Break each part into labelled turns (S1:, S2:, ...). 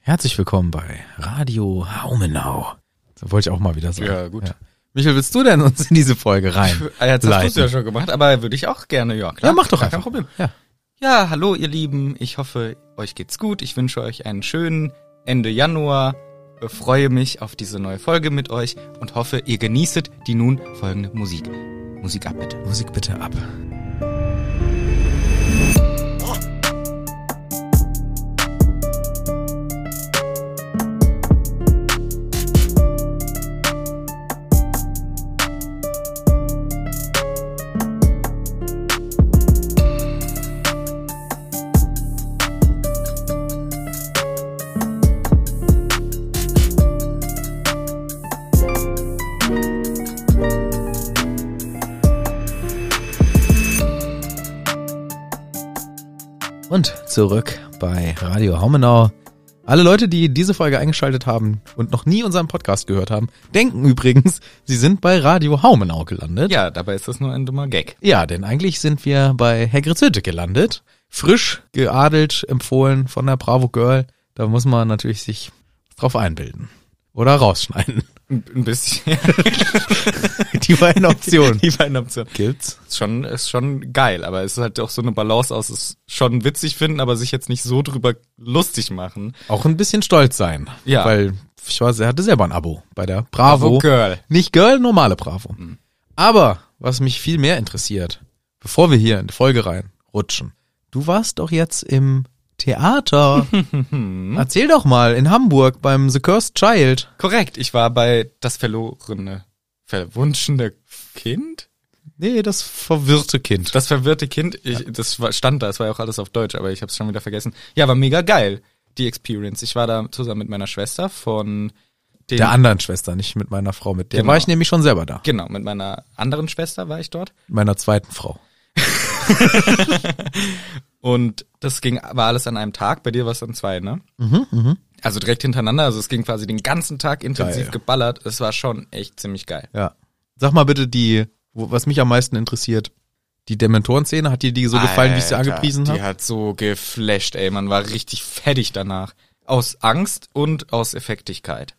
S1: Herzlich willkommen bei Radio Haumenau. So wollte ich auch mal wieder sagen.
S2: Ja, gut.
S1: Michael, willst du denn uns in diese Folge rein?
S2: Ah, Jetzt hast du es
S1: leiten?
S2: ja schon gemacht, aber würde ich auch gerne, ja klar.
S1: Ja, mach doch
S2: Gar
S1: einfach.
S2: Kein Problem.
S1: Ja.
S2: Ja, hallo ihr Lieben. Ich hoffe, euch geht's gut. Ich wünsche euch einen schönen Ende Januar. Äh, Freue mich auf diese neue Folge mit euch und hoffe, ihr genießet die nun folgende Musik. Musik ab bitte.
S1: Musik bitte ab. Und zurück bei Radio Haumenau. Alle Leute, die diese Folge eingeschaltet haben und noch nie unseren Podcast gehört haben, denken übrigens, sie sind bei Radio Haumenau gelandet.
S2: Ja, dabei ist das nur ein dummer Gag.
S1: Ja, denn eigentlich sind wir bei Hagrid's Hütte gelandet. Frisch geadelt, empfohlen von der Bravo Girl. Da muss man natürlich sich drauf einbilden. Oder rausschneiden.
S2: Ein ein bisschen.
S1: Die beiden Optionen.
S2: Die beiden Optionen.
S1: Gibt's?
S2: Ist schon, ist schon geil, aber es ist halt auch so eine Balance aus, es schon witzig finden, aber sich jetzt nicht so drüber lustig machen.
S1: Auch ein bisschen stolz sein.
S2: Ja.
S1: Weil ich war, er hatte selber ein Abo bei der Bravo.
S2: Bravo Girl. Mhm.
S1: Nicht Girl, normale Bravo. Aber was mich viel mehr interessiert, bevor wir hier in die Folge reinrutschen, du warst doch jetzt im Theater. Erzähl doch mal, in Hamburg beim The Cursed Child.
S2: Korrekt, ich war bei das verlorene, verwunschene Kind?
S1: Nee, das verwirrte Kind.
S2: Das verwirrte Kind, ich, das war, stand da, es war ja auch alles auf Deutsch, aber ich habe es schon wieder vergessen. Ja, war mega geil, die Experience. Ich war da zusammen mit meiner Schwester von den,
S1: der anderen Schwester, nicht mit meiner Frau. Mit der
S2: Genau.
S1: war ich nämlich schon selber da.
S2: genau, mit meiner anderen Schwester war ich dort.
S1: Mit meiner zweiten Frau.
S2: Und das ging, war alles an einem Tag, bei dir war es an zwei, ne? Also direkt hintereinander, also es ging quasi den ganzen Tag intensiv
S1: Geil.
S2: geballert. Es war schon echt ziemlich geil.
S1: Ja. Sag mal bitte die, wo, was mich am meisten interessiert, die Dementoren-Szene. Hat dir die so gefallen, wie ich sie
S2: Alter,
S1: angepriesen
S2: die
S1: habe?
S2: hat so geflasht, ey. Man war richtig fertig danach. Aus Angst und aus Effektigkeit.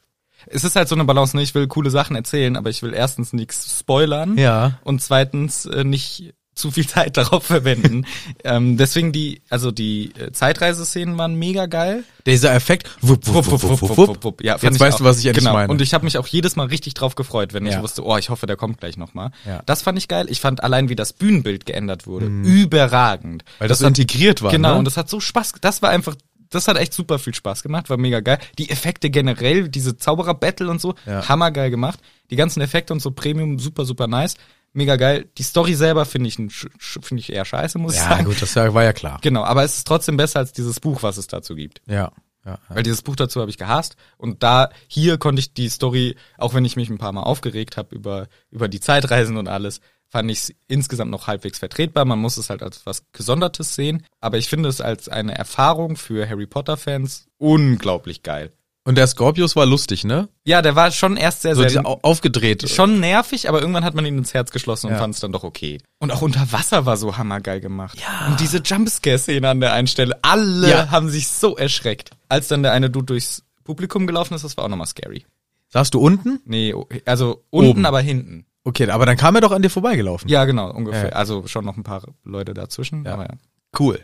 S2: Es ist halt so eine Balance, ne? Ich will coole Sachen erzählen, aber ich will erstens nichts spoilern.
S1: Ja.
S2: Und zweitens äh, nicht zu viel Zeit darauf verwenden. ähm, deswegen die, also die äh, Zeitreiseszenen waren mega geil.
S1: Dieser Effekt. Wupp, wupp, wupp, wupp, wupp, wupp, wupp.
S2: Ja, fand
S1: Jetzt
S2: ich
S1: weißt
S2: auch-
S1: du, was ich endlich
S2: genau.
S1: meine.
S2: Und ich habe mich auch jedes Mal richtig drauf gefreut, wenn
S1: Ja.
S2: ich wusste, oh, ich hoffe, der kommt gleich nochmal.
S1: Ja. Mhm.
S2: Das fand ich geil. Ich fand allein, wie das Bühnenbild geändert wurde, überragend.
S1: Weil das so integriert war,
S2: Genau,
S1: ne?
S2: und das hat so Spaß, das war einfach, das hat echt super viel Spaß gemacht, war mega geil. Die Effekte generell, diese Zauberer-Battle und so,
S1: Ja.
S2: hammergeil gemacht. Die ganzen Effekte und so Premium, super, super nice. Mega geil. Die Story selber finde ich, ein sch- sch- finde ich eher scheiße, muss ich
S1: ja,
S2: sagen.
S1: gut, das war war ja klar.
S2: Genau, aber es ist trotzdem besser als dieses Buch, was es dazu gibt.
S1: Ja. ja. ja.
S2: Weil dieses Buch dazu habe ich gehasst und da hier konnte ich die Story, auch wenn ich mich ein paar Mal aufgeregt habe über über die Zeitreisen und alles, fand ich es insgesamt noch halbwegs vertretbar. Man muss es halt als was Gesondertes sehen, aber ich finde es als eine Erfahrung für Harry Potter Fans unglaublich geil.
S1: Und der Scorpius war lustig, ne?
S2: Ja, der war schon erst sehr
S1: So
S2: sehr
S1: dieser au- aufgedreht.
S2: schon nervig, aber irgendwann hat man ihn ins Herz geschlossen und
S1: Ja.
S2: fand es dann doch okay. Und auch unter Wasser war so hammergeil gemacht. Ja. Und diese Jumpscare-Szene an der einen Stelle, alle
S1: Ja.
S2: haben sich so erschreckt. Als dann der eine Dude durchs Publikum gelaufen ist, das war auch nochmal scary.
S1: Saßt du unten?
S2: Nee, o- also unten,
S1: Oben.
S2: aber hinten.
S1: Okay, aber dann kam er doch an dir vorbeigelaufen.
S2: Ja, genau, ungefähr.
S1: Ja.
S2: Also schon noch ein paar Leute dazwischen.
S1: Ja.
S2: Aber ja.
S1: Cool.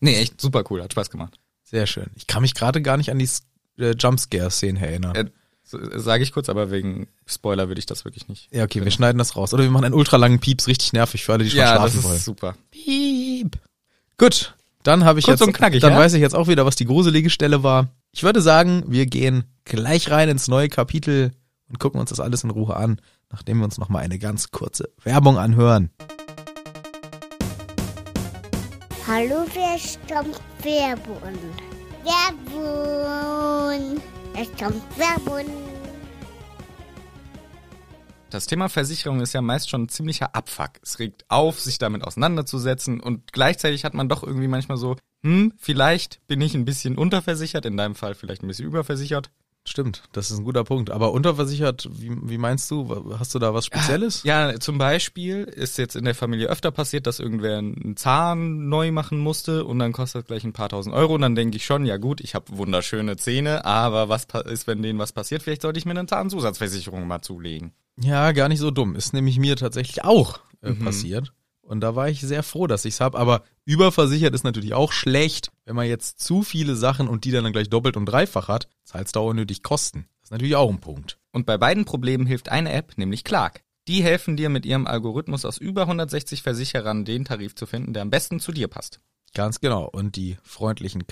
S2: Nee, echt super cool, hat Spaß gemacht.
S1: Sehr schön. Ich kann mich gerade gar nicht an die S- äh, Jumpscare-Szenen erinnern.
S2: Äh, Sage ich kurz, aber wegen Spoiler würde ich das wirklich nicht.
S1: ja, okay, wir schneiden das raus. Oder wir machen einen ultralangen Pieps, richtig nervig für alle, die schon
S2: Ja, das
S1: schlafen
S2: ist
S1: wollen.
S2: super.
S1: Piep. Gut, dann habe ich
S2: Kurz
S1: jetzt,
S2: und knackig,
S1: dann
S2: ja?
S1: weiß ich jetzt auch wieder, was die gruselige Stelle war. Ich würde sagen, wir gehen gleich rein ins neue Kapitel und gucken uns das alles in Ruhe an, nachdem wir uns noch mal eine ganz kurze Werbung anhören.
S3: Hallo, wer stammt Werbun? Werbun! Es kommt Werbun!
S2: Das Thema Versicherung ist ja meist schon ein ziemlicher Abfuck. Es regt auf, sich damit auseinanderzusetzen und gleichzeitig hat man doch irgendwie manchmal so, hm, vielleicht bin ich ein bisschen unterversichert, in deinem Fall vielleicht ein bisschen überversichert.
S1: Stimmt, das ist ein guter Punkt. Aber unterversichert, wie, wie meinst du? Hast du da was Spezielles?
S2: Ja, zum Beispiel ist jetzt in der Familie öfter passiert, dass irgendwer einen Zahn neu machen musste und dann kostet das gleich ein paar tausend Euro. Und dann denke ich schon, ja gut, ich habe wunderschöne Zähne, aber was pa- ist, wenn denen was passiert? Vielleicht sollte ich mir eine Zahnzusatzversicherung mal zulegen.
S1: Ja, gar nicht so dumm. Ist nämlich mir tatsächlich auch äh, passiert. Und da war ich sehr froh, dass ich's hab. Aber überversichert ist natürlich auch schlecht, wenn man jetzt zu viele Sachen und die dann gleich doppelt und dreifach hat, zahlst du auch unnötig Kosten. Das ist natürlich auch ein Punkt.
S2: Und bei beiden Problemen hilft eine App, nämlich Clark. Die helfen dir mit ihrem Algorithmus aus über 160 Versicherern den Tarif zu finden, der am besten zu dir passt.
S1: Ganz genau. Und die freundlichen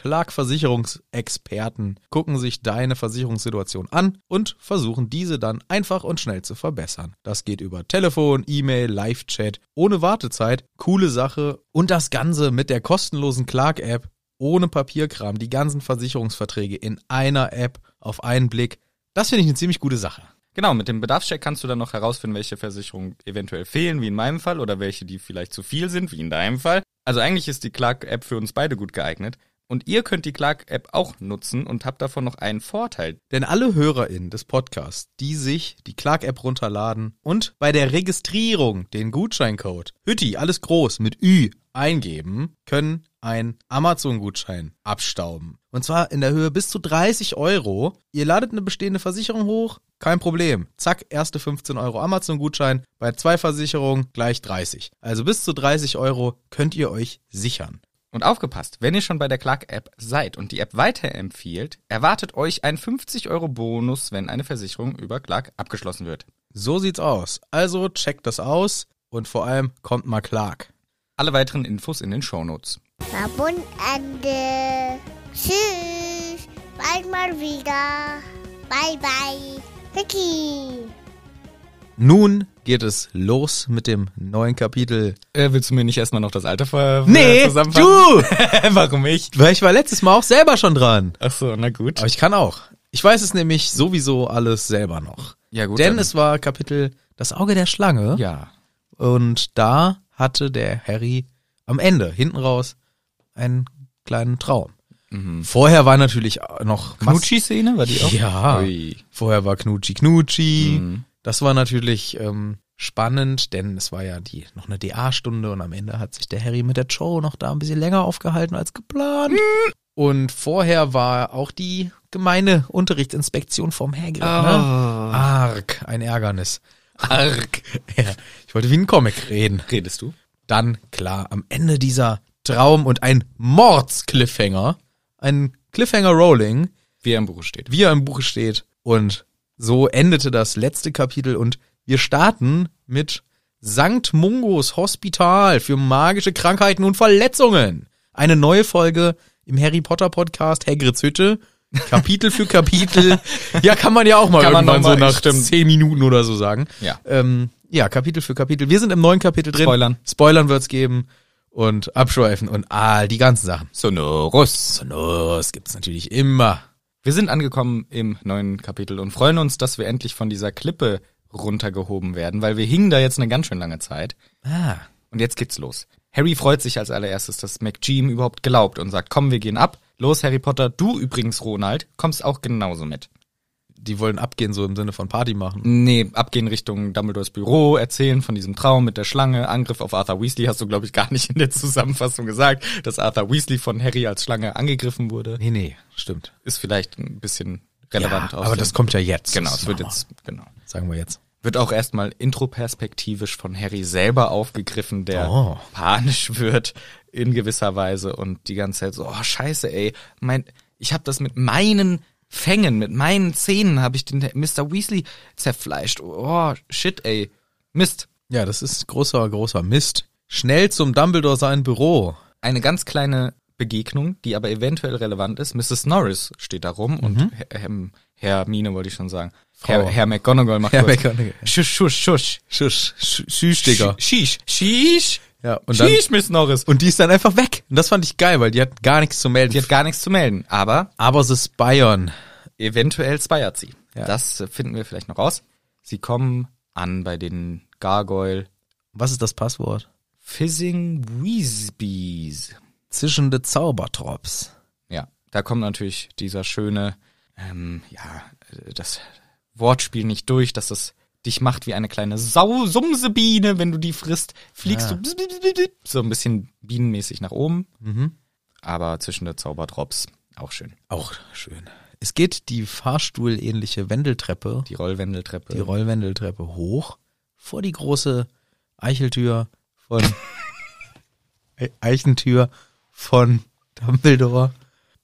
S1: Clark-Versicherungsexperten gucken sich deine Versicherungssituation an und versuchen diese dann einfach und schnell zu verbessern. Das geht über Telefon, E-Mail, Live-Chat, ohne Wartezeit, coole Sache und das Ganze mit der kostenlosen Clark-App, ohne Papierkram, die ganzen Versicherungsverträge in einer App auf einen Blick. Das finde ich eine ziemlich gute Sache.
S2: Genau, mit dem Bedarfscheck kannst du dann noch herausfinden, welche Versicherungen eventuell fehlen, wie in meinem Fall, oder welche, die vielleicht zu viel sind, wie in deinem Fall. Also eigentlich ist die Clark-App für uns beide gut geeignet. Und ihr könnt die Clark-App auch nutzen und habt davon noch einen Vorteil.
S1: Denn alle HörerInnen des Podcasts, die sich die Clark-App runterladen und bei der Registrierung den Gutscheincode Hütti, alles groß, mit Ü eingeben, können einen Amazon-Gutschein abstauben. Und zwar in der Höhe bis zu 30 Euro. Ihr ladet eine bestehende Versicherung hoch, kein Problem. Zack, erste 15 Euro Amazon-Gutschein, bei zwei Versicherungen gleich 30. Also bis zu 30 Euro könnt ihr euch sichern.
S2: Und aufgepasst, wenn ihr schon bei der Clark-App seid und die App weiterempfiehlt, erwartet euch ein 50-Euro-Bonus, wenn eine Versicherung über Clark abgeschlossen wird.
S1: So sieht's aus. Also checkt das aus und vor allem kommt mal Clark.
S2: Alle weiteren Infos in den Shownotes.
S3: Werbung Ende. Tschüss. Bald mal wieder. Bye bye. Vicky.
S1: Nun geht es los mit dem neuen Kapitel.
S2: Äh, willst du mir nicht erstmal noch das Alter ver
S1: Nee,
S2: zusammenfassen? Äh,
S1: du!
S2: Warum ich?
S1: Weil ich war letztes Mal auch selber schon dran.
S2: Ach so, na gut.
S1: Aber ich kann auch. Ich weiß es nämlich sowieso alles selber noch.
S2: Ja, gut,
S1: Denn
S2: dann-
S1: es war Kapitel Das Auge der Schlange.
S2: Ja.
S1: Und da hatte der Harry am Ende, hinten raus, einen kleinen Traum.
S2: Mhm.
S1: Vorher war natürlich noch Mas-
S2: Knutschi-Szene war die auch?
S1: Ja.
S2: Ui. Mhm.
S1: Vorher war Knutschi Knutschi. Das war natürlich ähm, spannend, denn es war ja die noch eine DA-Stunde und am Ende hat sich der Harry mit der Joe noch da ein bisschen länger aufgehalten als geplant.
S2: Mhm.
S1: Und vorher war auch die gemeine Unterrichtsinspektion vom Hagrid.
S2: Ah.
S1: Ne? Arg, ein Ärgernis. Arg. Ja, ich wollte wie ein Comic reden
S2: Redest du?
S1: dann klar am Ende dieser Traum und ein Mords-Cliffhanger, ein Cliffhanger-Rolling,
S2: Wie er im Buch steht.
S1: wie er im Buch steht. Und so endete das letzte Kapitel und wir starten mit Sankt Mungos Hospital für magische Krankheiten und Verletzungen. Eine neue Folge im Harry Potter Podcast Hagrids Hütte. Kapitel für Kapitel. Ja, kann man ja auch mal
S2: Kann man
S1: irgendwann
S2: noch
S1: so
S2: mal,
S1: nach
S2: stimmt.
S1: zehn Minuten oder so sagen.
S2: Ja.
S1: Ähm, ja, Kapitel für Kapitel. Wir sind im neuen Kapitel drin.
S2: Spoilern.
S1: Spoilern wird's geben und abschweifen und all die ganzen Sachen.
S2: Sonorus.
S1: Sonos gibt's natürlich immer.
S2: Wir sind angekommen im neuen Kapitel und freuen uns, dass wir endlich von dieser Klippe runtergehoben werden, weil wir hingen da jetzt eine ganz schön lange Zeit.
S1: Ah.
S2: Und jetzt geht's los. Harry freut sich als allererstes, dass McGeam überhaupt glaubt und sagt, komm, wir gehen ab. Los, Harry Potter, du übrigens, Ronald, kommst auch genauso mit.
S1: die wollen abgehen, so im Sinne von Party machen.
S2: Nee, abgehen Richtung Dumbledores Büro, erzählen von diesem Traum mit der Schlange, Angriff auf Arthur Weasley, hast du, glaube ich, gar nicht in der Zusammenfassung gesagt, dass Arthur Weasley von Harry als Schlange angegriffen wurde.
S1: Nee, nee, stimmt.
S2: Ist vielleicht ein bisschen
S1: Ja,
S2: relevant aus.
S1: aber
S2: dem-
S1: das kommt ja jetzt.
S2: Genau,
S1: Das
S2: es wird
S1: machen
S2: jetzt, genau.
S1: wir. Sagen wir jetzt.
S2: Wird auch erstmal introperspektivisch von Harry selber aufgegriffen, der
S1: Oh.
S2: panisch wird in gewisser Weise und die ganze Zeit so, oh scheiße, ey, mein, ich habe das mit meinen Fängen, mit meinen Zähnen habe ich den Mr. Weasley zerfleischt. Oh, shit, ey. Mist.
S1: Ja, das ist großer, großer Mist. Schnell zum Dumbledore sein Büro.
S2: Eine ganz kleine Begegnung, die aber eventuell relevant ist. Mrs. Norris steht da rum
S1: Mhm.
S2: und Herr, ähm, Hermine wollte ich schon sagen. Herr, Herr McGonagall macht
S1: Herr
S2: kurz,
S1: McGonagall.
S2: Schusch, schusch, schusch.
S1: Schusch, Schüsch, Digga.
S2: Sheesh. Sheesh.
S1: Ja, und dann-
S2: Sheesh, Miss Norris.
S1: Und die ist dann einfach weg. Und das fand ich geil, weil die hat gar nichts zu melden.
S2: Die hat gar nichts zu melden, aber
S1: Aber sie ist Bayern.
S2: eventuell speiert sie.
S1: Ja.
S2: Das äh, finden wir vielleicht noch raus. Sie kommen an bei den Gargoyle
S1: Was ist das Passwort?
S2: Fizzing Weasbees.
S1: Zischende Zaubertrops.
S2: Ja, da kommt natürlich dieser schöne ähm, ja, äh, das Wortspiel nicht durch, dass das dich macht wie eine kleine Sau-Sumsebiene. Wenn du die frisst, fliegst
S1: Ja.
S2: du bzz, bzz, bzz, bzz, so ein bisschen bienenmäßig nach oben.
S1: Mhm.
S2: Aber zwischen der Zauberdrops auch schön.
S1: Auch schön. Es geht die fahrstuhlähnliche Wendeltreppe,
S2: Die Rollwendeltreppe.
S1: die Rollwendeltreppe hoch, vor die große Eicheltür von E- Eichentür von Dumbledore.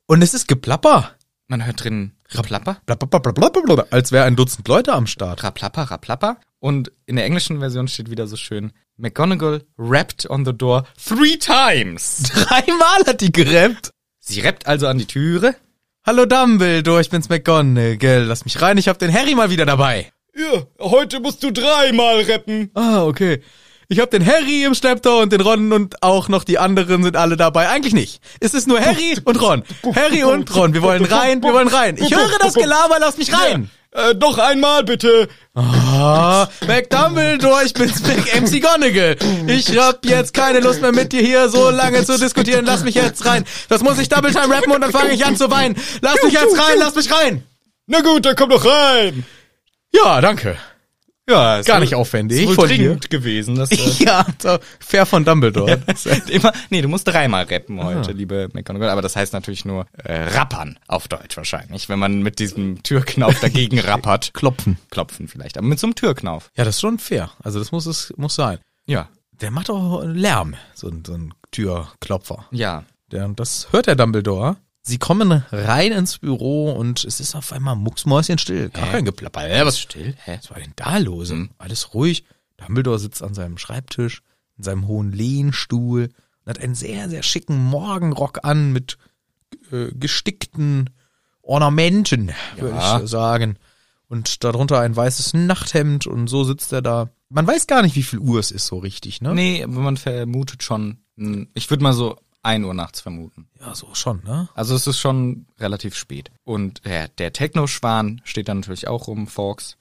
S1: Und es ist Geplapper.
S2: Man hört drin Raplapper,
S1: Blablabla, als wäre ein Dutzend Leute am Start.
S2: Raplapper, Raplapper. Und in der englischen Version steht wieder so schön, McGonagall rapped on the door three times.
S1: Dreimal hat die gerappt.
S2: Sie rappt also an die Türe.
S1: Hallo Dumbledore, ich bin's McGonagall. Lass mich rein, ich hab den Harry mal wieder dabei.
S2: Ja, heute musst du dreimal rappen.
S1: Ah, okay. Ich hab den Harry im Schlepptau und den Ron und auch noch die anderen sind alle dabei. Eigentlich nicht. Es ist nur Harry und Ron. Harry und Ron. Wir wollen rein, wir wollen rein. Ich höre das Gelaber, lass mich rein.
S2: Äh, noch einmal bitte.
S1: Ah, McDumbledore, ich bin's Mac McGonagall. Ich hab jetzt keine Lust mehr mit dir hier so lange zu diskutieren. Lass mich jetzt rein. Das muss ich Double Time rappen und dann fange ich an zu weinen. Lass mich jetzt rein, lass mich rein.
S2: Na gut, dann komm doch rein.
S1: Ja, danke.
S2: Ja, ist
S1: Gar
S2: wohl-
S1: nicht aufwendig
S2: Ist wohl
S1: von
S2: dringend gewesen. Dass, äh,
S1: Ja, so fair von Dumbledore.
S2: immer, nee, du musst dreimal rappen heute, liebe McGonagall. Aber das heißt natürlich nur äh, rappern auf Deutsch wahrscheinlich, wenn man mit diesem Türknauf dagegen rappert.
S1: Klopfen.
S2: Klopfen vielleicht, aber mit so einem Türknauf.
S1: Ja, das ist schon fair. Also das muss es muss sein.
S2: Ja.
S1: Der macht auch Lärm, so ein, so ein Türklopfer.
S2: Ja.
S1: Der, und das hört der Dumbledore. Sie kommen rein ins Büro und es ist auf einmal mucksmäuschenstill. Gar kein Geplapper. Hä, was,
S2: still? Hä?
S1: was war denn da los? Alles ruhig. Dumbledore sitzt an seinem Schreibtisch, in seinem hohen Lehnstuhl und hat einen sehr, sehr schicken Morgenrock an mit äh, gestickten Ornamenten, würde
S2: Ja.
S1: ich sagen. Und darunter ein weißes Nachthemd und so sitzt er da. Man weiß gar nicht, wie viel Uhr es ist so richtig, ne?
S2: Nee, aber man vermutet schon, hm, ich würde mal so 1 Uhr nachts vermuten.
S1: Ja, so schon, ne?
S2: Also es ist schon relativ spät. Und der, der Techno-Schwan steht da natürlich auch rum, Forks.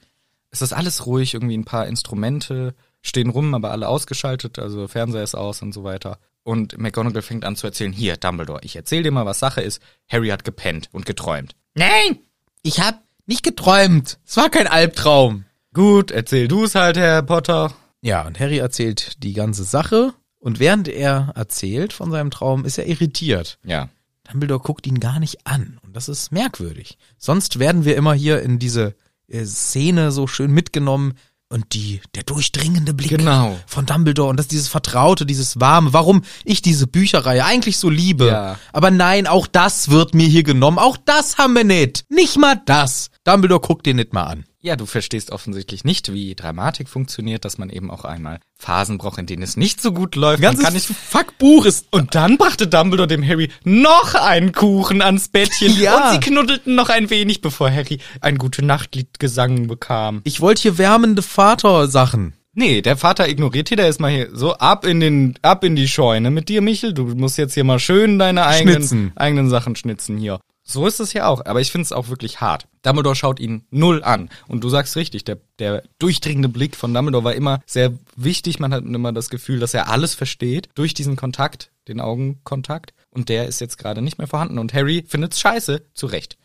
S2: Es ist alles ruhig, irgendwie ein paar Instrumente stehen rum, aber alle ausgeschaltet, also Fernseher ist aus und so weiter. Und McGonagall fängt an zu erzählen, hier, Dumbledore, ich erzähl dir mal, was Sache ist. Harry hat gepennt und geträumt.
S1: Nein! Ich hab nicht geträumt. Es war kein Albtraum.
S2: Gut, erzähl du es halt, Herr Potter.
S1: Ja, und Harry erzählt die ganze Sache. Und während er erzählt von seinem Traum, ist er irritiert.
S2: Ja.
S1: Dumbledore guckt ihn gar nicht an. Und das ist merkwürdig. Sonst werden wir immer hier in diese äh, Szene so schön mitgenommen. Und die, der durchdringende Blick
S2: Genau.
S1: von Dumbledore und das dieses Vertraute, dieses Warme, warum ich diese Bücherreihe eigentlich so liebe.
S2: Ja.
S1: Aber nein, auch das wird mir hier genommen. Auch das haben wir nicht. Nicht mal das. Dumbledore guckt den nicht mal an.
S2: Ja, du verstehst offensichtlich nicht, wie Dramatik funktioniert, dass man eben auch einmal Phasen braucht, in denen es nicht so gut läuft. Man kann nicht
S1: Fuckbuch ist.
S2: Und dann brachte Dumbledore dem Harry noch einen Kuchen ans Bettchen
S1: Ja.
S2: und sie knuddelten noch ein wenig, bevor Harry ein gute Nachtlied gesungen bekam.
S1: Ich wollte hier wärmende Vatersachen.
S2: Nee, der Vater ignoriert hier, der ist mal hier so ab in den ab in die Scheune mit dir, Michel, du musst jetzt hier mal schön deine eigenen
S1: Schnitzen.
S2: eigenen Sachen schnitzen hier. So ist es ja auch, aber ich finde es auch wirklich hart. Dumbledore schaut ihn null an und du sagst richtig, der der durchdringende Blick von Dumbledore war immer sehr wichtig, man hat immer das Gefühl, dass er alles versteht durch diesen Kontakt, den Augenkontakt und der ist jetzt gerade nicht mehr vorhanden und Harry findet's scheiße, zu Recht.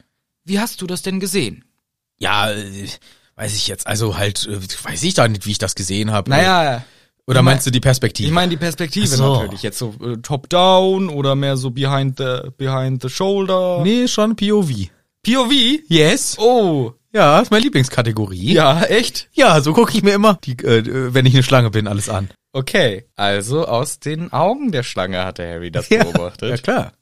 S2: Wie hast du das denn gesehen?
S1: Ja, äh, weiß ich jetzt. Also halt, äh, weiß ich da nicht, wie ich das gesehen habe.
S2: Naja,
S1: Oder meinst du die Perspektive?
S2: Ich meine die Perspektive
S1: Ach so.
S2: natürlich. Jetzt so äh, top down oder mehr so behind the behind the shoulder.
S1: nee, schon POV.
S2: POV?
S1: Yes.
S2: Oh,
S1: Ja, ist meine Lieblingskategorie.
S2: ja, echt?
S1: Ja, so gucke ich mir immer, die, äh, wenn ich eine Schlange bin, alles an.
S2: Okay, also aus den Augen der Schlange hatte Harry das
S1: Ja,
S2: beobachtet.
S1: klar.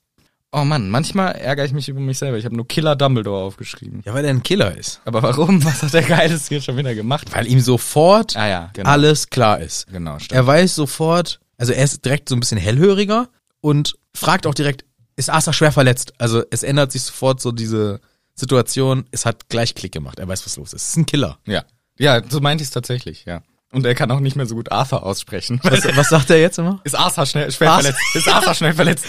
S2: Oh Mann, manchmal ärgere ich mich über mich selber. Ich habe nur Killer Dumbledore aufgeschrieben.
S1: Ja, weil er ein Killer ist.
S2: Aber warum? Was hat der Geiles hier schon wieder gemacht?
S1: Weil ihm sofort
S2: Ah ja, genau.
S1: alles klar ist.
S2: Genau, stimmt.
S1: Er weiß sofort, also er ist direkt so ein bisschen hellhöriger und fragt auch direkt, ist Arthur schwer verletzt? Also es ändert sich sofort so diese Situation. Es hat gleich Klick gemacht. Er weiß, was los ist. Es ist ein Killer.
S2: Ja. Ja, so meinte ich es tatsächlich, ja. Und er kann auch nicht mehr so gut Arthur aussprechen.
S1: Was, was sagt er jetzt immer?
S2: Ist Arthur schnell, schwer
S1: Arthur.
S2: verletzt? Ist Arthur schnell verletzt?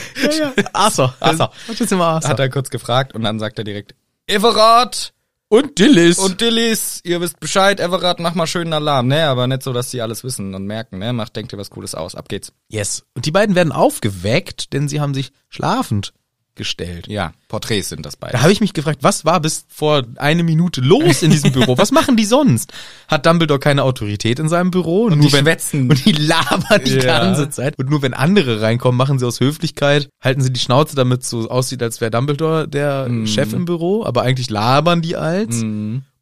S1: Arthur.
S2: Arthur.
S1: Sagt jetzt immer Arthur.
S2: Hat er kurz gefragt und dann sagt er direkt, Everard
S1: und Dillis.
S2: und Dillis, ihr wisst Bescheid, Everard, mach mal schönen Alarm. Ne, aber nicht so, dass die alles wissen und merken, ne? Macht, denkt ihr was Cooles aus. Ab geht's.
S1: yes. Und die beiden werden aufgeweckt, denn sie haben sich schlafend gestellt.
S2: Ja, Porträts sind das beide.
S1: Da habe ich mich gefragt, was war bis vor eine Minute los in diesem Büro? Was machen die sonst? Hat Dumbledore keine Autorität in seinem Büro? Und
S2: die schwätzen.
S1: Und die labern die
S2: Ja.
S1: ganze Zeit. Und nur wenn andere reinkommen, machen sie aus Höflichkeit, halten sie die Schnauze, damit es so aussieht, als wäre Dumbledore der
S2: Mhm.
S1: Chef im Büro. Aber eigentlich labern die als.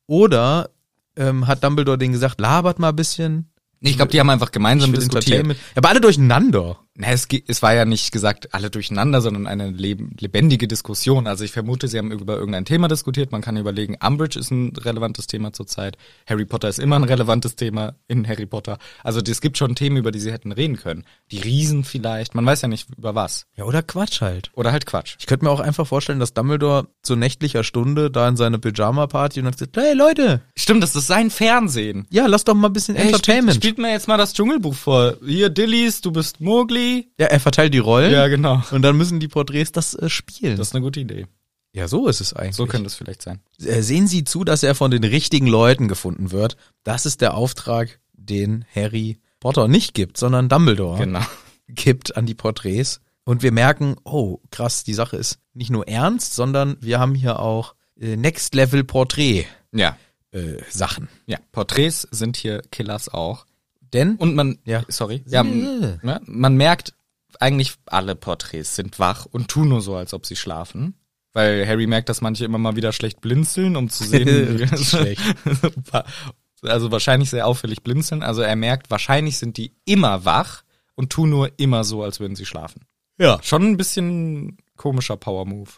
S1: Oder ähm, hat Dumbledore denen gesagt, labert mal ein bisschen.
S2: Ich glaube, die haben einfach
S1: ich
S2: gemeinsam
S1: will
S2: diskutiert.
S1: Entertainment. Ja, aber alle durcheinander.
S2: Na, es, ge- es war ja nicht gesagt alle durcheinander, sondern eine leb- lebendige Diskussion. Also ich vermute, sie haben über irgendein Thema diskutiert. Man kann überlegen, Umbridge ist ein relevantes Thema zurzeit. Harry Potter ist immer ein relevantes Thema in Harry Potter. Also es gibt schon Themen, über die sie hätten reden können. Die Riesen vielleicht. Man weiß ja nicht über was.
S1: Ja, oder Quatsch halt.
S2: Oder halt Quatsch.
S1: Ich könnte mir auch einfach vorstellen, dass Dumbledore zur nächtlicher Stunde da in seiner Pyjama-Party und hat gesagt, hey Leute,
S2: Stimmt, das ist sein Fernsehen.
S1: ja, lass doch mal ein bisschen
S2: Ey,
S1: Entertainment.
S2: Spielt, spielt mir jetzt mal das Dschungelbuch vor. Hier, Dillies, du bist Mowgli.
S1: ja, er verteilt die Rollen
S2: Ja, genau.
S1: und dann müssen die Porträts das äh, spielen.
S2: Das ist eine gute Idee.
S1: ja, so ist es eigentlich.
S2: So könnte es vielleicht sein.
S1: äh, sehen Sie zu, dass er von den richtigen Leuten gefunden wird. Das ist der Auftrag, den Harry Potter nicht gibt, sondern Dumbledore
S2: Genau.
S1: gibt an die Porträts. Und wir merken, oh, krass, die Sache ist nicht nur ernst, sondern wir haben hier auch äh, Next-Level-Porträt-Sachen.
S2: Ja.
S1: äh,
S2: Ja, Porträts sind hier Killers auch.
S1: Denn
S2: Und man,
S1: Ja.
S2: sorry, ja, m- ne, man merkt, eigentlich alle Porträts sind wach und tun nur so, als ob sie schlafen. Weil Harry merkt, dass manche immer mal wieder schlecht blinzeln, um zu sehen. wie-
S1: Richtig schlecht.
S2: also wahrscheinlich sehr auffällig blinzeln. Also er merkt, wahrscheinlich sind die immer wach und tun nur immer so, als würden sie schlafen.
S1: ja.
S2: Schon ein bisschen komischer Power-Move.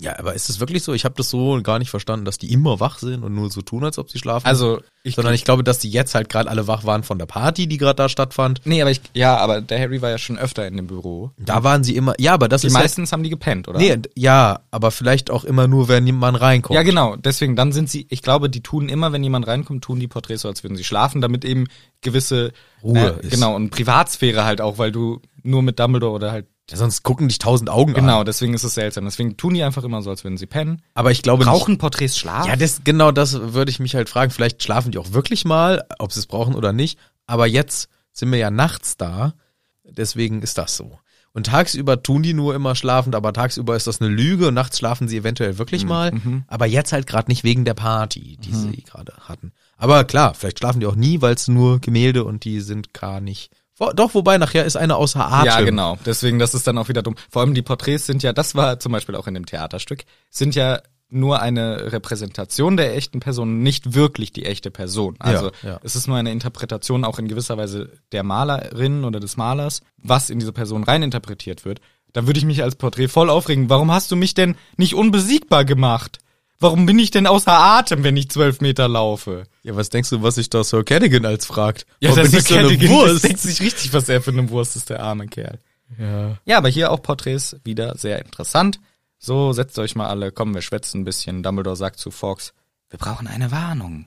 S1: Ja, aber ist es wirklich so? Ich habe das so gar nicht verstanden, dass die immer wach sind und nur so tun, als ob sie schlafen.
S2: Also ich
S1: sondern ich glaube, dass die jetzt halt gerade alle wach waren von der Party, die gerade da stattfand.
S2: Nee, aber ich, ja, aber der Harry war ja schon öfter in dem Büro.
S1: Da waren sie immer. Ja, aber das
S2: Mhm. Die
S1: ist
S2: meistens haben die gepennt, oder?
S1: ja, nee, d- ja, aber vielleicht auch immer nur, wenn jemand reinkommt.
S2: Ja, genau. Deswegen, dann sind sie, ich glaube, die tun immer, wenn jemand reinkommt, tun die Porträts so, als würden sie schlafen, damit eben gewisse
S1: Ruhe ist.
S2: Genau, und Privatsphäre halt auch, weil du nur mit Dumbledore oder halt.
S1: Ja, sonst gucken dich tausend Augen an.
S2: Genau, deswegen ist es seltsam. Deswegen tun die einfach immer so, als würden sie pennen.
S1: Aber ich glaube nicht.
S2: Brauchen Porträts Schlaf?
S1: Ja, das, genau das würde ich mich halt fragen. Vielleicht schlafen die auch wirklich mal, ob sie es brauchen oder nicht. Aber jetzt sind wir ja nachts da. Deswegen ist das so. Und tagsüber tun die nur immer schlafend, aber tagsüber ist das eine Lüge und nachts schlafen sie eventuell wirklich
S2: Mhm,
S1: mal. Aber jetzt halt gerade nicht wegen der Party, die sie gerade hatten. Aber klar, vielleicht schlafen die auch nie, weil es nur Gemälde und die sind gar nicht. Wo- Doch, wobei nachher ist einer außer Atem.
S2: Ja, genau. Deswegen, das ist dann auch wieder dumm. Vor allem die Porträts sind ja, das war zum Beispiel auch in dem Theaterstück, sind ja nur eine Repräsentation der echten Person, nicht wirklich die echte Person. Also
S1: ja.
S2: es ist nur eine Interpretation auch in gewisser Weise der Malerin oder des Malers, was in diese Person reininterpretiert wird. Da würde ich mich als Porträt voll aufregen. Warum hast du mich denn nicht unbesiegbar gemacht? Warum bin ich denn außer Atem, wenn ich zwölf Meter laufe?
S1: Ja, was denkst du, was sich da Sir Cadogan als fragt?
S2: Ja,
S1: Warum
S2: das
S1: bin
S2: ist
S1: ich
S2: so eine
S1: Wurst?
S2: Wurst. denkt sich richtig, was er für eine Wurst ist, der arme Kerl. Ja. Ja, aber hier auch Porträts wieder sehr interessant. So, setzt euch mal alle, komm, wir schwätzen ein bisschen. Dumbledore sagt zu Fox, wir brauchen eine Warnung.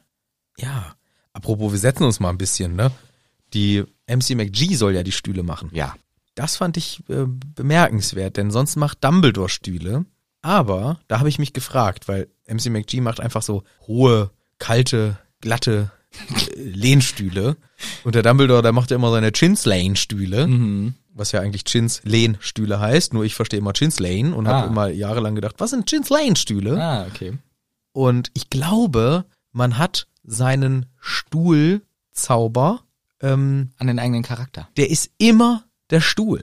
S1: Ja. Apropos, wir setzen uns mal ein bisschen, ne? Die MC McG soll ja die Stühle machen.
S2: Ja.
S1: Das fand ich äh, bemerkenswert, denn sonst macht Dumbledore Stühle. Aber da habe ich mich gefragt, weil MC McG macht einfach so hohe, kalte, glatte äh, Lehnstühle. Und der Dumbledore, der macht ja immer seine Chinslane-Stühle,
S2: Mhm.
S1: was ja eigentlich Chins-Lehnstühle heißt. Nur ich verstehe immer Chinslane und
S2: Ah.
S1: habe immer jahrelang gedacht, was sind Chinslane-Stühle?
S2: Ah, okay.
S1: Und ich glaube, man hat seinen Stuhlzauber, ähm,
S2: An den eigenen Charakter.
S1: der ist immer der Stuhl.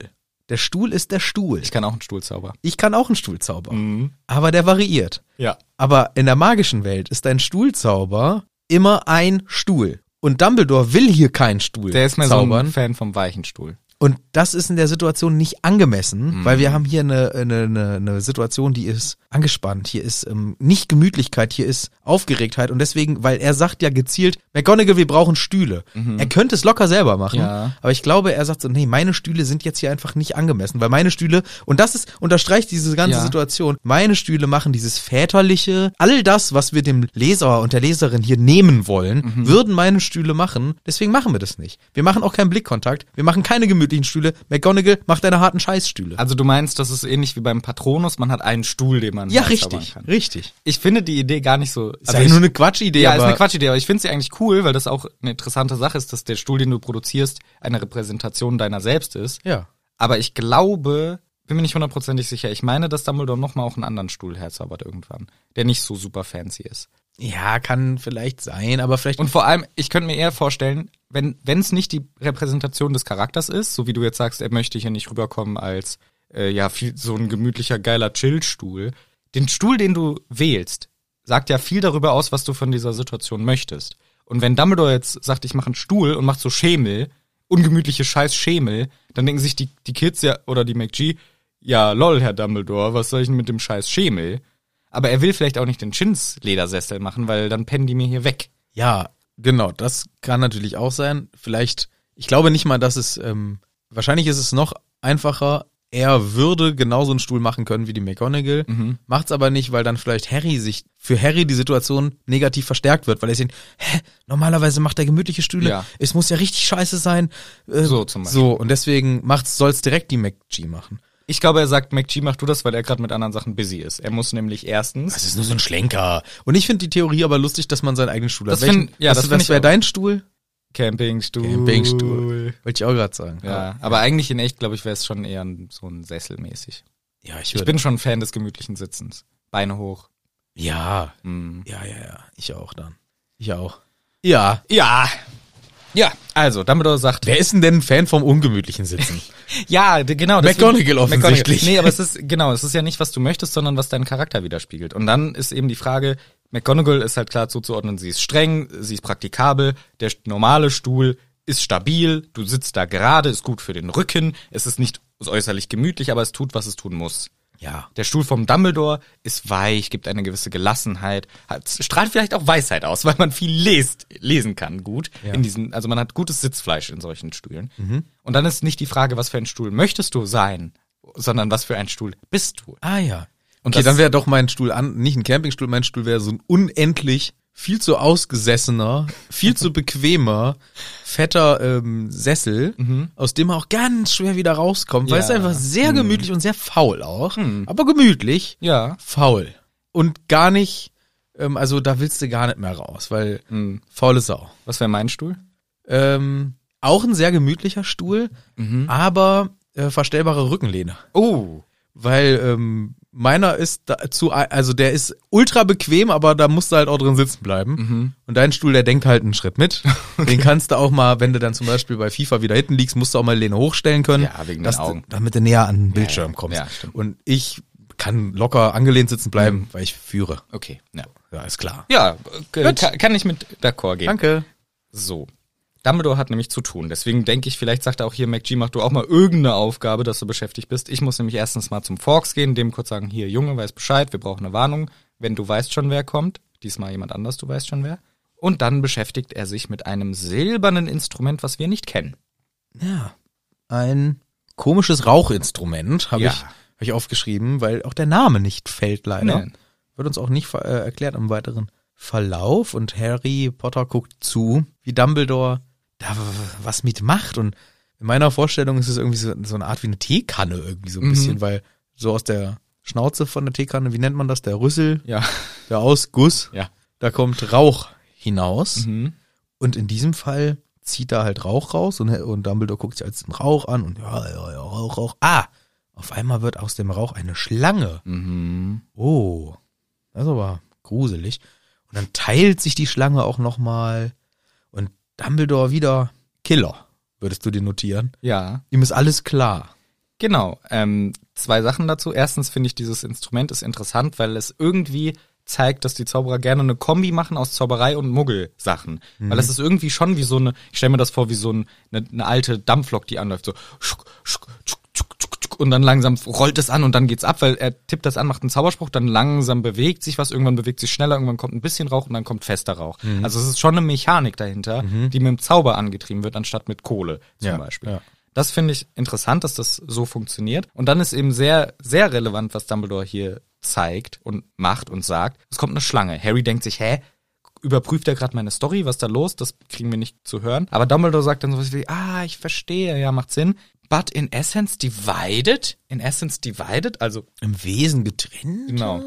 S1: Der Stuhl ist der Stuhl.
S2: Ich kann auch einen Stuhlzauber.
S1: Ich kann auch einen Stuhlzauber,
S2: Mhm.
S1: aber der variiert.
S2: Ja.
S1: Aber in der magischen Welt ist ein Stuhlzauber immer ein Stuhl. Und Dumbledore will hier keinen Stuhl
S2: Der ist mir so
S1: zaubern.
S2: ein Fan vom weichen Stuhl.
S1: Und das ist in der Situation nicht angemessen,
S2: Mhm.
S1: weil wir haben hier eine, eine, eine, eine Situation, die ist angespannt, hier ist ähm, nicht Gemütlichkeit, hier ist Aufgeregtheit und deswegen, weil er sagt ja gezielt, McGonagall, wir brauchen Stühle. Er könnte es locker selber machen,
S2: Mhm. Ja.
S1: aber ich glaube, er sagt so, nee, meine Stühle sind jetzt hier einfach nicht angemessen, weil meine Stühle, und das ist, unterstreicht diese ganze
S2: Ja.
S1: Situation, meine Stühle machen dieses väterliche, all das, was wir dem Leser und der Leserin hier nehmen wollen,
S2: Mhm.
S1: würden meine Stühle machen, deswegen machen wir das nicht. Wir machen auch keinen Blickkontakt, wir machen keine gemütlichen Stühle, McGonagall macht deine harten Scheißstühle.
S2: Also du meinst, das ist ähnlich wie beim Patronus, man hat einen Stuhl, den man
S1: ja,
S2: halt zaubern
S1: richtig,
S2: kann.
S1: richtig.
S2: Ich finde die Idee gar nicht so...
S1: Ist
S2: also
S1: ja
S2: ich-
S1: nur eine Quatschidee,
S2: Ja,
S1: aber
S2: ist eine Quatschidee, aber ich finde sie eigentlich cool, weil das auch eine interessante Sache ist, dass der Stuhl, den du produzierst, eine Repräsentation deiner selbst ist.
S1: ja.
S2: Aber ich glaube, bin mir nicht hundertprozentig sicher. Ich meine, dass Dumbledore nochmal auch einen anderen Stuhl herzaubert irgendwann, der nicht so super fancy ist.
S1: Ja, kann vielleicht sein, aber vielleicht.
S2: Und vor allem, ich könnte mir eher vorstellen, wenn es nicht die Repräsentation des Charakters ist, so wie du jetzt sagst, er möchte hier nicht rüberkommen als äh, ja viel, so ein gemütlicher, geiler Chill-Stuhl. Den Stuhl, den du wählst, sagt ja viel darüber aus, was du von dieser Situation möchtest. Und wenn Dumbledore jetzt sagt, ich mache einen Stuhl und macht so Schemel, ungemütliche scheiß Schemel, dann denken sich die, die Kids ja oder die McG, ja lol, Herr Dumbledore, was soll ich denn mit dem scheiß Schemel? Aber er will vielleicht auch nicht den Chins Ledersessel machen, weil dann pennen die mir hier weg.
S1: Ja, genau, das kann natürlich auch sein. Vielleicht, ich glaube nicht mal, dass es, ähm, wahrscheinlich ist es noch einfacher, er würde genauso einen Stuhl machen können wie die McGonagall,
S2: Mhm.
S1: macht's aber nicht, weil dann vielleicht Harry sich, für Harry die Situation negativ verstärkt wird, weil er sieht, hä, normalerweise macht er gemütliche Stühle,
S2: Ja.
S1: es muss ja richtig scheiße sein. äh,
S2: So zum Beispiel.
S1: So, und deswegen macht's, soll's direkt die McG machen.
S2: Ich glaube, er sagt, McG mach du das, weil er gerade mit anderen Sachen busy ist. Er muss nämlich erstens.
S1: Das ist nur so ein Schlenker. Und ich finde die Theorie aber lustig, dass man seinen eigenen Stuhl
S2: Das
S1: hat. Welchen-
S2: find- ja,
S1: was-
S2: das find
S1: was
S2: ich
S1: wäre
S2: auch.
S1: dein Stuhl?
S2: Campingstuhl.
S1: Campingstuhl. Wollte ich auch gerade sagen.
S2: Ja, aber eigentlich in echt, glaube ich, wäre es schon eher ein- so ein Sessel mäßig.
S1: ja ich,
S2: Ich
S1: bin.
S2: bin schon Fan des gemütlichen Sitzens. Beine hoch.
S1: Ja,
S2: Mm.
S1: ja, ja, ja. Ich auch dann. Ich auch. Ja.
S2: Ja. Ja, also, Dumbledore sagt,
S1: Wer ist denn denn ein Fan vom ungemütlichen Sitzen?
S2: ja, d- genau.
S1: McGonagall offensichtlich.
S2: Nee, aber es ist, genau, es ist ja nicht, was du möchtest, sondern was deinen Charakter widerspiegelt. Und dann ist eben die Frage, McGonagall ist halt klar zuzuordnen, sie ist streng, sie ist praktikabel, der st- normale Stuhl ist stabil, du sitzt da gerade, ist gut für den Rücken, es ist nicht äußerlich gemütlich, aber es tut, was es tun muss.
S1: ja.
S2: Der Stuhl vom Dumbledore ist weich, gibt eine gewisse Gelassenheit, hat, strahlt vielleicht auch Weisheit aus, weil man viel lest, lesen kann gut. In diesen, also man hat gutes Sitzfleisch in solchen Stühlen. Und dann ist nicht die Frage, was für ein Stuhl möchtest du sein, sondern was für ein Stuhl bist du.
S1: Ah ja.
S2: Und
S1: Okay,
S2: das-
S1: dann wäre doch mein Stuhl an, nicht ein Campingstuhl, mein Stuhl wäre so ein unendlich viel zu ausgesessener, viel zu bequemer, fetter ähm, Sessel, aus dem man auch ganz schwer wieder rauskommt, weil
S2: Ja.
S1: es einfach sehr gemütlich und sehr faul auch, aber gemütlich,
S2: Ja.
S1: faul und gar nicht, ähm, also da willst du gar nicht mehr raus, weil faule Sau.
S2: Hm, Was wäre mein Stuhl?
S1: Ähm, auch ein sehr gemütlicher Stuhl,
S2: Mhm.
S1: aber äh, verstellbare Rückenlehne
S2: Oh.
S1: weil ähm, meiner ist da zu, also der ist ultra bequem, aber da musst du halt auch drin sitzen bleiben.
S2: Mhm.
S1: Und dein Stuhl, der denkt halt einen Schritt mit. Den kannst du auch mal, wenn du dann zum Beispiel bei FIFA wieder hinten liegst, musst du auch mal Lehne hochstellen können.
S2: Ja, wegen den
S1: dass
S2: Augen.
S1: Du, damit du näher an den Bildschirm kommst.
S2: Ja, stimmt.
S1: Und ich kann locker angelehnt sitzen bleiben, weil ich führe.
S2: Okay. Ja.
S1: Ja, ist klar.
S2: Ja, äh, kann, kann ich mit d'accord gehen.
S1: Danke.
S2: So. Dumbledore hat nämlich zu tun. Deswegen denke ich, vielleicht sagt er auch hier, MacG, mach du auch mal irgendeine Aufgabe, dass du beschäftigt bist. Ich muss nämlich erstens mal zum Forks gehen, dem kurz sagen, hier, Junge, weiß Bescheid, wir brauchen eine Warnung. Wenn du weißt schon, wer kommt, diesmal jemand anders, du weißt schon wer. Und dann beschäftigt er sich mit einem silbernen Instrument, was wir nicht kennen.
S1: Ja. Ein komisches Rauchinstrument habe
S2: Ja.
S1: ich, hab ich aufgeschrieben, weil auch der Name nicht fällt leider.
S2: Nein.
S1: Wird uns auch nicht ver- äh, erklärt im weiteren Verlauf. Und Harry Potter guckt zu, wie Dumbledore da w- w- was mit macht. Und in meiner Vorstellung ist es irgendwie so, so eine Art wie eine Teekanne irgendwie
S2: Mhm.
S1: so ein bisschen, weil so aus der Schnauze von der Teekanne, wie nennt man das, der Rüssel,
S2: Ja.
S1: der Ausguss,
S2: Ja.
S1: da kommt Rauch hinaus.
S2: Mhm.
S1: Und in diesem Fall zieht da halt Rauch raus und, und Dumbledore guckt sich als den Rauch an und ja, ja, ja, Rauch, Rauch. Ah, auf einmal wird aus dem Rauch eine Schlange.
S2: Mhm.
S1: Oh, das ist aber gruselig. Und dann teilt sich die Schlange auch nochmal und Dumbledore wieder Killer, würdest du dir notieren.
S2: Ja.
S1: Ihm ist alles klar.
S2: Genau. Ähm, zwei Sachen dazu. Erstens finde ich, dieses Instrument ist interessant, weil es irgendwie zeigt, dass die Zauberer gerne eine Kombi machen aus Zauberei und Muggelsachen.
S1: Mhm.
S2: Weil das ist irgendwie schon wie so eine, ich stelle mir das vor, wie so ein, eine, eine alte Dampflok, die anläuft, so schuck, schuck, schuck, schuck, schuck, schuck, und dann langsam rollt es an und dann geht's ab, weil er tippt das an, macht einen Zauberspruch, dann langsam bewegt sich was, irgendwann bewegt sich schneller, irgendwann kommt ein bisschen Rauch und dann kommt fester Rauch.
S1: Mhm.
S2: Also es ist schon eine Mechanik dahinter, die mit dem Zauber angetrieben wird, anstatt mit Kohle zum
S1: Ja,
S2: Beispiel.
S1: ja.
S2: Das finde ich interessant, dass das so funktioniert. Und dann ist eben sehr, sehr relevant, was Dumbledore hier zeigt und macht und sagt. Es kommt eine Schlange. Harry denkt sich, hä? Überprüft er gerade meine Story? Was ist da los? Das kriegen wir nicht zu hören. Aber Dumbledore sagt dann sowas wie, ah, ich verstehe, ja, macht Sinn. But in essence divided? In essence divided? Also,
S1: Im Wesen getrennt?
S2: genau.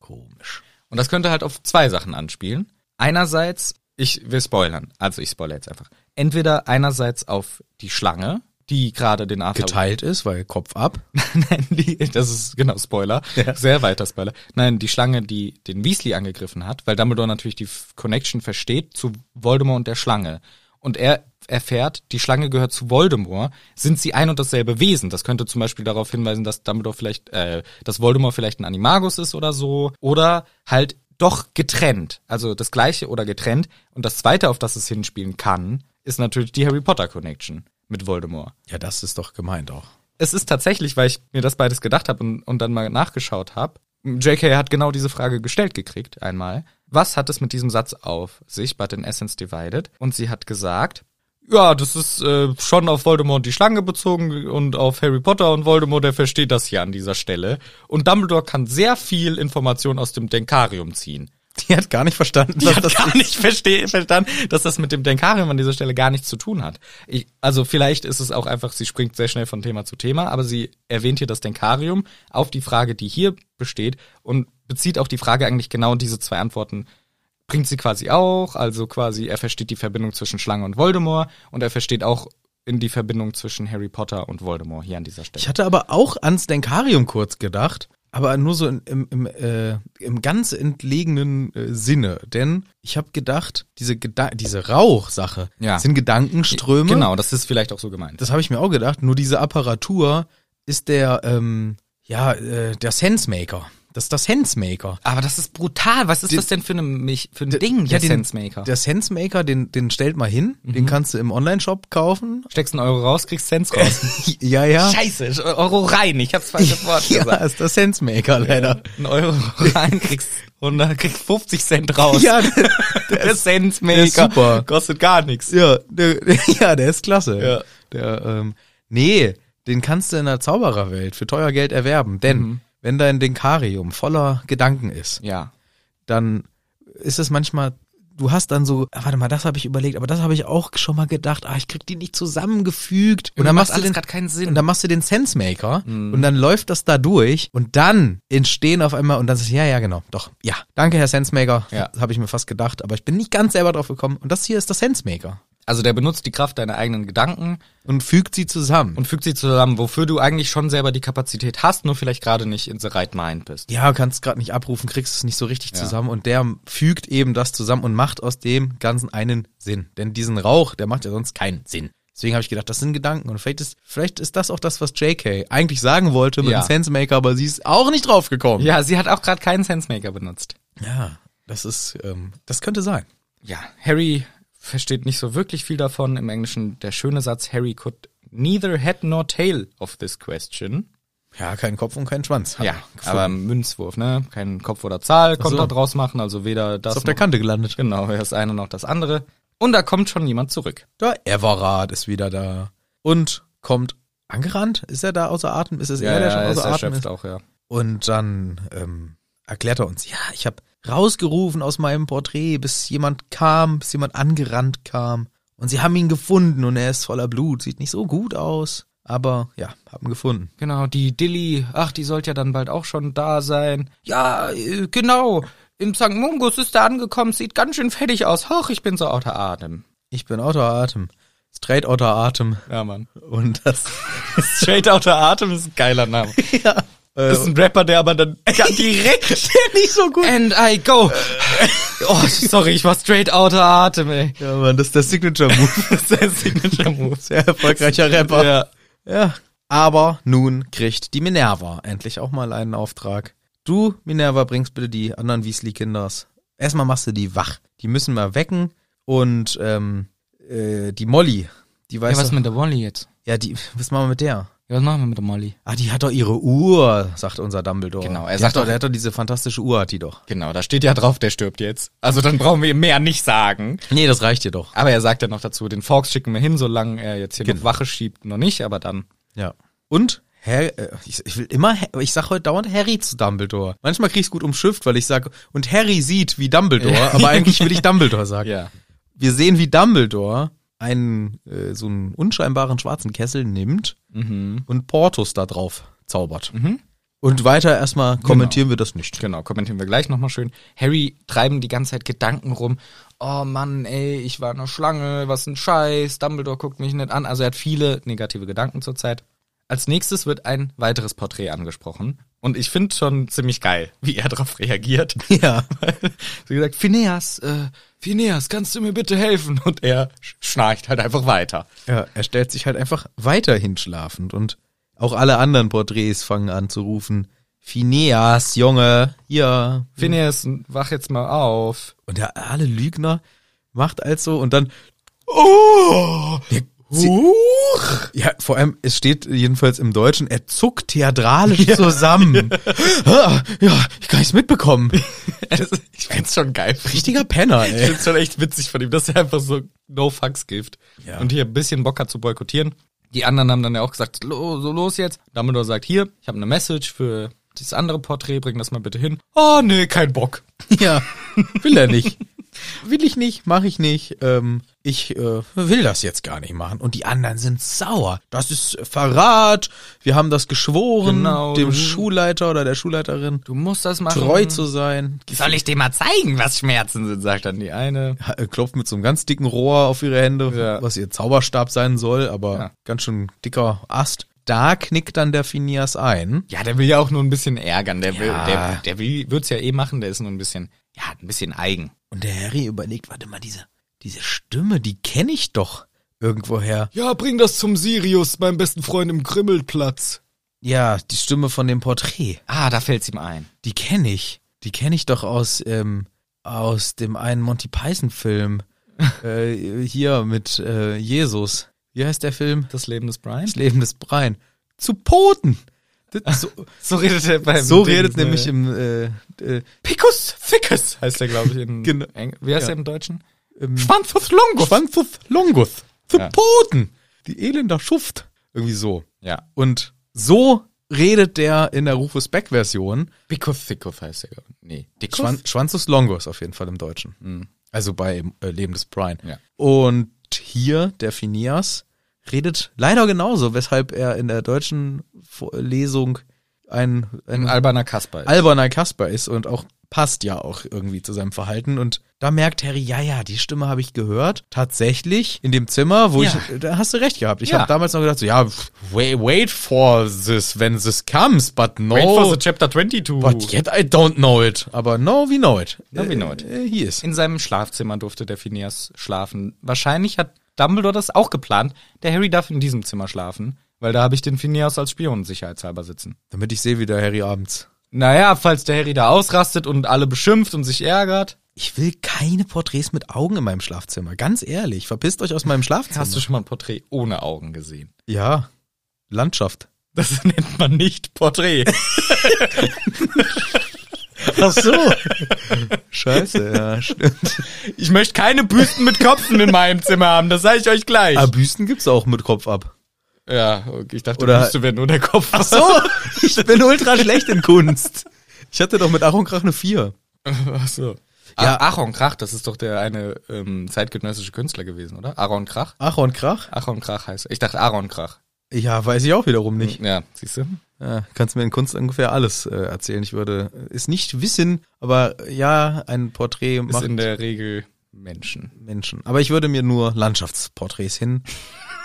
S1: Komisch.
S2: Und das könnte halt auf zwei Sachen anspielen. Einerseits, ich will spoilern, also ich spoilere jetzt einfach. Entweder einerseits auf die Schlange, die gerade den After
S1: Geteilt ist, weil Kopf ab.
S2: Nein, die, das ist genau Spoiler, sehr weiter Spoiler. Nein, die Schlange, die den Weasley angegriffen hat, weil Dumbledore natürlich die F- Connection versteht zu Voldemort und der Schlange. Und er erfährt, die Schlange gehört zu Voldemort, sind sie ein und dasselbe Wesen. Das könnte zum Beispiel darauf hinweisen, dass Dumbledore vielleicht, äh, dass Voldemort vielleicht ein Animagus ist oder so. Oder halt doch getrennt. Also das gleiche oder getrennt. Und das zweite, auf das es hinspielen kann, ist natürlich die Harry Potter Connection mit Voldemort
S1: Ja, das ist doch gemeint auch.
S2: es ist tatsächlich, weil ich mir das beides gedacht habe und, und dann mal nachgeschaut habe. JK hat genau diese Frage gestellt gekriegt einmal. Was hat es mit diesem Satz auf sich, but in essence divided? Und sie hat gesagt, ja, das ist äh, schon auf Voldemort und die Schlange bezogen und auf Harry Potter und Voldemort, der versteht das hier an dieser Stelle. Und Dumbledore kann sehr viel Information aus dem Denkarium ziehen.
S1: Die hat gar nicht verstanden,
S2: Die hat gar nicht verste verstanden, dass das mit dem Denkarium an dieser Stelle gar nichts zu tun hat. Ich, also vielleicht ist es auch einfach, sie springt sehr schnell von Thema zu Thema, aber sie erwähnt hier das Denkarium auf die Frage, die hier besteht und bezieht auf die Frage eigentlich genau diese zwei Antworten. Bringt sie quasi auch, also quasi er versteht die Verbindung zwischen Schlange und Voldemort und er versteht auch in die Verbindung zwischen Harry Potter und Voldemort hier an dieser Stelle.
S1: Ich hatte aber auch ans Denkarium kurz gedacht, aber nur so in, im, im, äh, im ganz entlegenen äh, Sinne. Denn ich habe gedacht, diese, Geda diese Rauchsache
S2: Ja.
S1: sind Gedankenströme.
S2: Genau, das ist vielleicht auch so gemeint.
S1: Das habe ich mir auch gedacht. Nur diese Apparatur ist der, ähm, ja, äh, der Sensemaker. Das ist der Sensemaker.
S2: aber das ist brutal. Was ist das denn für, eine, Mich- für ein Ding,
S1: Ja,
S2: der
S1: den-
S2: Sensemaker? Mhm.
S1: Der Sensemaker, den, den stellt mal hin. Den kannst du im Online-Shop kaufen.
S2: Steckst einen Euro raus, kriegst Cents raus.
S1: ja, ja.
S2: Scheiße, Euro rein. Ich hab's falsche Wort
S1: Ja,
S2: gesagt.
S1: ist der Sensemaker leider.
S2: Ein Euro rein, kriegst 100, kriegst 50 Cent raus.
S1: der,
S2: der
S1: der ist
S2: Centmaker.
S1: super.
S2: Kostet gar nichts.
S1: Ja, der, ja, der ist klasse.
S2: Ja.
S1: Der, ähm, nee, den kannst du in der Zaubererwelt für teuer Geld erwerben. Denn wenn dein Denkarium voller Gedanken ist,
S2: Mhm. Ja.
S1: dann ist es manchmal, du hast dann so, ah, warte mal, das habe ich überlegt, aber das habe ich auch schon mal gedacht, ah, ich krieg die nicht zusammengefügt. Und dann
S2: Irgendwie macht
S1: machst du
S2: alles
S1: den,
S2: grad keinen Sinn. Mhm.
S1: Und dann machst du den Sensemaker und dann läuft das da durch und dann entstehen auf einmal und dann sagst du, ja, ja, genau, doch, ja. Danke, Herr Sensemaker,
S2: Ja.
S1: habe ich mir fast gedacht, aber ich bin nicht ganz selber drauf gekommen. Und das hier ist der Sensemaker.
S2: Also der benutzt die Kraft deiner eigenen Gedanken
S1: und fügt sie zusammen.
S2: und fügt sie zusammen, wofür du eigentlich schon selber die Kapazität hast, nur vielleicht gerade nicht in the right mind bist.
S1: ja, kannst gerade nicht abrufen, kriegst es nicht so richtig zusammen und der fügt eben das zusammen und macht aus dem Ganzen einen Sinn. Denn diesen Rauch, der macht ja sonst keinen Sinn. Deswegen habe ich gedacht, das sind Gedanken und vielleicht ist, vielleicht ist das auch das, was JK eigentlich sagen wollte mit
S2: Ja.
S1: dem Sensemaker, aber sie ist auch nicht drauf gekommen.
S2: Ja, sie hat auch gerade keinen Sensemaker benutzt.
S1: ja das ist, ähm, das könnte sein.
S2: ja, Harry versteht nicht so wirklich viel davon. Im Englischen der schöne Satz, Harry could neither head nor tail of this question.
S1: Ja, kein Kopf und kein Schwanz.
S2: Ja,
S1: gefunden.
S2: aber Münzwurf, ne? Kein Kopf oder Zahl kommt
S1: so.
S2: da draus machen, also weder das
S1: ist auf der
S2: noch-
S1: Kante gelandet.
S2: Genau, das eine noch das andere. Und da kommt schon jemand zurück.
S1: Der Everard ist wieder da und kommt angerannt. Ist er da außer Atem? Ist es er, der schon
S2: ist
S1: außer Atem ist?
S2: erschöpft auch, ja.
S1: Und dann ähm, erklärt er uns, ja, ich habe rausgerufen aus meinem Porträt, bis jemand kam, bis jemand angerannt kam. Und sie haben ihn gefunden und er ist voller Blut. Sieht nicht so gut aus, aber ja, haben gefunden.
S2: Genau, die Dilly, ach, die sollte ja dann bald auch schon da sein. Ja, äh, genau. Im St. Mungus ist er angekommen, sieht ganz schön fertig aus. Hoch, ich bin so außer Atem.
S1: Ich bin außer Atem. Straight außer Atem.
S2: Ja, Mann.
S1: Und das.
S2: Straight Outta Atem ist ein geiler Name.
S1: ja. äh,
S2: Das ist ein Rapper, der aber dann direkt.
S1: nicht so gut.
S2: And I go. Oh, sorry, ich war straight outer Atem, ey.
S1: Ja, Mann, das ist der Signature-Move.
S2: Das ist der Signature Move.
S1: Sehr erfolgreicher Rapper.
S2: Ja.
S1: Ja. Aber nun kriegt die Minerva endlich auch mal einen Auftrag. Du, Minerva, bringst bitte die anderen Weasley-Kinders. Erstmal machst du die wach. Die müssen wir wecken. Und ähm, äh, die Molly, die weiß
S2: ja, was
S1: doch,
S2: mit der Molly jetzt?
S1: ja, die, was machen wir mit der?
S2: Ja, was machen wir mit der Molly?
S1: Ah, die hat doch ihre Uhr, sagt unser Dumbledore.
S2: Genau, er
S1: Die
S2: sagt
S1: hat doch,
S2: doch-
S1: der hat doch diese fantastische Uhr, hat die doch.
S2: Genau, da steht ja drauf, der stirbt jetzt. Also dann brauchen wir ihm mehr nicht sagen.
S1: Nee, das reicht dir doch.
S2: Aber er sagt ja noch dazu, den Fox schicken wir hin, solange er jetzt hier noch Wache schiebt, noch nicht, aber dann.
S1: Ja. Und Harry, äh, ich, ich will immer, Ha- ich sag heute dauernd Harry zu Dumbledore. Manchmal krieg ich's gut umschifft, weil ich sag, und Harry sieht wie Dumbledore, aber eigentlich will ich Dumbledore sagen.
S2: Ja.
S1: wir sehen, wie Dumbledore einen äh, so Mhm. einen unscheinbaren schwarzen Kessel nimmt und Portus da drauf zaubert. Und weiter erstmal kommentieren wir das nicht.
S2: Genau, kommentieren wir gleich nochmal schön. Harry treiben die ganze Zeit Gedanken rum. Oh Mann, ey, ich war in der Schlange, was ein Scheiß, Dumbledore guckt mich nicht an. Also er hat viele negative Gedanken zurzeit. Als nächstes wird ein weiteres Porträt angesprochen. Und ich finde schon ziemlich geil, wie er darauf reagiert.
S1: Ja.
S2: Sie gesagt, Phineas, äh, Phineas, kannst du mir bitte helfen? Und er sch- schnarcht halt einfach weiter.
S1: ja. Er stellt sich halt einfach weiterhin schlafend und auch alle anderen Porträts fangen an zu rufen. Phineas, Junge, hier.
S2: Mhm. Phineas, wach jetzt mal auf.
S1: Und der alle Lügner macht also und dann
S2: Oh! Huch!
S1: Ja, vor allem, es steht jedenfalls im Deutschen, er zuckt theatralisch zusammen. Ah, ja, ich kann nichts mitbekommen.
S2: Das, ich find's schon geil.
S1: Richtiger Penner,
S2: Ich
S1: ey.
S2: find's schon echt witzig von ihm, dass er einfach so no fucks gibt.
S1: Ja.
S2: Und hier ein bisschen Bock hat zu boykottieren. Die anderen haben dann ja auch gesagt, lo, so los jetzt. Dumbledore sagt, hier, ich habe eine Message für dieses andere Porträt, bring das mal bitte hin. Oh, nee, kein Bock.
S1: Ja, will er nicht. Will ich nicht, mache ich nicht. Ähm, ich äh, will das jetzt gar nicht machen. Und die anderen sind sauer. Das ist Verrat. Wir haben das geschworen,
S2: Genau.
S1: dem Schulleiter oder der Schulleiterin
S2: Du musst das machen.
S1: treu zu sein.
S2: Soll ich dir mal zeigen, was Schmerzen sind, sagt dann die eine.
S1: Ha- äh, Klopft mit so einem ganz dicken Rohr auf ihre Hände,
S2: Ja.
S1: was ihr Zauberstab sein soll, aber
S2: Ja.
S1: ganz schön dicker Ast. Da knickt dann der Phineas ein.
S2: Ja, der will ja auch nur ein bisschen ärgern. Der will,
S1: Ja.
S2: der, der will, wird's ja eh machen, der ist nur ein bisschen, ja, ein bisschen eigen.
S1: Und der Harry überlegt, warte mal, diese, diese Stimme, die kenne ich doch irgendwoher.
S2: Ja, bring das zum Sirius, meinem besten Freund im Grimmelplatz.
S1: Ja, die Stimme von dem Porträt,
S2: Ah, da fällt's ihm ein.
S1: die kenne ich. Die kenne ich doch aus, ähm, aus dem einen Monty Python-Film. äh, hier mit äh, Jesus. Wie heißt der Film?
S2: Das Leben des Brian?
S1: Das Leben des Brian. Zu Poten! Das, so,
S2: So redet er beim
S1: so redet
S2: Ding, äh,
S1: nämlich im äh, äh,
S2: Picus Ficus heißt er, glaube ich, in
S1: Genau.
S2: Eng Wie heißt
S1: Ja.
S2: er im Deutschen?
S1: im
S2: Schwanzus Longus.
S1: Schwanzus Longus. Zu
S2: Ja.
S1: Poten! Die elender Schuft. Irgendwie so.
S2: ja.
S1: Und so redet der in der Rufus Beck-Version.
S2: Picus Ficus heißt er, glaube ich. Nee. Dicus?
S1: Schwan Schwanzus Longus auf jeden Fall im Deutschen. Also bei äh, Leben des Brian.
S2: Mhm. Ja.
S1: Und hier der Phineas redet leider genauso, weshalb er in der deutschen Vor- Lesung ein,
S2: Ein
S1: ein
S2: alberner Kasper. ist.
S1: alberner Kasper ist und auch passt ja auch irgendwie zu seinem Verhalten. Und da merkt Harry, ja, ja, die Stimme habe ich gehört. Tatsächlich in dem Zimmer, wo
S2: Ja.
S1: ich, da hast du recht gehabt. Ich
S2: Ja.
S1: habe damals noch gedacht, so, ja, wait, wait for this, when this comes, but no.
S2: Wait for the Chapter 22.
S1: But yet I don't know it. Aber no, we know it.
S2: No, we know it.
S1: Äh, he is.
S2: In seinem Schlafzimmer durfte der Phineas schlafen. Wahrscheinlich hat Dumbledore das auch geplant. Der Harry darf in diesem Zimmer schlafen, weil da habe ich den Phineas als Spion sicherheitshalber sitzen.
S1: Damit ich sehe, wie der Harry abends.
S2: Naja, falls der Harry da ausrastet und alle beschimpft und sich ärgert.
S1: Ich will keine Porträts mit Augen in meinem Schlafzimmer. Ganz ehrlich, verpisst euch aus meinem Schlafzimmer.
S2: Hast du schon mal ein Porträt ohne Augen gesehen?
S1: ja, Landschaft.
S2: Das nennt man nicht Porträt.
S1: Ach so. Scheiße, ja, stimmt.
S2: Ich möchte keine Büsten mit Köpfen in meinem Zimmer haben, das sage ich euch gleich.
S1: Ah, Büsten gibt's auch mit Kopf ab.
S2: ja, okay, ich dachte,
S1: Oder-
S2: Büste wäre nur der Kopf. Ach
S1: ich bin ultra schlecht in Kunst. Ich hatte doch mit Achonkrach eine 4.
S2: Ach so.
S1: Ja.
S2: Ja. Aaron Krach, das ist doch der eine ähm, zeitgenössische Künstler gewesen, oder? Aaron Krach?
S1: Achon Krach?
S2: Aaron Krach heißt er. Ich dachte Aaron Krach.
S1: Ja, weiß ich auch wiederum nicht.
S2: Ja, siehst du?
S1: Ja, kannst mir in Kunst ungefähr alles äh, erzählen. Ich würde es nicht wissen, aber äh, ja, ein Porträt
S2: Ist
S1: macht
S2: in der Regel Menschen.
S1: Menschen. Aber ich würde mir nur Landschaftsporträts hin.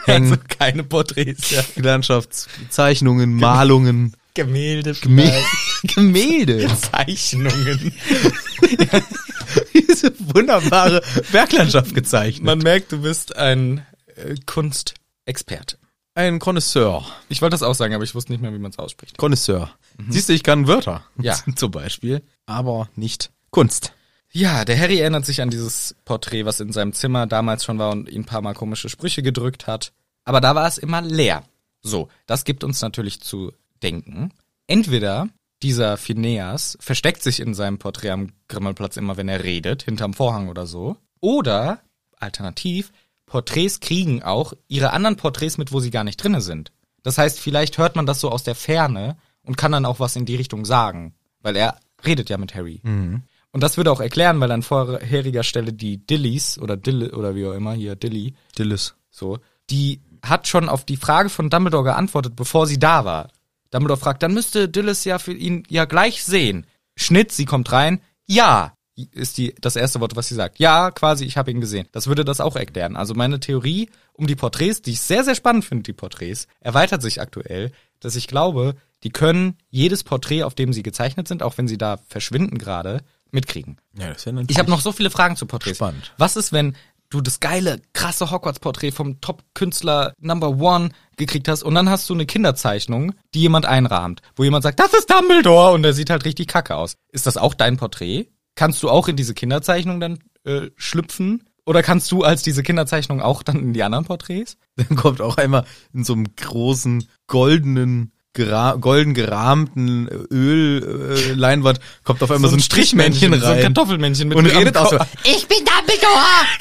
S2: Also keine Porträts, ja.
S1: Landschaftszeichnungen, Malungen, Äh,
S2: Gemälde,
S1: Gemä- Gemälde.
S2: Zeichnungen.
S1: Diese wunderbare Berglandschaft gezeichnet.
S2: Man merkt, du bist ein äh, Kunstexperte.
S1: ein Connoisseur.
S2: Ich wollte das auch sagen, aber ich wusste nicht mehr, wie man es ausspricht.
S1: Connoisseur. Siehst du, ich kann Wörter.
S2: Ja.
S1: Zum Beispiel. Aber nicht Kunst.
S2: Ja, der Harry erinnert sich an dieses Porträt, was in seinem Zimmer damals schon war und ihn ein paar Mal komische Sprüche gedrückt hat. Aber da war es immer leer. So, das gibt uns natürlich zu denken. Entweder dieser Phineas versteckt sich in seinem Porträt am Grimmelplatz immer, wenn er redet, hinterm Vorhang oder so. Oder, alternativ, Porträts kriegen auch ihre anderen Porträts mit, wo sie gar nicht drinne sind. Das heißt, vielleicht hört man das so aus der Ferne und kann dann auch was in die Richtung sagen. Weil er redet ja mit Harry. Und das würde auch erklären, weil an vorheriger Stelle die Dillies oder Dille oder wie auch immer hier Dilly,
S1: Dillis.
S2: so, die hat schon auf die Frage von Dumbledore geantwortet, bevor sie da war. Dumbledore fragt, dann müsste Dillis ja für ihn ja gleich sehen. Schnitt, sie kommt rein. Ja, ist die, das erste Wort, was sie sagt. Ja, quasi, ich habe ihn gesehen. Das würde das auch erklären. Also meine Theorie um die Porträts, die ich sehr, sehr spannend finde, die Porträts, erweitert sich aktuell, dass ich glaube, die können jedes Porträt, auf dem sie gezeichnet sind, auch wenn sie da verschwinden gerade, mitkriegen.
S1: Ja, das ist ja natürlich.
S2: Ich habe noch so viele Fragen zu Porträts.
S1: Spannend.
S2: Was ist, wenn du das geile, krasse Hogwarts-Porträt vom Top-Künstler Number One gekriegt hast und dann hast du eine Kinderzeichnung, die jemand einrahmt, wo jemand sagt, das ist Dumbledore und der sieht halt richtig kacke aus. Ist das auch dein Porträt? Kannst du auch in diese Kinderzeichnung dann äh, schlüpfen? Oder kannst du als diese Kinderzeichnung auch dann in die anderen Porträts?
S1: Dann kommt auch einmal in so einem großen goldenen gera golden gerahmten Ölleinwand äh, Leinwand, kommt auf einmal so ein, Strichmännchen
S2: So ein
S1: rein
S2: Kartoffelmännchen mit
S1: und
S2: dran am
S1: redet auch so
S2: Kopf.
S3: Ich bin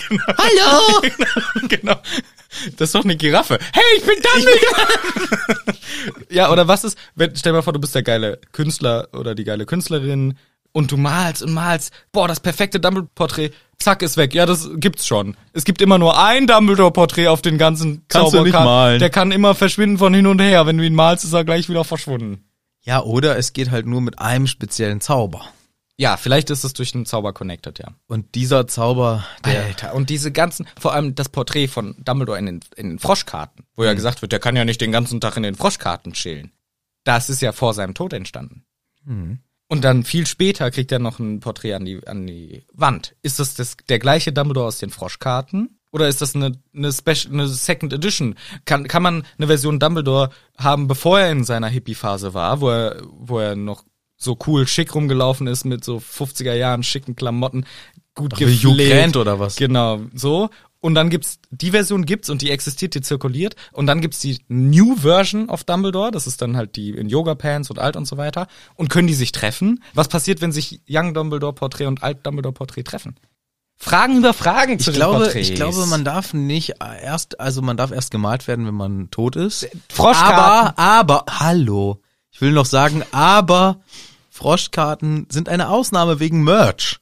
S3: Dumbledore! Hallo!
S2: genau. Das ist doch eine Giraffe. Hey, ich bin Dumbledore! ja, oder was ist, wenn, stell dir mal vor, du bist der geile Künstler oder die geile Künstlerin und du malst und malst, boah, das perfekte Dumbledore-Porträt, zack, ist weg. Ja, das gibt's schon. Es gibt immer nur ein Dumbledore-Porträt auf den ganzen
S1: Kannst du nicht
S2: Zauberkarten.
S1: malen.
S2: Der kann immer verschwinden von hin und her. Wenn du ihn malst, ist er gleich wieder verschwunden.
S1: Ja, oder es geht halt nur mit einem speziellen Zauber.
S2: Ja, vielleicht ist es durch einen Zauber connected, ja.
S1: Und dieser Zauber, der
S2: Alter, und diese ganzen, vor allem das Porträt von Dumbledore in den, in den Froschkarten, wo
S1: Mhm.
S2: ja gesagt wird, der kann ja nicht den ganzen Tag in den Froschkarten chillen. Das ist ja vor seinem Tod entstanden. Und dann viel später kriegt er noch ein Porträt an die, an die Wand. Ist das, das der gleiche Dumbledore aus den Froschkarten? Oder ist das eine, eine, Special, eine Second Edition? Kann, kann man eine Version Dumbledore haben, bevor er in seiner Hippie-Phase war, wo er, wo er noch so cool schick rumgelaufen ist mit so 50er Jahren schicken Klamotten, gut
S1: wie Hugh Grant oder was?
S2: Genau, so. Und dann gibt's, die Version gibt's und die existiert, die zirkuliert. Und dann gibt's die New Version of Dumbledore. Das ist dann halt die in Yoga Pants und alt und so weiter. Und können die sich treffen? Was passiert, wenn sich Young Dumbledore Porträt und Alt Dumbledore Porträt treffen? Fragen über Fragen zu
S1: ich
S2: den
S1: glaube,
S2: Porträts.
S1: ich glaube, man darf nicht erst, also man darf erst gemalt werden, wenn man tot ist.
S2: Froschkarten.
S1: Aber, aber, hallo. Ich will noch sagen, aber Froschkarten sind eine Ausnahme wegen Merch.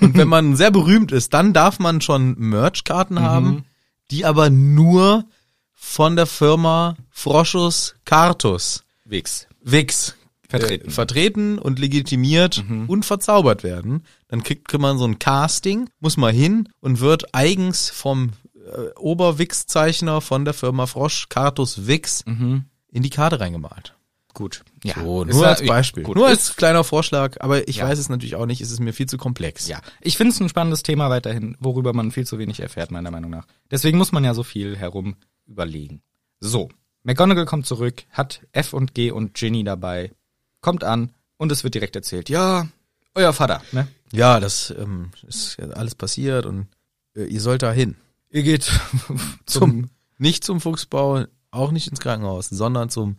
S1: Und wenn man sehr berühmt ist, dann darf man schon Merchkarten
S2: Mhm.
S1: haben, die aber nur von der Firma Froschus Cartus
S2: Wix.
S1: Wix
S2: Vertreten. Mhm.
S1: Äh, vertreten und legitimiert und verzaubert werden. Dann kriegt kriegt man so ein Casting, muss mal hin und wird eigens vom äh, Oberwix-Zeichner von der Firma Frosch Cartus Wix in die Karte reingemalt.
S2: Gut. Ja.
S1: So,
S2: Mhm. Ah, Ist
S1: nur
S2: ja-
S1: als Beispiel.
S2: Gut.
S1: Nur
S2: Ist-
S1: als kleiner Vorschlag, aber ich
S2: Ja.
S1: weiß es natürlich auch nicht, es ist mir viel zu komplex.
S2: Ja, ich finde es ein spannendes Thema weiterhin, worüber man viel zu wenig erfährt, meiner Meinung nach. Deswegen muss man ja so viel herum überlegen. So, McGonagall kommt zurück, hat F und G und Ginny dabei, kommt an und es wird direkt erzählt, ja, euer Vater, ne?
S1: Ja, das ähm, ist ja alles passiert und äh, ihr sollt da hin.
S2: Ihr geht
S1: Zum,
S2: zum,
S1: nicht zum Fuchsbau, auch nicht ins Krankenhaus, sondern zum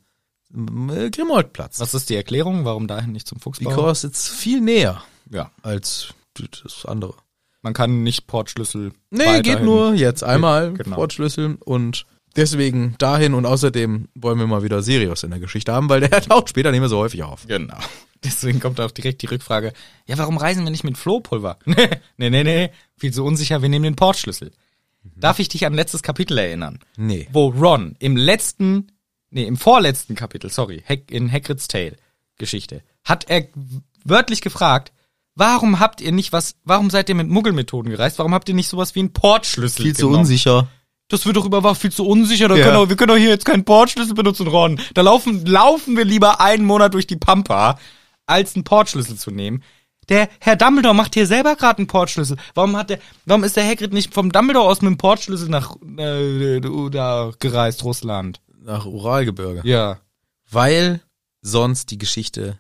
S1: äh, Grimoldplatz.
S2: was ist die Erklärung, warum dahin nicht zum Fuchsbau?
S1: Because it's viel näher.
S2: ja,
S1: als das andere.
S2: man kann nicht Portschlüssel
S1: Nee, geht
S2: weiterhin-
S1: nur jetzt einmal
S2: Genau.
S1: Portschlüssel und deswegen dahin und außerdem wollen wir mal wieder Sirius in der Geschichte haben, weil der taucht später nicht mehr so häufig auf.
S2: Genau. Deswegen kommt auch direkt die Rückfrage, ja, warum reisen wir nicht mit Flohpulver? nee, nee, nee, viel zu unsicher, wir nehmen den Portschlüssel.
S1: Mhm.
S2: Darf ich dich an letztes Kapitel erinnern?
S1: Nee.
S2: Wo Ron im letzten, nee, im vorletzten Kapitel, sorry, Hag- in Hagrid's Tale Geschichte, hat er wörtlich gefragt, warum habt ihr nicht was, warum seid ihr mit Muggelmethoden gereist? Warum habt ihr nicht sowas wie einen Portschlüssel
S1: Viel zu
S2: genommen?
S1: unsicher.
S2: Das wird doch überwacht viel zu unsicher. Da
S1: Ja.
S2: können doch- wir können doch hier jetzt keinen Portschlüssel benutzen, Ron. Da laufen, laufen wir lieber einen Monat durch die Pampa, als einen Portschlüssel zu nehmen. Der Herr Dumbledore macht hier selber gerade einen Portschlüssel. Warum hat der, warum ist der Hagrid nicht vom Dumbledore aus mit dem Portschlüssel nach äh, da gereist, Russland?
S1: Nach Uralgebirge.
S2: Ja,
S1: Weil sonst die Geschichte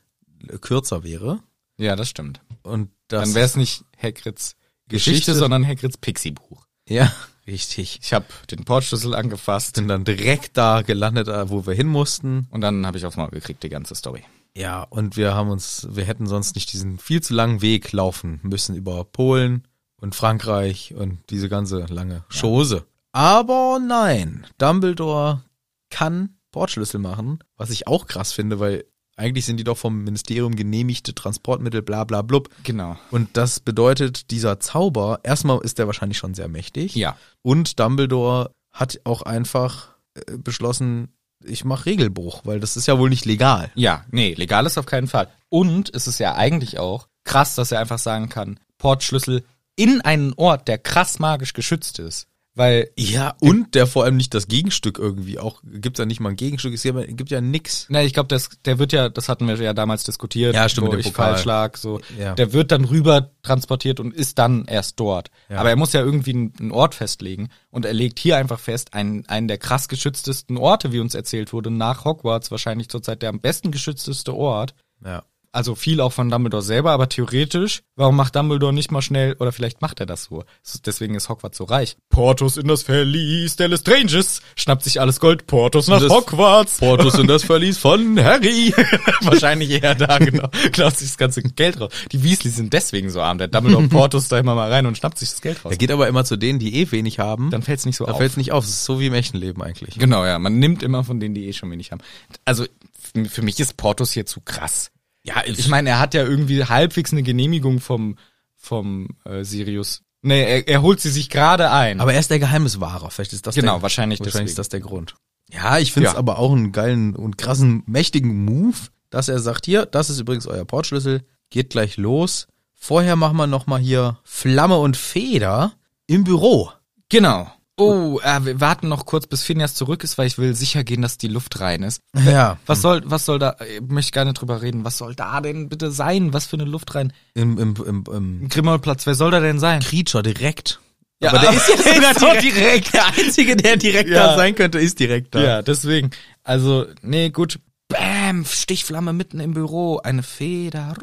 S1: kürzer wäre
S2: ja, das stimmt.
S1: und das
S2: Dann wäre es nicht Hagrids Geschichte,
S1: Geschichte.
S2: sondern Hagrids Pixie-Buch.
S1: ja richtig.
S2: Ich habe den Portschlüssel angefasst
S1: Sind dann direkt da gelandet, äh, wo wir hin mussten.
S2: und dann habe ich aufs Maul gekriegt die ganze Story.
S1: Ja, und wir haben uns, wir hätten sonst nicht diesen viel zu langen Weg laufen müssen über Polen und Frankreich und diese ganze lange Chose. Aber nein, Dumbledore kann Portschlüssel machen, was ich auch krass finde, weil eigentlich sind die doch vom Ministerium genehmigte Transportmittel, bla bla blub.
S2: Genau.
S1: Und das bedeutet, dieser Zauber, erstmal ist der wahrscheinlich schon sehr mächtig.
S2: Ja.
S1: Und Dumbledore hat auch einfach äh, beschlossen, ich mache Regelbruch, weil das ist ja wohl nicht legal.
S2: Ja, nee, legal ist auf keinen Fall. Und es ist ja eigentlich auch krass, dass er einfach sagen kann, Portschlüssel in einen Ort, der krass magisch geschützt ist. Weil
S1: Ja, und der vor allem nicht das Gegenstück irgendwie auch, gibt's ja nicht mal ein Gegenstück, es gibt gibt ja nix.
S2: Na, ich glaube, das, der wird ja, das hatten wir ja damals diskutiert,
S1: Ja, stimmt,
S2: wo
S1: mit dem
S2: ich
S1: Pokal.
S2: falsch lag, so.
S1: Ja.
S2: Der wird dann rüber transportiert und ist dann erst dort. Aber er muss ja irgendwie einen einen Ort festlegen und er legt hier einfach fest, einen, einen der krass geschütztesten Orte, wie uns erzählt wurde, nach Hogwarts wahrscheinlich zurzeit der am besten geschützteste Ort.
S1: Ja.
S2: Also viel auch von Dumbledore selber, aber theoretisch, warum macht Dumbledore nicht mal schnell, oder vielleicht macht er das so. S- Deswegen ist Hogwarts so reich. Portos in das Verlies der Lestranges, schnappt sich alles Gold, Portos nach
S1: Das-
S2: Hogwarts.
S1: Portos in das Verlies von Harry.
S2: Wahrscheinlich eher da, genau. Klaut sich das ganze Geld raus. Die Weasleys sind deswegen so arm. Der Dumbledore Portus da immer mal rein und schnappt sich das Geld raus.
S1: Er geht aber immer zu denen, die eh wenig haben.
S2: Dann fällt's nicht so
S1: da
S2: auf.
S1: fällt's nicht auf. Es ist so wie im echten Leben eigentlich.
S2: Genau, ja. Man nimmt immer von denen, die eh schon wenig haben. Also, f- für mich ist Portus hier zu krass.
S1: Ja,
S2: Ich meine, er hat ja irgendwie halbwegs eine Genehmigung vom, vom äh, Sirius. Nee, er, er holt sie sich gerade ein.
S1: aber er ist der Geheimniswahrer. Vielleicht ist das
S2: Genau,
S1: der,
S2: wahrscheinlich deswegen.
S1: wahrscheinlich ist das der Grund. Ja, ich finde es
S2: Ja.
S1: aber auch einen geilen und krassen, mächtigen Move, dass er sagt, hier, das ist übrigens euer Portschlüssel, geht gleich los. Vorher machen wir nochmal hier Flamme und Feder im Büro.
S2: genau. Oh, äh, wir warten noch kurz, bis Phineas zurück ist, weil ich will sicher gehen, dass die Luft rein ist.
S1: Ja.
S2: Was soll, was soll da, ich möchte gar nicht drüber reden, was soll da denn bitte sein? Was für eine Luft rein?
S1: Im, im, im, im
S2: Grimmelplatz, wer soll da denn sein?
S1: Creature direkt.
S2: Ja,
S1: aber der
S2: aber
S1: ist ja
S2: der
S1: sogar
S2: ist auch
S1: direkt. Der Einzige, der direkt
S2: Ja.
S1: da sein könnte, ist direkt da.
S2: Ja, deswegen. Also, nee, gut. Bam, Stichflamme mitten im Büro, eine Feder.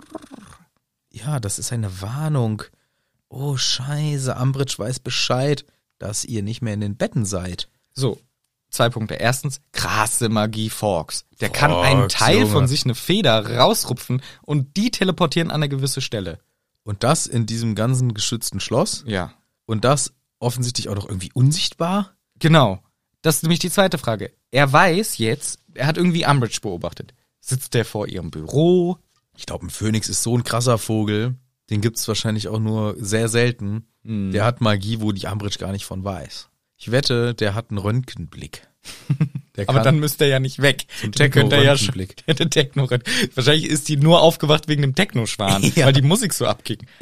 S1: Ja, das ist eine Warnung. Oh, scheiße, Ambridge weiß Bescheid, dass ihr nicht mehr in den Betten seid.
S2: So, zwei Punkte. Erstens, krasse Magie Forks. Der kann
S1: Forks,
S2: einen Teil
S1: Junge.
S2: von sich eine Feder rausrupfen und die teleportieren an eine gewisse Stelle.
S1: Und das in diesem ganzen geschützten Schloss.
S2: Ja.
S1: Und das offensichtlich auch noch irgendwie unsichtbar.
S2: Genau. Das ist nämlich die zweite Frage. Er weiß jetzt, er hat irgendwie Umbridge beobachtet. Sitzt der vor ihrem Büro?
S1: Ich glaube, ein Phönix ist so ein krasser Vogel. Den gibt's wahrscheinlich auch nur sehr selten.
S2: Hm.
S1: Der hat Magie, wo die Ambridge gar nicht von weiß. Ich wette, der hat einen Röntgenblick. Der
S2: Aber dann müsste er ja nicht weg. Der könnte er ja schon.
S1: Techno-Röntgenblick.
S2: Der Techno Wahrscheinlich ist die nur aufgewacht wegen dem Techno-Schwan,
S1: Ja.
S2: weil die Musik so abging.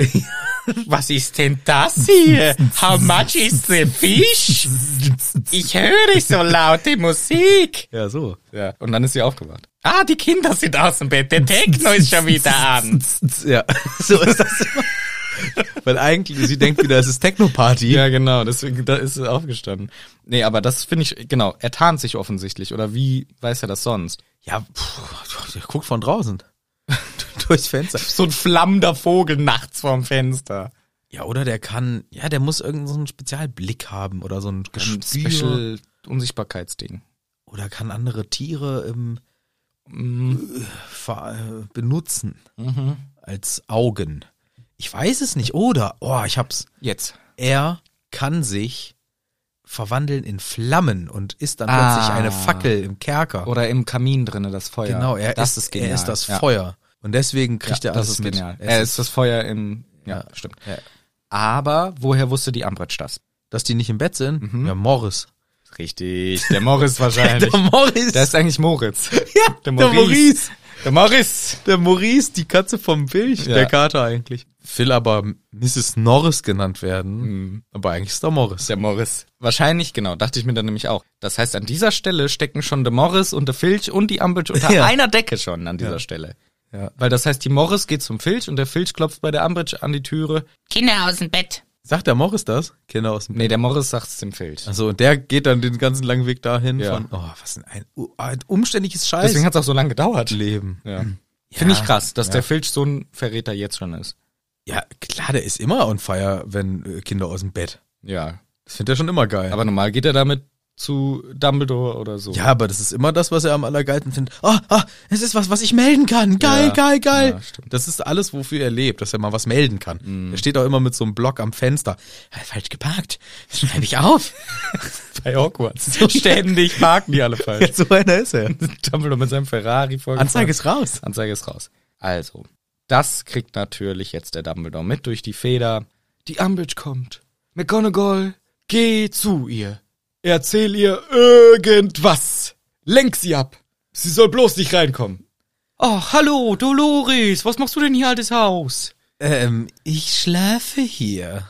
S2: Was ist denn das hier? How much is the fish? Ich höre nicht so laute Musik.
S1: ja, so.
S2: Ja, und dann ist sie aufgewacht. Ah, die Kinder sind aus dem Bett. Der Techno ist schon wieder an.
S1: Ja, so ist das immer. Weil eigentlich, sie denkt wieder, es ist Techno-Party.
S2: Ja, genau, deswegen da ist sie aufgestanden. Nee, aber das finde ich, genau, er tarnt sich offensichtlich. Oder wie weiß er das sonst?
S1: Ja, pff, der guckt von draußen. Durchs Fenster.
S2: So ein flammender Vogel nachts vorm Fenster.
S1: Ja, oder der kann, ja, der muss irgendeinen so einen Spezialblick haben oder so ein
S2: ein
S1: Gespür.
S2: Special Unsichtbarkeitsding.
S1: Oder kann andere Tiere ähm,
S2: Mhm.
S1: ver- äh, benutzen als Augen. Ich weiß es nicht. Oder, oh, ich hab's.
S2: Jetzt.
S1: Er kann sich verwandeln in Flammen und ist dann
S2: Ah.
S1: plötzlich eine Fackel im Kerker.
S2: Oder im Kamin drinne das Feuer.
S1: genau, er,
S2: das
S1: ist,
S2: ist genial.
S1: er ist das
S2: Ja.
S1: Feuer. Und deswegen
S2: Ja,
S1: kriegt er
S2: das
S1: alles
S2: ist
S1: mit.
S2: genial.
S1: Es
S2: Er
S1: ist,
S2: ist das Feuer im. Ja,
S1: Ja.
S2: stimmt.
S1: Ja.
S2: Aber woher wusste die Ambridge das?
S1: dass die nicht im Bett sind?
S2: Mhm.
S1: Ja, Morris.
S2: Richtig, der Morris wahrscheinlich.
S1: Morris.
S2: der ist eigentlich Moritz.
S1: ja, der
S2: der Maurice.
S1: Maurice.
S2: Der Morris!
S1: Der Maurice, die Katze vom Bilch,
S2: Ja.
S1: der Kater eigentlich. Will aber Mrs. Norris genannt werden, aber eigentlich ist der Morris.
S2: Der Morris. Wahrscheinlich, genau, dachte ich mir dann nämlich auch. Das heißt, an dieser Stelle stecken schon der Morris und der Filch und die Ambridge unter
S1: Ja.
S2: einer Decke schon an dieser Stelle.
S1: Ja.
S2: Weil das heißt, die Morris geht zum Filch und der Filch klopft bei der Ambridge an die Türe.
S3: Kinder aus dem Bett.
S1: Sagt der Morris das? Kinder aus dem
S2: Nee, der Morris sagt's dem Filch.
S1: Also und der geht dann den ganzen langen Weg dahin
S2: Ja.
S1: von, oh, was denn ein, uh, ein umständliches Scheiß
S2: Deswegen hat's auch so lange gedauert.
S1: Leben. Hm.
S2: Ja. Finde ich krass, dass der Filch so ein Verräter jetzt schon ist.
S1: Ja, klar, der ist immer on fire, wenn äh, Kinder aus dem Bett.
S2: Ja.
S1: Das findet er schon immer geil.
S2: Aber normal geht er damit zu Dumbledore oder so.
S1: ja, aber das ist immer das, was er am allergeilsten findet. Oh, oh, es ist was, was ich melden kann. Geil,
S2: Ja.
S1: geil, geil.
S2: Ja, stimmt. Mhm.
S1: das ist alles, wofür er lebt, dass er mal was melden kann. Er steht auch immer mit so einem Block am Fenster. Falsch geparkt. Schreibe ich auf.
S2: Bei Hogwarts. Ständig parken die alle falsch.
S1: so einer ist er.
S2: Dumbledore mit seinem Ferrari vor.
S1: Anzeige ist raus.
S2: Anzeige ist raus. Also, das kriegt natürlich jetzt der Dumbledore mit durch die Feder. Die Umbridge kommt. McGonagall, geh zu ihr. Erzähl ihr irgendwas. Lenk sie ab. Sie soll bloß nicht reinkommen. Ach, Oh, hallo, Dolores. Was machst du denn hier, altes Haus?
S1: Ähm, ich schlafe hier.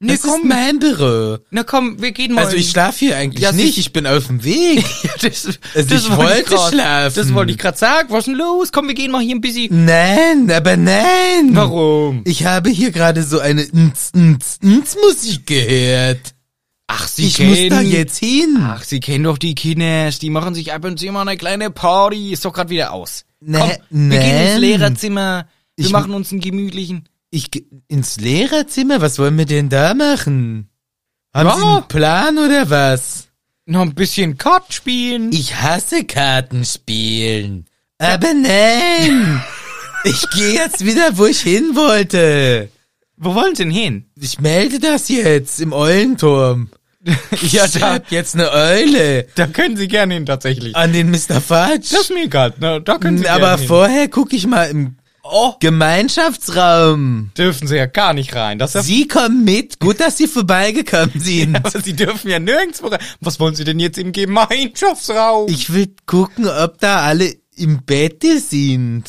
S2: Nee,
S1: das ist
S2: komm.
S1: mein Büro.
S2: Na komm, wir gehen mal.
S1: Also ich
S2: in-
S1: schlafe hier eigentlich
S2: Ja,
S1: nicht,
S2: sie-
S1: ich bin auf dem Weg.
S2: das,
S1: Also ich wollte
S2: grad-
S1: schlafen.
S2: Das wollte ich gerade sagen. Was ist denn los? Komm, wir gehen mal hier ein bisschen.
S1: nein, aber nein.
S2: Warum?
S1: Ich habe hier gerade so eine Ns, Ns, Ns Musik gehört. Ah.
S2: Ach, sie
S1: Ich muss da jetzt hin.
S2: Ach, Sie kennen doch die Kinders, die machen sich ab und zu immer eine kleine Party. Ist doch gerade wieder aus.
S1: Ne-
S2: Komm, wir gehen ins
S1: nein.
S2: Lehrerzimmer. Wir
S1: Ich-
S2: machen uns einen gemütlichen.
S1: Ich ge- ins Lehrerzimmer, was wollen wir denn da machen? Haben
S2: Ja.
S1: Sie einen Plan oder was?
S2: Noch ein bisschen Kart spielen.
S1: Ich hasse Kartenspielen. Aber nein. ich gehe jetzt wieder, wo ich hin wollte.
S2: Wo wollen Sie denn hin?
S1: Ich melde das jetzt im Eulenturm.
S2: Ja,
S1: ich
S2: da-
S1: hab jetzt eine Eule
S2: Da können Sie gerne hin, tatsächlich.
S1: an den Mr. Fudge.
S2: Das ist mir egal. Na, da können Sie
S1: Aber
S2: gerne Oh. hin.
S1: vorher gucke ich mal im Gemeinschaftsraum.
S2: dürfen Sie ja gar nicht rein. Das ist ja
S1: Sie kommen mit. Gut, dass Sie vorbeigekommen sind.
S2: aber Sie dürfen ja nirgendwo rein. Was wollen Sie denn jetzt im Gemeinschaftsraum?
S1: Ich will gucken, ob da alle im Bette sind.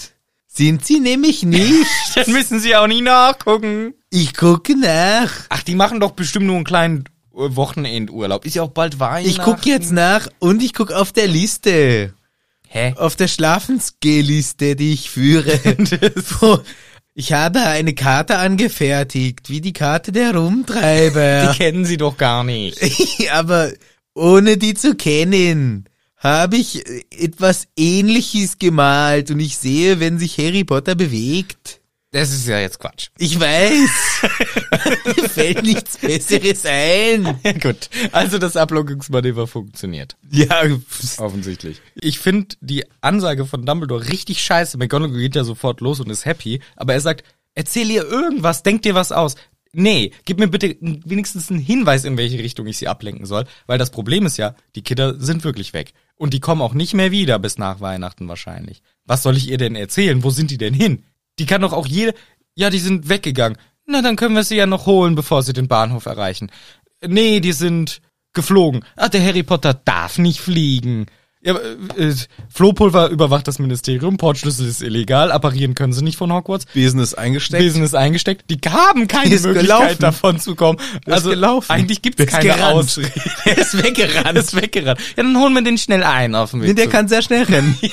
S1: Sind sie nämlich nicht.
S2: Dann müssen Sie auch nicht nachgucken.
S1: Ich gucke nach.
S2: Ach, die machen doch bestimmt nur einen kleinen äh, Wochenendurlaub. Ist ja auch bald Weihnachten.
S1: Ich gucke jetzt nach und ich gucke auf der Liste.
S2: Hä?
S1: Auf der Schlafensgeh-Liste, die ich führe. Wo- ich habe eine Karte angefertigt, wie die Karte der
S2: Die
S1: Rumtreiber.
S2: kennen sie doch gar nicht.
S1: Aber ohne die zu kennen, habe ich äh, etwas Ähnliches gemalt und ich sehe, wenn sich Harry Potter bewegt.
S2: Das ist ja jetzt Quatsch.
S1: Ich weiß. Mir fällt nichts Besseres ein.
S2: Ja, gut. Also das Ablockungsmanöver funktioniert.
S1: Ja,
S2: Offensichtlich. Ich finde die Ansage von Dumbledore richtig scheiße. McGonagall geht ja sofort los und ist happy. Aber er sagt, erzähl ihr irgendwas, denk dir was aus. Nee, gib mir bitte n- wenigstens einen Hinweis, in welche Richtung ich sie ablenken soll. Weil das Problem ist ja, die Kinder sind wirklich weg. Und die kommen auch nicht mehr wieder bis nach Weihnachten wahrscheinlich. Was soll ich ihr denn erzählen? Wo sind die denn hin? Die kann doch auch jede... Ja, die sind weggegangen. Na, dann können wir sie ja noch holen, bevor sie den Bahnhof erreichen. Nee, die sind geflogen. Ah, der Harry Potter darf nicht fliegen. Ja, äh, äh, Flohpulver überwacht das Ministerium, Portschlüssel ist illegal, apparieren können sie nicht von Hogwarts.
S1: Besen ist eingesteckt.
S2: Wesen ist eingesteckt. Die haben keine
S1: Ist
S2: Möglichkeit
S1: gelaufen.
S2: davon zu kommen. Also
S1: gelaufen.
S2: eigentlich gibt
S1: Der
S2: es
S1: ist
S2: keine
S1: gerannt.
S2: Ausrede. Er ist weggerannt. ist weggerannt. Ja, dann holen wir den schnell ein auf dem Weg.
S1: Der
S2: zurück.
S1: kann sehr schnell rennen.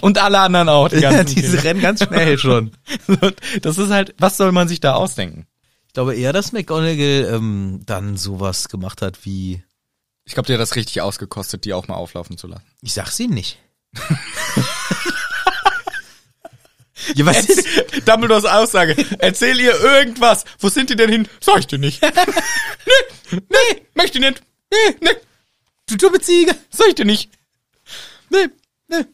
S2: Und alle anderen auch. Die ganzen
S1: Ja, diese
S2: Kinder.
S1: rennen ganz schnell schon.
S2: Das ist halt, was soll man sich da ausdenken?
S1: Ich glaube eher, dass McGonagall ähm, dann sowas gemacht hat wie,
S2: Ich glaube, dir hat das richtig ausgekostet, die auch mal auflaufen zu lassen.
S1: ich sag's Ihnen nicht. ja, was ist?
S2: Dumbledores Aussage. Erzähl ihr irgendwas. Wo sind die denn hin? Sag ich dir nicht. nee, nee, möchte nicht. Nee, nee,
S1: Du dumme Ziege.
S2: sag ich dir nicht. Nee, nee.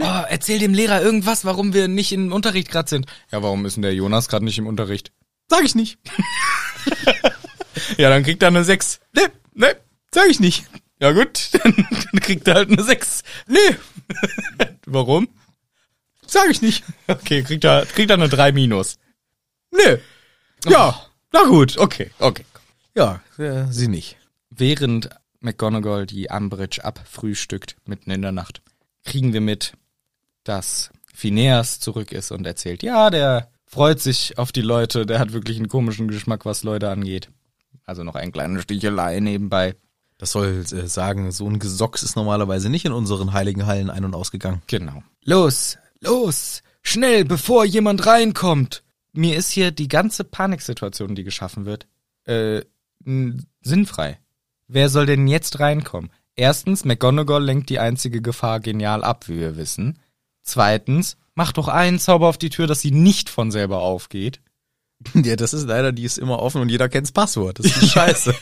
S2: Oh, erzähl dem Lehrer irgendwas, warum wir nicht im Unterricht gerade sind. Ja, warum ist denn der Jonas gerade nicht im Unterricht?
S1: Sag ich nicht.
S2: Ja, dann kriegt er eine 6. Nee, nee, sag ich nicht. Ja gut, dann kriegt er halt eine 6. Nee. Warum?
S1: Sag ich nicht.
S2: Okay, kriegt er, kriegt er eine 3 minus.
S1: Nö.
S2: Ja, na gut, okay, okay.
S1: Ja, äh, sie nicht.
S2: Während McGonagall die Umbridge abfrühstückt, mitten in der Nacht, kriegen wir mit, dass Phineas zurück ist und erzählt, ja, der freut sich auf die Leute, der hat wirklich einen komischen Geschmack, was Leute angeht. Also noch eine kleine Stichelei nebenbei.
S1: Das soll äh, sagen, so ein Gesocks ist normalerweise nicht in unseren heiligen Hallen ein- und ausgegangen.
S2: Genau. Los, los, schnell, bevor jemand reinkommt. Mir ist hier die ganze Paniksituation, die geschaffen wird, äh, n- sinnfrei. Wer soll denn jetzt reinkommen? Erstens, McGonagall lenkt die einzige Gefahr genial ab, wie wir wissen. Zweitens, mach doch einen Zauber auf die Tür, dass sie nicht von selber aufgeht.
S1: Ja, das ist leider, die ist immer offen und jeder kennt's Passwort. Das ist scheiße.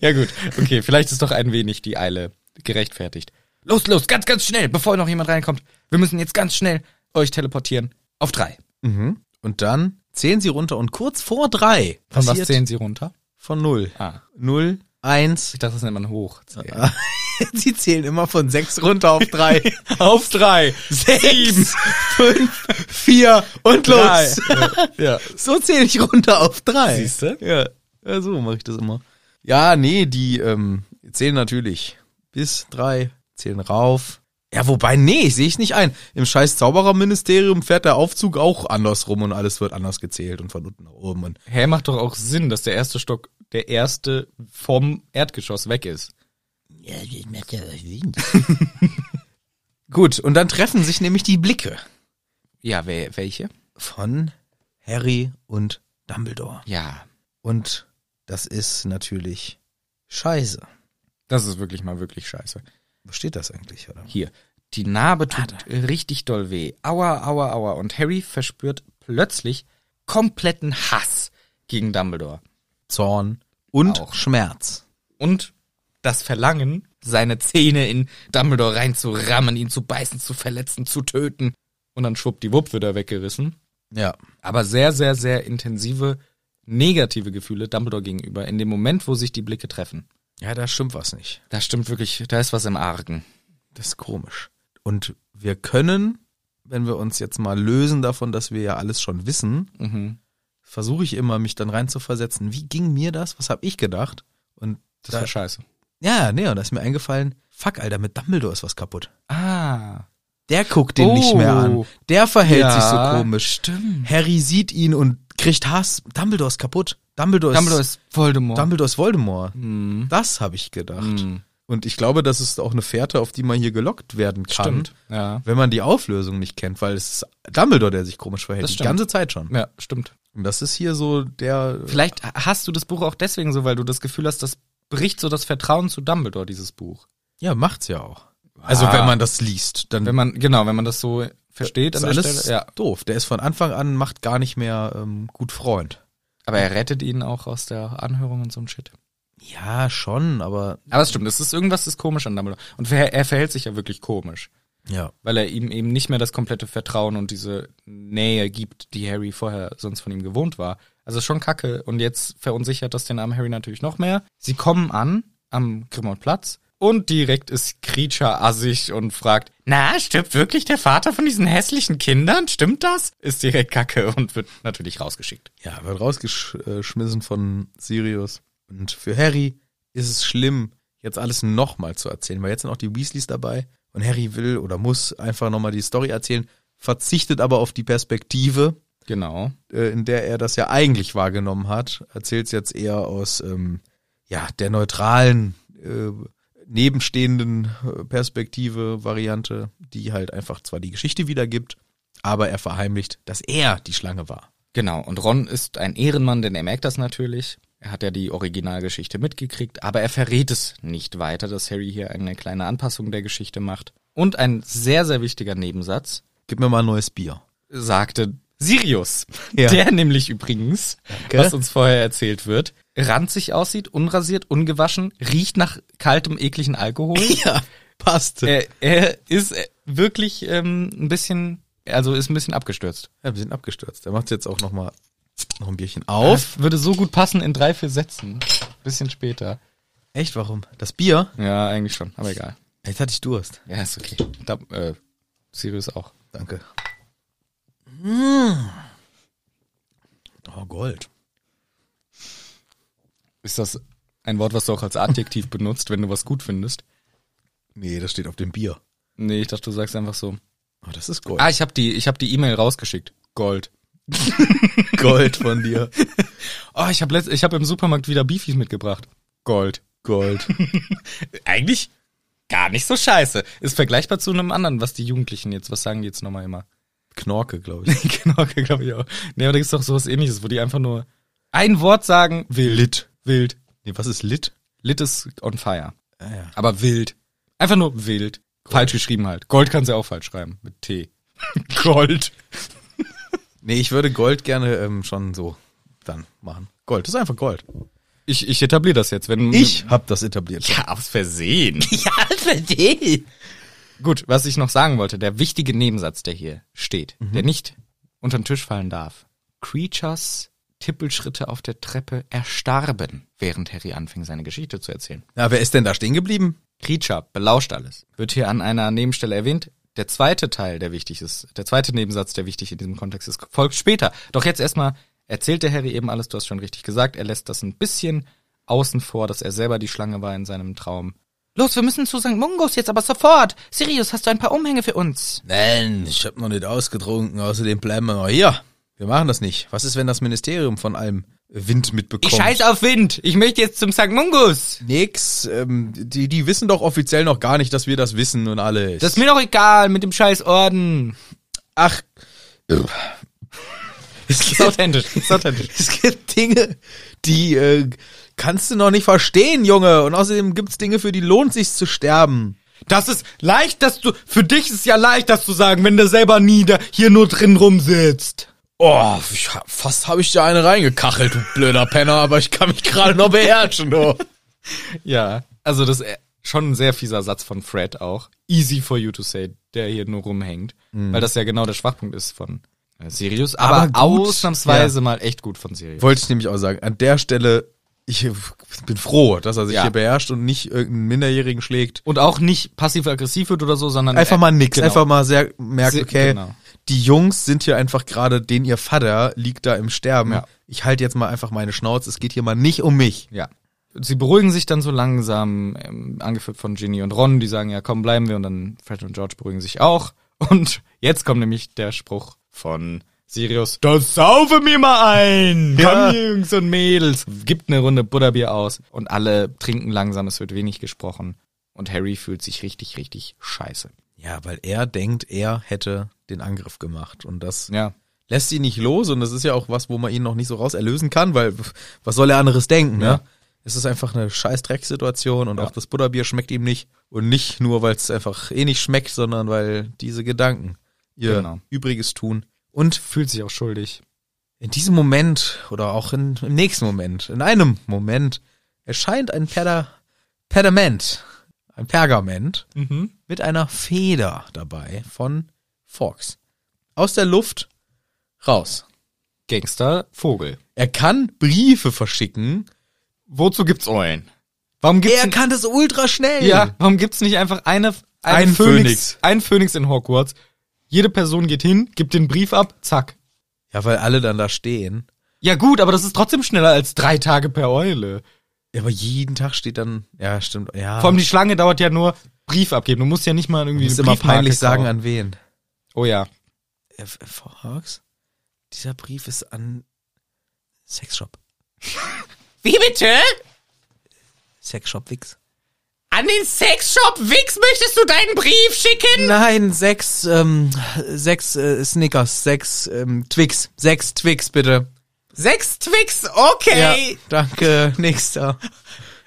S2: ja gut, okay, vielleicht ist doch ein wenig die Eile gerechtfertigt. Los, los, ganz, ganz schnell, bevor noch jemand reinkommt. Wir müssen jetzt ganz schnell euch teleportieren. Auf drei.
S1: mhm. Und dann zählen sie runter und kurz vor drei
S2: Von was
S1: passiert-
S2: zählen sie runter?
S1: Von null.
S2: Ah.
S1: Null, eins.
S2: Ich dachte, das nennt man hoch. Zählen.
S1: sie zählen immer von sechs runter auf drei.
S2: Auf drei.
S1: Sieben, fünf, vier und
S2: Drei.
S1: los.
S2: ja.
S1: So zähle ich runter auf drei.
S2: Siehste?
S1: Ja, ja so mache ich das immer. Ja, nee, die ähm, zählen natürlich bis drei, zählen rauf. Ja, wobei, nee, ich sehe ich nicht ein. Im scheiß Zaubererministerium fährt der Aufzug auch andersrum und alles wird anders gezählt und von unten nach oben. Und
S2: Hä, macht doch auch Sinn, dass der erste Stock der erste vom Erdgeschoss weg ist.
S3: Ja, das macht ja was Sinn.
S1: gut, und dann treffen sich nämlich die Blicke
S2: Ja, wer, welche?
S1: von Harry und Dumbledore.
S2: Ja.
S1: Und das ist natürlich scheiße.
S2: Das ist wirklich mal wirklich scheiße.
S1: Wo steht das eigentlich, oder?
S2: Hier. Die Narbe tut richtig doll weh. Aua, aua, aua. Und Harry verspürt plötzlich kompletten Hass gegen Dumbledore.
S1: Zorn und
S2: Auch.
S1: Schmerz.
S2: Und das Verlangen, seine Zähne in Dumbledore reinzurammen, ihn zu beißen, zu verletzen, zu töten. Und dann schwuppdiwupp wird er weggerissen.
S1: Ja.
S2: aber sehr, sehr, sehr intensive negative Gefühle Dumbledore gegenüber in dem Moment, wo sich die Blicke treffen.
S1: Ja, da stimmt was nicht.
S2: Da stimmt wirklich, da ist was im Argen.
S1: Das ist komisch. Und wir können, wenn wir uns jetzt mal lösen davon, dass wir ja alles schon wissen,
S2: Mhm.
S1: versuche ich immer, mich dann reinzuversetzen. Wie ging mir das? Was habe ich gedacht? Und
S2: Das
S1: da,
S2: war scheiße.
S1: ja, nee, und da ist mir eingefallen, fuck, Alter, mit Dumbledore ist was kaputt.
S2: Ah,
S1: Der guckt den nicht
S2: Oh.
S1: mehr an. Der verhält
S2: Ja,
S1: sich so komisch.
S2: stimmt.
S1: Harry sieht ihn und kriegt Hass. Dumbledore ist kaputt. Dumbledore ist,
S2: Dumbledore ist Voldemort.
S1: Dumbledore ist Voldemort.
S2: mhm.
S1: Das habe ich gedacht.
S2: Mhm.
S1: Und ich glaube, das ist auch eine Fährte, auf die man hier gelockt werden kann,
S2: Stimmt. Ja.
S1: wenn man die Auflösung nicht kennt, weil es ist Dumbledore, der sich komisch verhält.
S2: Das
S1: Die
S2: stimmt.
S1: ganze Zeit schon.
S2: ja, stimmt.
S1: Und das ist hier so der.
S2: Vielleicht hast du das Buch auch deswegen so, weil du das Gefühl hast, das bricht so das Vertrauen zu Dumbledore, dieses Buch.
S1: Ja, macht's ja auch. Also
S2: Ah.
S1: wenn man das liest, dann
S2: Wenn man, genau, wenn man das so versteht
S1: Äh, ist
S2: an der
S1: alles
S2: Stelle. Ja.
S1: doof. Der ist von Anfang an macht gar nicht mehr ähm, gut Freund.
S2: Aber er rettet ihn auch aus der Anhörung und so ein Shit.
S1: Ja, schon, aber
S2: Aber es stimmt, es ist irgendwas ist komisch an Dumbledore. Und ver- er verhält sich ja wirklich komisch,
S1: ja.
S2: weil er ihm eben nicht mehr das komplette Vertrauen und diese Nähe gibt, die Harry vorher sonst von ihm gewohnt war. Also ist schon kacke. Und jetzt verunsichert das den armen Harry natürlich noch mehr. Sie kommen an am Grimmauld-Platz und direkt ist Creature assig und fragt, na, stirbt wirklich der Vater von diesen hässlichen Kindern? Stimmt das? Ist direkt kacke und wird natürlich rausgeschickt.
S1: Ja, wird rausgeschmissen von Sirius. Und für Harry ist es schlimm, jetzt alles nochmal zu erzählen, weil jetzt sind auch die Weasleys dabei und Harry will oder muss einfach nochmal die Story erzählen, verzichtet aber auf die Perspektive,
S2: Genau.
S1: äh, in der er das ja eigentlich wahrgenommen hat, erzählt es jetzt eher aus ähm, ja, der neutralen, äh, nebenstehenden äh, Perspektive, Variante, die halt einfach zwar die Geschichte wiedergibt, aber er verheimlicht, dass er die Schlange war.
S2: Genau, und Ron ist ein Ehrenmann, denn er merkt das natürlich. Er hat ja die Originalgeschichte mitgekriegt, aber er verrät es nicht weiter, dass Harry hier eine kleine Anpassung der Geschichte macht. Und ein sehr, sehr wichtiger Nebensatz
S1: Gib mir mal ein neues Bier.
S2: sagte Sirius,
S1: Ja.
S2: der nämlich übrigens,
S1: Danke.
S2: was uns vorher erzählt wird, ranzig aussieht, unrasiert, ungewaschen, riecht nach kaltem, ekligen Alkohol.
S1: Ja, passt.
S2: er, er ist äh, wirklich ähm, ein bisschen, also ist ein bisschen abgestürzt.
S1: Ja, wir sind abgestürzt. Er macht jetzt auch noch mal noch ein Bierchen auf.
S2: Würde so gut passen in drei, vier Sätzen. Bisschen später.
S1: Echt, warum? Das Bier?
S2: Ja, eigentlich schon, aber egal.
S1: Jetzt hatte ich Durst.
S2: Ja, ist okay. Da, äh, Sirius auch.
S1: Danke. Mmh. Oh, Gold.
S2: Ist das ein Wort, was du auch als Adjektiv benutzt, wenn du was gut findest?
S1: Nee, das steht auf dem Bier.
S2: Nee, ich dachte, du sagst einfach so.
S1: Oh, das ist Gold.
S2: Ah, ich habe die, ich hab die E-Mail rausgeschickt. Gold.
S1: Gold von dir.
S2: Oh, ich habe ich hab im Supermarkt wieder Beefies mitgebracht. Gold.
S1: Gold.
S2: Eigentlich gar nicht so scheiße. Ist vergleichbar zu einem anderen, was die Jugendlichen jetzt, was sagen die jetzt nochmal immer?
S1: Knorke, glaube ich.
S2: genau, glaube ich auch. Nee, aber da gibt's doch sowas ähnliches, wo die einfach nur ein Wort sagen. Wild. Lit. Wild.
S1: Nee, was ist Lit?
S2: Lit ist on fire.
S1: Ah, ja.
S2: Aber wild. Einfach nur wild. Falsch geschrieben halt. Gold kannst du ja auch falsch schreiben. Mit T. Gold.
S1: Nee, ich würde Gold gerne ähm, schon so dann machen. Gold, das ist einfach Gold.
S2: Ich, ich etabliere das jetzt. Wenn
S1: hab das etabliert.
S2: Ja, aus Versehen.
S3: Ja, verstehe.
S2: Gut, was ich noch sagen wollte. Der wichtige Nebensatz, der hier steht, der nicht unter den Tisch fallen darf. Creatures Tippelschritte auf der Treppe erstarben, während Harry anfing, seine Geschichte zu erzählen.
S1: Na, wer ist denn da stehen geblieben?
S2: Creature belauscht alles. Wird hier an einer Nebenstelle erwähnt. Der zweite Teil, der wichtig ist, der zweite Nebensatz, der wichtig in diesem Kontext ist, folgt später. Doch jetzt erstmal erzählt der Harry eben alles, du hast schon richtig gesagt. Er lässt das ein bisschen außen vor, dass er selber die Schlange war in seinem Traum. Los, wir müssen zu St. Mungos jetzt, aber sofort. Sirius, hast du ein paar Umhänge für uns?
S1: Nein, ich hab noch nicht ausgetrunken, außerdem bleiben wir mal hier. Wir machen das nicht. Was ist, wenn das Ministerium von allem Wind mitbekommt?
S2: Ich scheiß auf Wind. Ich möchte jetzt zum St. Mungus.
S1: Nix, ähm, die, die wissen doch offiziell noch gar nicht, dass wir das wissen und alles.
S2: Das ist mir doch egal mit dem scheiß Orden.
S1: Ach,
S2: Ist authentisch. Ist authentisch.
S1: es gibt Dinge, die äh, kannst du noch nicht verstehen, Junge. Und außerdem gibt's Dinge, für die lohnt sich's zu sterben.
S2: Das ist leicht, dass du, für dich ist ja leicht, das zu sagen, wenn du selber nie da, hier nur drin rumsitzt.
S1: Oh, ich, hab- fast habe ich dir eine reingekachelt, du blöder Penner, aber ich kann mich gerade noch beherrschen, du.
S2: Ja, also das ist äh, schon ein sehr fieser Satz von Fred auch. Easy for you to say, der hier nur rumhängt. Weil das ja genau der Schwachpunkt ist von äh, Sirius. Aber,
S1: Mhm. Aber gut.
S2: ausnahmsweise mal echt gut von Sirius.
S1: Wollte ich nämlich auch sagen, an der Stelle, ich bin froh, dass er sich
S2: Ja.
S1: hier beherrscht und nicht irgendeinen Minderjährigen schlägt.
S2: Und auch nicht passiv-aggressiv wird oder so, sondern
S1: Einfach mal nix,
S2: Genau.
S1: einfach mal sehr merkt,
S2: Se-
S1: okay,
S2: genau.
S1: die Jungs sind hier einfach gerade, den ihr Vater liegt da im Sterben.
S2: Ja.
S1: Ich halte jetzt mal einfach meine Schnauze, es geht hier mal nicht um mich.
S2: Ja. Sie beruhigen sich dann so langsam, ähm, angeführt von Ginny und Ron, die sagen, ja komm, bleiben wir. Und dann Fred und George beruhigen sich auch. Und jetzt kommt nämlich der Spruch von Sirius. Das saufe mir mal ein!
S1: Ja.
S2: Komm, Jungs und Mädels! Gibt eine Runde Butterbier aus. Und alle trinken langsam, es wird wenig gesprochen. Und Harry fühlt sich richtig, richtig scheiße.
S1: Ja, weil er denkt, er hätte den Angriff gemacht und das
S2: Ja.
S1: lässt ihn nicht los und das ist ja auch was, wo man ihn noch nicht so raus erlösen kann, weil was soll er anderes denken, ne?
S2: Ja.
S1: Es ist einfach eine scheiß Drecksituation und auch das Butterbier schmeckt ihm nicht und nicht nur, weil es einfach eh nicht schmeckt, sondern weil diese Gedanken ihr
S2: Genau.
S1: Übriges tun. Und
S2: Fühlt sich auch schuldig.
S1: in diesem Moment oder auch in, im nächsten Moment, in einem Moment erscheint ein Perda, Pedament, ein Pergament
S2: Mhm.
S1: mit einer Feder dabei von Fox. Aus der Luft raus.
S2: Gangster, Vogel.
S1: Er kann Briefe verschicken.
S2: Wozu gibt's Eulen? Warum gibt's
S1: Er kann das ultra schnell.
S2: Ja, warum gibt's nicht einfach eine, eine
S1: Ein Phönix.
S2: Ein Phönix in Hogwarts. Jede Person geht hin, gibt den Brief ab, zack.
S1: Ja, weil alle dann da stehen.
S2: Ja gut, aber das ist trotzdem schneller als drei Tage per Eule.
S1: Ja, aber jeden Tag steht dann, ja, stimmt, ja.
S2: Vor allem die Schlange dauert ja nur Brief abgeben. Du musst ja nicht mal irgendwie
S1: ist
S2: eine
S1: immer
S2: Briefmarke
S1: peinlich sagen,
S2: kaufen.
S1: an wen.
S2: Oh ja.
S1: Äh, Fox? Dieser Brief ist an Sexshop.
S3: Wie bitte?
S1: Sexshop Wix.
S3: An den Sexshop Wix möchtest du deinen Brief schicken?
S1: Nein, sechs, ähm, sechs äh, Snickers, sechs ähm, Twix, sechs Twix bitte.
S3: Sechs Twix, okay.
S1: Ja, danke, nächster.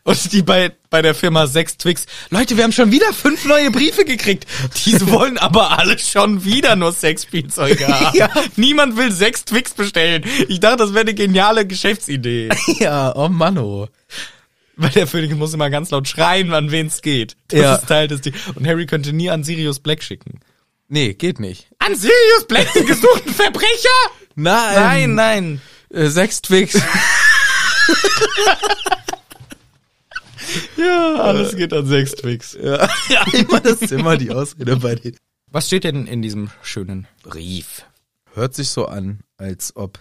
S2: Und die bei, bei der Firma 6 Twix. Leute, wir haben schon wieder fünf neue Briefe gekriegt. Diese wollen aber alle schon wieder nur Sexspielzeuge haben.
S1: Ja.
S2: Niemand will sechs Twix bestellen. Ich dachte, das wäre eine geniale Geschäftsidee.
S1: Ja, oh Mann, oh.
S2: Weil der Phönix muss immer ganz laut schreien, an wen es geht. Das
S1: Ja.
S2: ist Teil des Ding. Und Harry könnte nie an Sirius Black schicken.
S1: Nee, geht nicht.
S2: An Sirius Black, den gesuchten Verbrecher?
S1: Nein,
S2: Nein, nein.
S1: Äh, sechs Twix.
S2: Ja, alles Ah, geht an sechs Twix.
S1: ja, immer, das ist immer die Ausrede bei denen.
S2: Was steht denn in diesem schönen Brief?
S1: Hört sich so an, als ob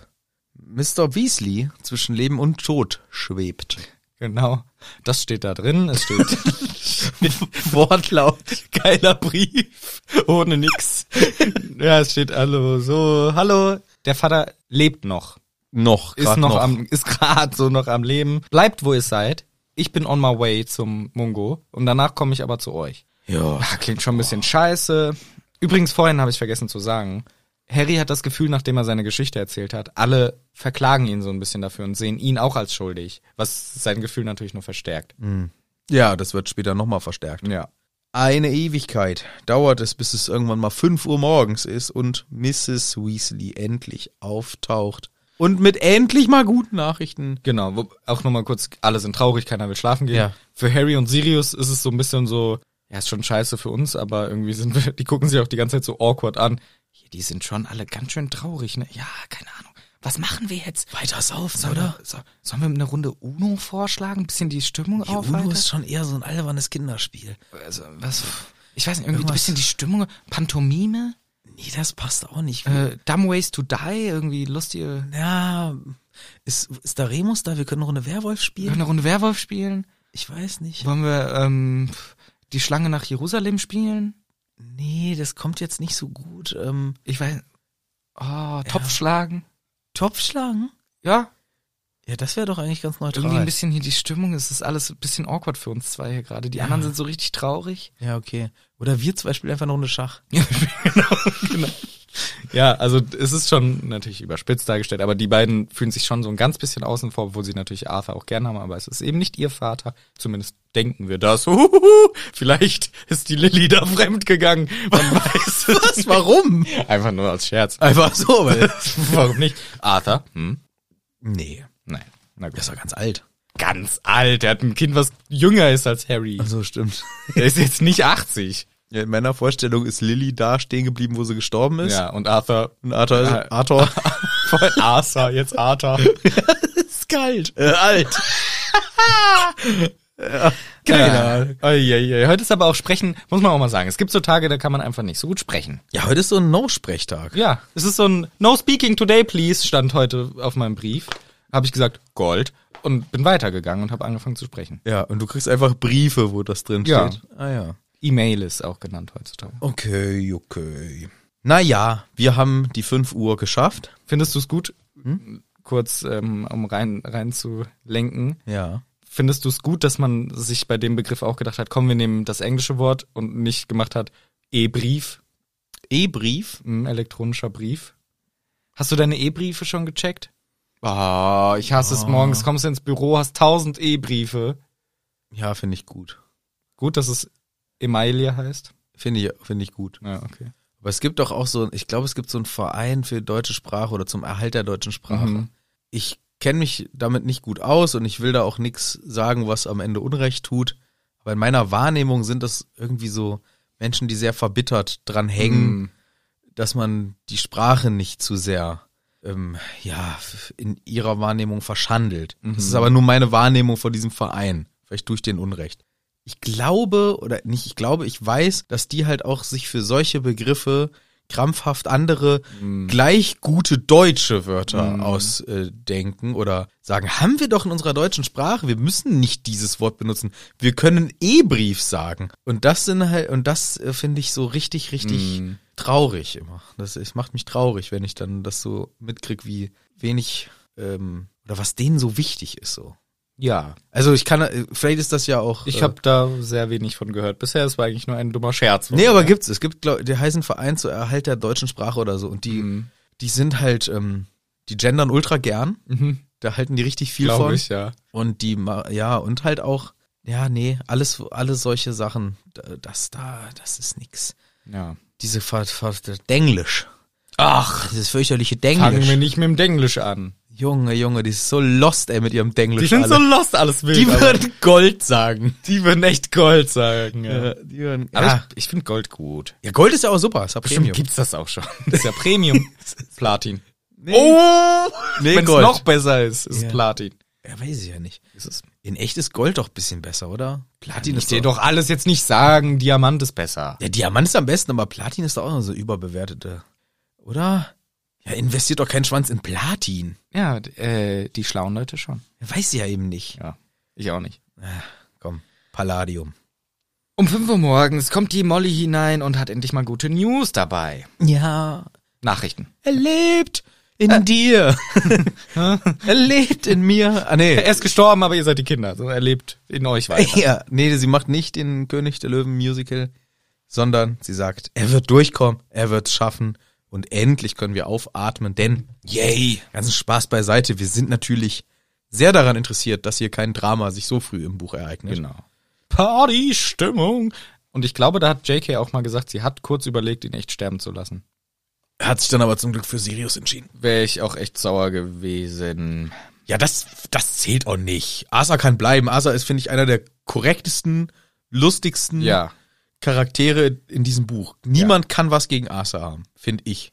S1: Mr. Weasley zwischen Leben und Tod schwebt.
S2: Genau. Das steht da drin. Es steht
S1: Wortlaut.
S2: geiler Brief. Ohne nix. Ja, es steht hallo, so, hallo. Der Vater lebt noch.
S1: Noch,
S2: ist noch, am, ist gerade so noch am Leben. Bleibt, wo ihr seid. Ich bin on my way zum Mungo und danach komme ich aber zu euch.
S1: Ja.
S2: Ah, klingt schon ein bisschen scheiße. Übrigens, vorhin habe ich vergessen zu sagen, Harry hat das Gefühl, nachdem er seine Geschichte erzählt hat, alle verklagen ihn so ein bisschen dafür und sehen ihn auch als schuldig, was sein Gefühl natürlich nur verstärkt.
S1: Ja, das wird später nochmal verstärkt.
S2: Ja.
S1: Eine Ewigkeit dauert es, bis es irgendwann mal 5 Uhr morgens ist und Mrs. Weasley endlich auftaucht. Und mit endlich mal guten Nachrichten.
S2: Genau, wo, auch nochmal kurz, alle sind traurig, keiner will schlafen gehen.
S1: Ja.
S2: Für Harry und Sirius ist es so ein bisschen so, ja, ist schon scheiße für uns, aber irgendwie sind wir, die gucken sich auch die ganze Zeit so awkward an. Hier, Die sind schon alle ganz schön traurig, ne? Ja, keine Ahnung. Was machen wir jetzt? Weiter saufen, oder? So, sollen wir eine Runde Uno vorschlagen? Ein bisschen die Stimmung
S1: Die
S2: aufweitern?
S1: schon eher so ein albernes Kinderspiel.
S2: Also, was? Ich weiß nicht, irgendwie ein
S1: Irgendwas.
S2: bisschen die Stimmung, Pantomime,
S1: Nee, das passt auch nicht.
S2: äh, Dumb Ways to Die, irgendwie lustige,
S1: ja, ist, ist da Remus da? Wir können noch eine Werwolf spielen.
S2: eine Runde Werwolf spielen.
S1: Ich weiß nicht.
S2: Wollen wir ähm, die Schlange nach Jerusalem spielen?
S1: Nee, das kommt jetzt nicht so gut. Ähm,
S2: Ich weiß. Oh, Topf schlagen.
S1: Topfschlagen?
S2: Ja,
S1: Ja, das wäre doch eigentlich ganz
S2: irgendwie ein
S1: neutral.
S2: bisschen hier die Stimmung. Es ist alles ein bisschen awkward für uns zwei hier gerade. Die anderen sind so richtig traurig.
S1: Ja, okay. Oder wir zum Beispiel einfach eine Runde Schach.
S2: Ja, also es ist schon natürlich überspitzt dargestellt, aber die beiden fühlen sich schon so ein ganz bisschen außen vor, obwohl sie natürlich Arthur auch gerne haben, aber es ist eben nicht ihr Vater. Zumindest denken wir das. Huhuhu, vielleicht ist die Lilly da fremd gegangen. Man weiß es.
S1: Was? Warum?
S2: Einfach nur als Scherz.
S1: Einfach so, weil.
S2: Warum nicht? Arthur? Hm?
S1: nee.
S2: Nein. Na gut.
S1: Das war ganz alt.
S2: ganz alt. Er hat ein Kind, was jünger ist als Harry.
S1: So, Also, stimmt.
S2: Er ist jetzt nicht 80.
S1: Ja, in meiner Vorstellung ist Lilly da stehen geblieben, wo sie gestorben ist.
S2: Ja, und Arthur.
S1: Und Arthur,
S2: Ja.
S1: Arthur
S2: Vorhin Arthur, jetzt Arthur.
S1: ist kalt. Äh, alt.
S2: Genau.
S1: Keine Ahnung.
S2: Ja. Oi, oi, oi. Heute ist aber auch Sprechen, muss man auch mal sagen. Es gibt so Tage, da kann man einfach nicht so gut sprechen.
S1: Ja, heute ist so ein No-Sprechtag.
S2: Ja, es ist so ein No Speaking Today, please, stand heute auf meinem Brief. Habe ich gesagt, Gold. Und bin weitergegangen und habe angefangen zu sprechen.
S1: Ja, und du kriegst einfach Briefe, wo das drin
S2: Ja.
S1: steht. Ah ja.
S2: E-Mail ist auch genannt heutzutage.
S1: Okay, okay. Naja, wir haben die 5 Uhr geschafft.
S2: Findest du es gut? Hm? Kurz, ähm, um rein, rein zu lenken.
S1: Ja.
S2: Findest du es gut, dass man sich bei dem Begriff auch gedacht hat, komm, wir nehmen das englische Wort und nicht gemacht hat, E-Brief,
S1: E-Brief?
S2: ein elektronischer Brief? Hast du deine E-Briefe schon gecheckt?
S1: Ah,
S2: Ich hasse es morgens, kommst du ins Büro, hast tausend E-Briefe.
S1: Ja, finde ich gut.
S2: Gut, dass es Emaille heißt.
S1: Finde ich, finde ich gut.
S2: Ja, okay.
S1: Aber es gibt doch auch so, ich glaube, es gibt so einen Verein für deutsche Sprache oder zum Erhalt der deutschen Sprache.
S2: Mhm.
S1: Ich kenne mich damit nicht gut aus und ich will da auch nichts sagen, was am Ende Unrecht tut. Aber in meiner Wahrnehmung sind das irgendwie so Menschen, die sehr verbittert dran hängen,
S2: Mhm.
S1: dass man die Sprache nicht zu sehr ähm, ja, f- in ihrer Wahrnehmung verschandelt. Das
S2: Mhm.
S1: ist aber nur meine Wahrnehmung von diesem Verein. Vielleicht tue ich denen Unrecht. Ich glaube, oder nicht, ich glaube, ich weiß, dass die halt auch sich für solche Begriffe krampfhaft andere gleich gute deutsche Wörter ausdenken oder sagen, haben wir doch in unserer deutschen Sprache, wir müssen nicht dieses Wort benutzen, wir können E-Brief sagen. Und das sind halt, und das äh, finde ich so richtig, richtig
S2: Mhm.
S1: traurig immer. Das, es macht mich traurig, wenn ich dann das so mitkrieg, wie wenig ähm, oder was denen so wichtig ist so.
S2: Ja,
S1: Also ich kann, äh, vielleicht ist das ja auch.
S2: ich
S1: äh,
S2: habe da sehr wenig von gehört. Bisher, es war eigentlich nur ein dummer Scherz.
S1: Nee, aber gibt's. Es gibt, glaub, der heißen Verein zur Erhalt der deutschen Sprache oder so. Und die,
S2: Mhm.
S1: die sind halt, ähm, die gendern ultra gern.
S2: Mhm.
S1: Da halten die richtig viel
S2: Glaube
S1: von.
S2: ich, ja.
S1: Und die, ma- ja, und halt auch, ja, nee, alles, alle solche Sachen, da- das da, das ist nix.
S2: ja.
S1: Diese Fahrt, Fahrt, Denglisch.
S2: Ach,
S1: Dieses fürchterliche
S2: fangen wir
S1: Denglisch.
S2: nicht mit dem Denglisch an.
S1: Junge, Junge, die ist so lost, ey, mit ihrem Denglisch.
S2: Die sind
S1: alle.
S2: so lost, alles wild.
S1: die
S2: aber
S1: würden Gold sagen.
S2: die würden echt Gold sagen. Ja.
S1: Äh, die würden,
S2: Aber
S1: ja.
S2: ich, ich finde Gold gut.
S1: ja, Gold ist ja auch super, ist ja
S2: Bestimmt
S1: Premium.
S2: gibt's das auch schon. Das ist ja Premium. Platin.
S1: Nee.
S2: Oh!
S1: Nee,
S2: Wenn es
S1: Gold.
S2: noch besser ist, ist
S1: Ja.
S2: Platin.
S1: Ja, weiß ich ja nicht.
S2: Ist es.
S1: In echt ist Gold doch ein bisschen besser, oder? Platin
S2: Ich
S1: ist
S2: dir doch alles jetzt nicht sagen, Diamant ist besser.
S1: Ja, Diamant ist am besten, aber Platin ist doch auch noch so überbewertete. Oder? Ja, investiert doch kein Schwanz in Platin.
S2: Ja, d- äh, die schlauen Leute schon.
S1: Ja, Weiß sie ja eben nicht.
S2: Ja, ich auch nicht.
S1: Komm, Palladium.
S2: Um 5 Uhr morgens kommt die Molly hinein und hat endlich mal gute News dabei.
S1: Ja,
S2: Nachrichten.
S1: er lebt in dir. er lebt in mir. Ah, nee.
S2: Er ist gestorben, aber ihr seid die Kinder. So, er lebt in euch weiter.
S1: Ja, nee, sie macht nicht den König der Löwen Musical, sondern sie sagt, er wird durchkommen, er wird schaffen und endlich können wir aufatmen, denn yay, ganzen Spaß beiseite, wir sind natürlich sehr daran interessiert, dass hier kein Drama sich so früh im Buch ereignet.
S2: Genau. Party-Stimmung. Und ich glaube, da hat JK auch mal gesagt, sie hat kurz überlegt, ihn echt sterben zu lassen.
S1: Er hat sich dann aber zum Glück für Sirius entschieden.
S2: Wäre ich auch echt sauer gewesen.
S1: Ja, das, das zählt auch nicht. Asa kann bleiben. Asa ist, finde ich, einer der korrektesten, lustigsten
S2: Ja.
S1: Charaktere in diesem Buch. Niemand kann was gegen Asa haben, finde ich.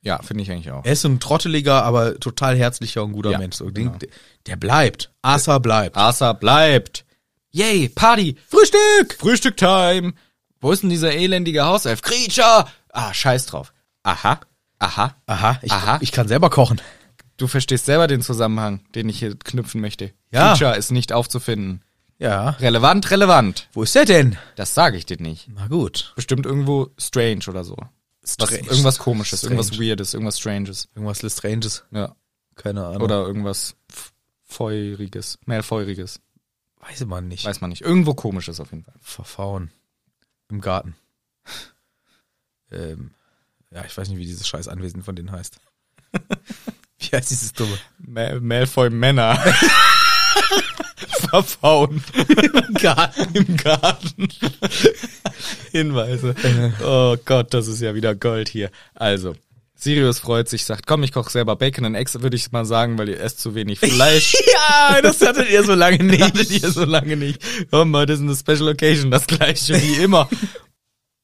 S2: Ja, finde ich eigentlich auch.
S1: Er ist so ein trotteliger, aber total herzlicher und guter
S2: Ja,
S1: Mensch. So,
S2: genau.
S1: den, der bleibt. Asa bleibt.
S2: Asa bleibt. Yay, Party. Frühstück. Frühstücktime. Wo ist denn dieser elendige Hauself? Creature. Ah, scheiß drauf. Aha. Aha.
S1: Aha, ich,
S2: Aha.
S1: ich kann selber kochen.
S2: Du verstehst selber den Zusammenhang, den ich hier knüpfen möchte.
S1: Ja.
S2: Creature ist nicht aufzufinden.
S1: Ja.
S2: Relevant, relevant.
S1: Wo ist der denn?
S2: Das sage ich dir nicht.
S1: Na gut.
S2: Bestimmt irgendwo strange oder so. Was,
S1: Strange.
S2: irgendwas komisches,
S1: Strange.
S2: irgendwas weirdes, irgendwas stranges.
S1: Irgendwas Lestranges.
S2: Ja.
S1: Keine Ahnung.
S2: Oder irgendwas f- feuriges, mehr feuriges.
S1: weiß man nicht.
S2: Weiß man nicht. Irgendwo komisches auf jeden Fall.
S1: Verfahren. Im Garten. ähm, ja, ich weiß nicht, wie dieses scheiß Anwesen von denen heißt. wie heißt dieses dumme?
S2: Ma- Malfoy Männer. Verfauen. Im Garten. Im Garten. Hinweise. Oh Gott, das ist ja wieder Gold hier. Also, Sirius freut sich, sagt, komm, ich koche selber Bacon and Eggs, würde ich mal sagen, weil ihr esst zu wenig Fleisch.
S1: ja, das hattet ihr so lange
S2: Hattet ihr so lange nicht. Komm, heute ist eine Special Occasion, das gleiche wie immer.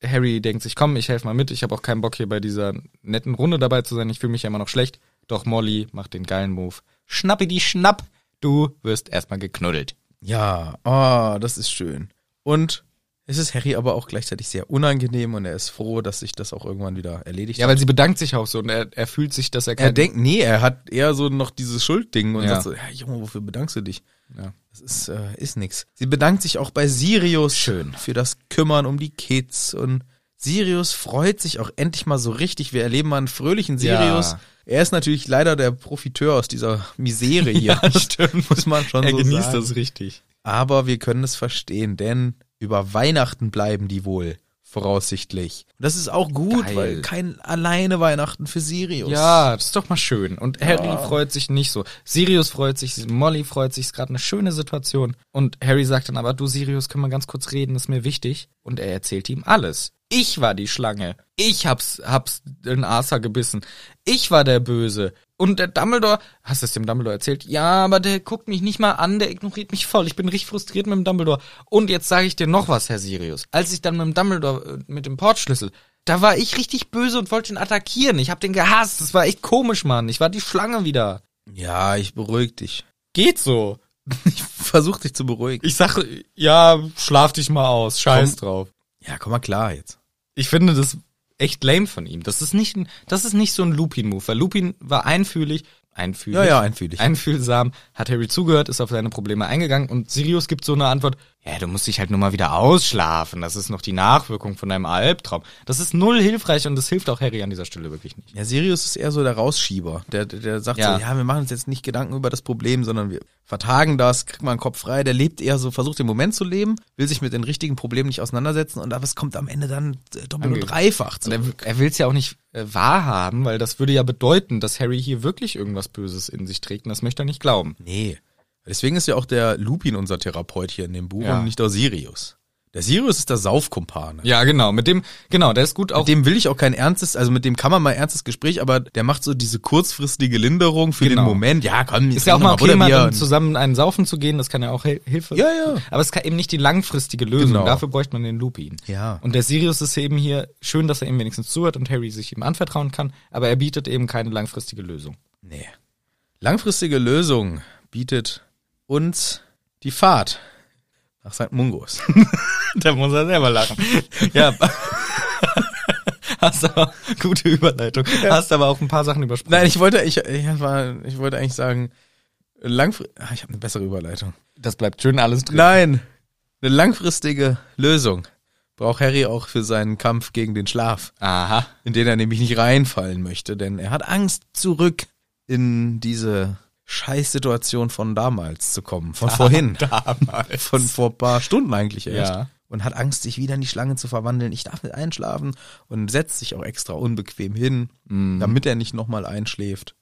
S2: Harry denkt sich, komm, ich helfe mal mit. Ich habe auch keinen Bock, hier bei dieser netten Runde dabei zu sein. Ich fühle mich ja immer noch schlecht. Doch Molly macht den geilen Move. Schnappe die Schnapp. Du wirst erstmal geknuddelt.
S1: Ja, ah, das ist schön. Und es ist Harry aber auch gleichzeitig sehr unangenehm und er ist froh, dass sich das auch irgendwann wieder erledigt
S2: Ja,
S1: hat.
S2: weil sie bedankt sich auch so und er, er fühlt sich, dass er kein...
S1: Er denkt, nee, er hat eher so noch dieses Schuldding und
S2: Ja.
S1: sagt so, ja, Junge, wofür bedankst du dich?
S2: Ja.
S1: Das ist, äh, ist nix. Sie bedankt sich auch bei Sirius
S2: Schön.
S1: für das Kümmern um die Kids und Sirius freut sich auch endlich mal so richtig. Wir erleben mal einen fröhlichen
S2: Ja.
S1: Sirius. Er ist natürlich leider der Profiteur aus dieser Misere hier.
S2: Ja, stimmt.
S1: Muss man schon
S2: er
S1: so
S2: genießt
S1: sagen.
S2: das richtig.
S1: Aber wir können es verstehen, denn über Weihnachten bleiben die wohl. Voraussichtlich. Und das ist auch gut,
S2: Geil.
S1: weil kein alleine Weihnachten für Sirius.
S2: Ja, das ist doch mal schön. Und Harry freut sich nicht so. Sirius freut sich, Molly freut sich, ist gerade eine schöne Situation. Und Harry sagt dann aber, du Sirius, können wir ganz kurz reden, ist mir wichtig. Und er erzählt ihm alles. Ich war die Schlange. Ich hab's, hab's in Arthur gebissen. Ich war der Böse. Und der Dumbledore, hast du es dem Dumbledore erzählt? Ja, aber der guckt mich nicht mal an, der ignoriert mich voll. Ich bin richtig frustriert mit dem Dumbledore. Und jetzt sage ich dir noch was, Herr Sirius. Als ich dann mit dem Dumbledore, äh, mit dem Portschlüssel da war ich richtig böse und wollte ihn attackieren. Ich hab den gehasst. Das war echt komisch, Mann. Ich war die Schlange wieder.
S1: Ja, ich beruhig dich.
S2: Geht so.
S1: Ich versuche dich zu beruhigen.
S2: Ich sag, ja, schlaf dich mal aus. Scheiß drauf.
S1: Ja, komm mal klar jetzt.
S2: Ich finde das echt lame von ihm. Das ist nicht, ein- das ist nicht so ein Lupin-Move, weil Lupin war einfühlig, einfühlig,
S1: Ja, ja, einfühlig.
S2: einfühlsam, hat Harry zugehört, ist auf seine Probleme eingegangen und Sirius gibt so eine Antwort, ja, du musst dich halt nur mal wieder ausschlafen. Das ist noch die Nachwirkung von deinem Albtraum. Das ist null hilfreich und das hilft auch Harry an dieser Stelle wirklich nicht.
S1: Ja, Sirius ist eher so der Rausschieber. Der, der, der sagt
S2: Ja.
S1: so, ja, wir machen uns jetzt nicht Gedanken über das Problem, sondern wir vertagen das, kriegt mal einen Kopf frei. Der lebt eher so, versucht den Moment zu leben, will sich mit den richtigen Problemen nicht auseinandersetzen und aber es kommt am Ende dann äh, doppelt und
S2: Ange-
S1: dreifach.
S2: Und
S1: zurück.
S2: er, er will es ja auch nicht äh, wahrhaben, weil das würde ja bedeuten, dass Harry hier wirklich irgendwas Böses in sich trägt und das möchte er nicht glauben.
S1: Nee. Deswegen ist ja auch der Lupin unser Therapeut hier in dem Buch
S2: Ja.
S1: und nicht der Sirius. Der Sirius ist der Saufkumpane.
S2: Ja, genau, mit dem, genau, der ist gut auch.
S1: Mit dem will ich auch kein ernstes, also mit dem kann man mal ernstes Gespräch, aber der macht so diese kurzfristige Linderung für
S2: Genau.
S1: den Moment. Ja, komm,
S2: ist ja auch mal okay, mal zusammen einen saufen zu gehen, das kann ja auch Hel Hilfe.
S1: Ja, ja.
S2: Aber es kann eben nicht die langfristige Lösung,
S1: Genau.
S2: dafür bräuchte man den Lupin.
S1: Ja.
S2: Und der Sirius ist eben hier, schön, dass er ihm wenigstens zuhört und Harry sich ihm anvertrauen kann, aber er bietet eben keine langfristige Lösung.
S1: Nee. Langfristige Lösung bietet uns die Fahrt nach St. Mungos.
S2: da muss er selber lachen. Ja. Hast aber, gute Überleitung. Hast aber auch ein paar Sachen übersprungen.
S1: Nein, ich wollte, ich, ich, war, ich wollte eigentlich sagen, langfristig, ich habe eine bessere Überleitung.
S2: Das bleibt schön alles drin.
S1: Nein, eine langfristige Lösung braucht Harry auch für seinen Kampf gegen den Schlaf.
S2: Aha.
S1: in den er nämlich nicht reinfallen möchte, denn er hat Angst, zurück in diese Scheißsituation von damals zu kommen, von vorhin,
S2: Damals.
S1: von vor ein paar Stunden eigentlich erst.
S2: Ja.
S1: Und hat Angst, sich wieder in die Schlange zu verwandeln. Ich darf nicht einschlafen und setzt sich auch extra unbequem hin,
S2: Mhm.
S1: damit er nicht nochmal einschläft.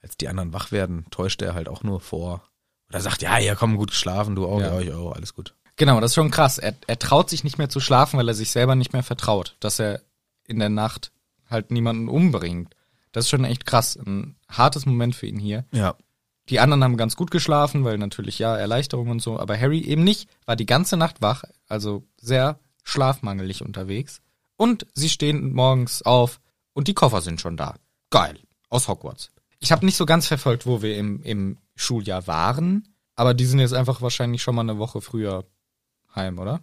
S1: Als die anderen wach werden, täuscht er halt auch nur vor. Oder sagt, ja, ja, komm, gut geschlafen, du auch,
S2: Ja.
S1: ja, ich auch, alles gut.
S2: Genau, das ist schon krass. Er, er traut sich nicht mehr zu schlafen, weil er sich selber nicht mehr vertraut, dass er in der Nacht halt niemanden umbringt. Das ist schon echt krass. Ein hartes Moment für ihn hier.
S1: Ja.
S2: Die anderen haben ganz gut geschlafen, weil natürlich ja, Erleichterung und so, aber Harry eben nicht, war die ganze Nacht wach, also sehr schlafmangelig unterwegs. Und sie stehen morgens auf und die Koffer sind schon da. Geil. Aus Hogwarts. Ich habe nicht so ganz verfolgt, wo wir im, im Schuljahr waren, aber die sind jetzt einfach wahrscheinlich schon mal eine Woche früher heim, oder?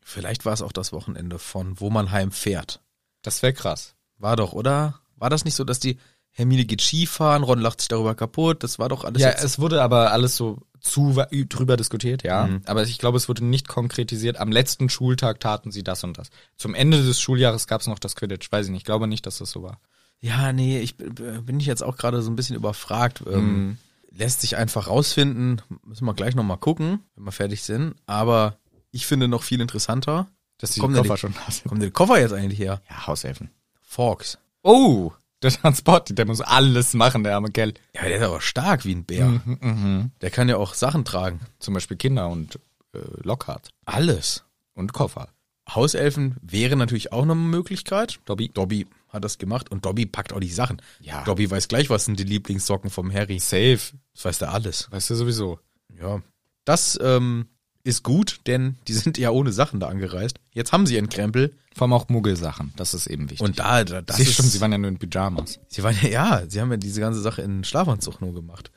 S1: Vielleicht war es auch das Wochenende von, wo man heimfährt.
S2: Das wäre krass.
S1: War doch, oder? War das nicht so, dass die Hermine geht Skifahren, Ron lacht sich darüber kaputt, das war doch alles
S2: Ja,
S1: jetzt-
S2: es wurde aber alles so zu wa- ü- drüber diskutiert, ja.
S1: Mhm.
S2: Aber ich glaube, es wurde nicht konkretisiert. Am letzten Schultag taten sie das und das. Zum Ende des Schuljahres gab es noch das Quidditch. Weiß ich nicht. Ich glaube nicht, dass das so war.
S1: Ja, nee, ich b- b- bin ich jetzt auch gerade so ein bisschen überfragt. Ähm, Lässt sich einfach rausfinden. Müssen wir gleich nochmal gucken, wenn wir fertig sind. Aber ich finde noch viel interessanter.
S2: Dass die
S1: Kommen
S2: Koffer
S1: die-
S2: schon hast.
S1: Wo Kommt der Koffer jetzt eigentlich her?
S2: Ja, Hauselfen.
S1: Forks.
S2: Oh, der Transport, der muss alles machen, der arme Kerl.
S1: Ja, der ist aber stark wie ein Bär. Der kann ja auch Sachen tragen.
S2: Zum Beispiel Kinder und äh, Lockhart
S1: Alles.
S2: und Koffer.
S1: Hauselfen wäre natürlich auch eine Möglichkeit.
S2: Dobby.
S1: Dobby hat das gemacht und Dobby packt auch die Sachen.
S2: Ja.
S1: Dobby weiß gleich, was sind die Lieblingssocken vom Harry.
S2: Safe.
S1: Das weiß der alles.
S2: Weißt du sowieso.
S1: Ja. Das ähm, ist gut, denn die sind ja ohne Sachen da angereist. Jetzt haben sie ihren Krempel.
S2: Vor allem auch Muggelsachen. Das ist eben wichtig.
S1: Und da, da das
S2: das ist
S1: ist,
S2: stimmt, sie waren ja nur in Pyjamas.
S1: Sie waren ja, ja, sie haben ja diese ganze Sache in Schlafanzug nur gemacht.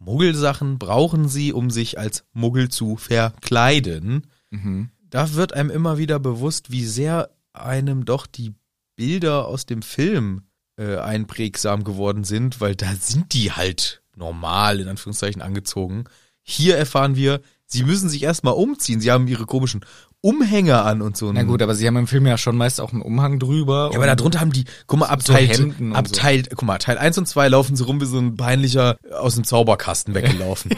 S1: Muggelsachen brauchen sie, um sich als Muggel zu verkleiden.
S2: Mhm.
S1: Da wird einem immer wieder bewusst, wie sehr einem doch die Bilder aus dem Film äh, einprägsam geworden sind, weil da sind die halt normal, in Anführungszeichen, angezogen. Hier erfahren wir, sie müssen sich erstmal umziehen. Sie haben ihre komischen Umhänger an und so.
S2: Na gut, aber sie haben im Film ja schon meist auch einen Umhang drüber.
S1: Mhm. Ja, aber
S2: und-
S1: da drunter haben die, guck mal, ab
S2: So
S1: Teil,
S2: Hemden und
S1: ab
S2: so.
S1: Teil, guck mal, Teil 1 und 2 laufen sie rum wie so ein peinlicher äh, aus dem Zauberkasten weggelaufen.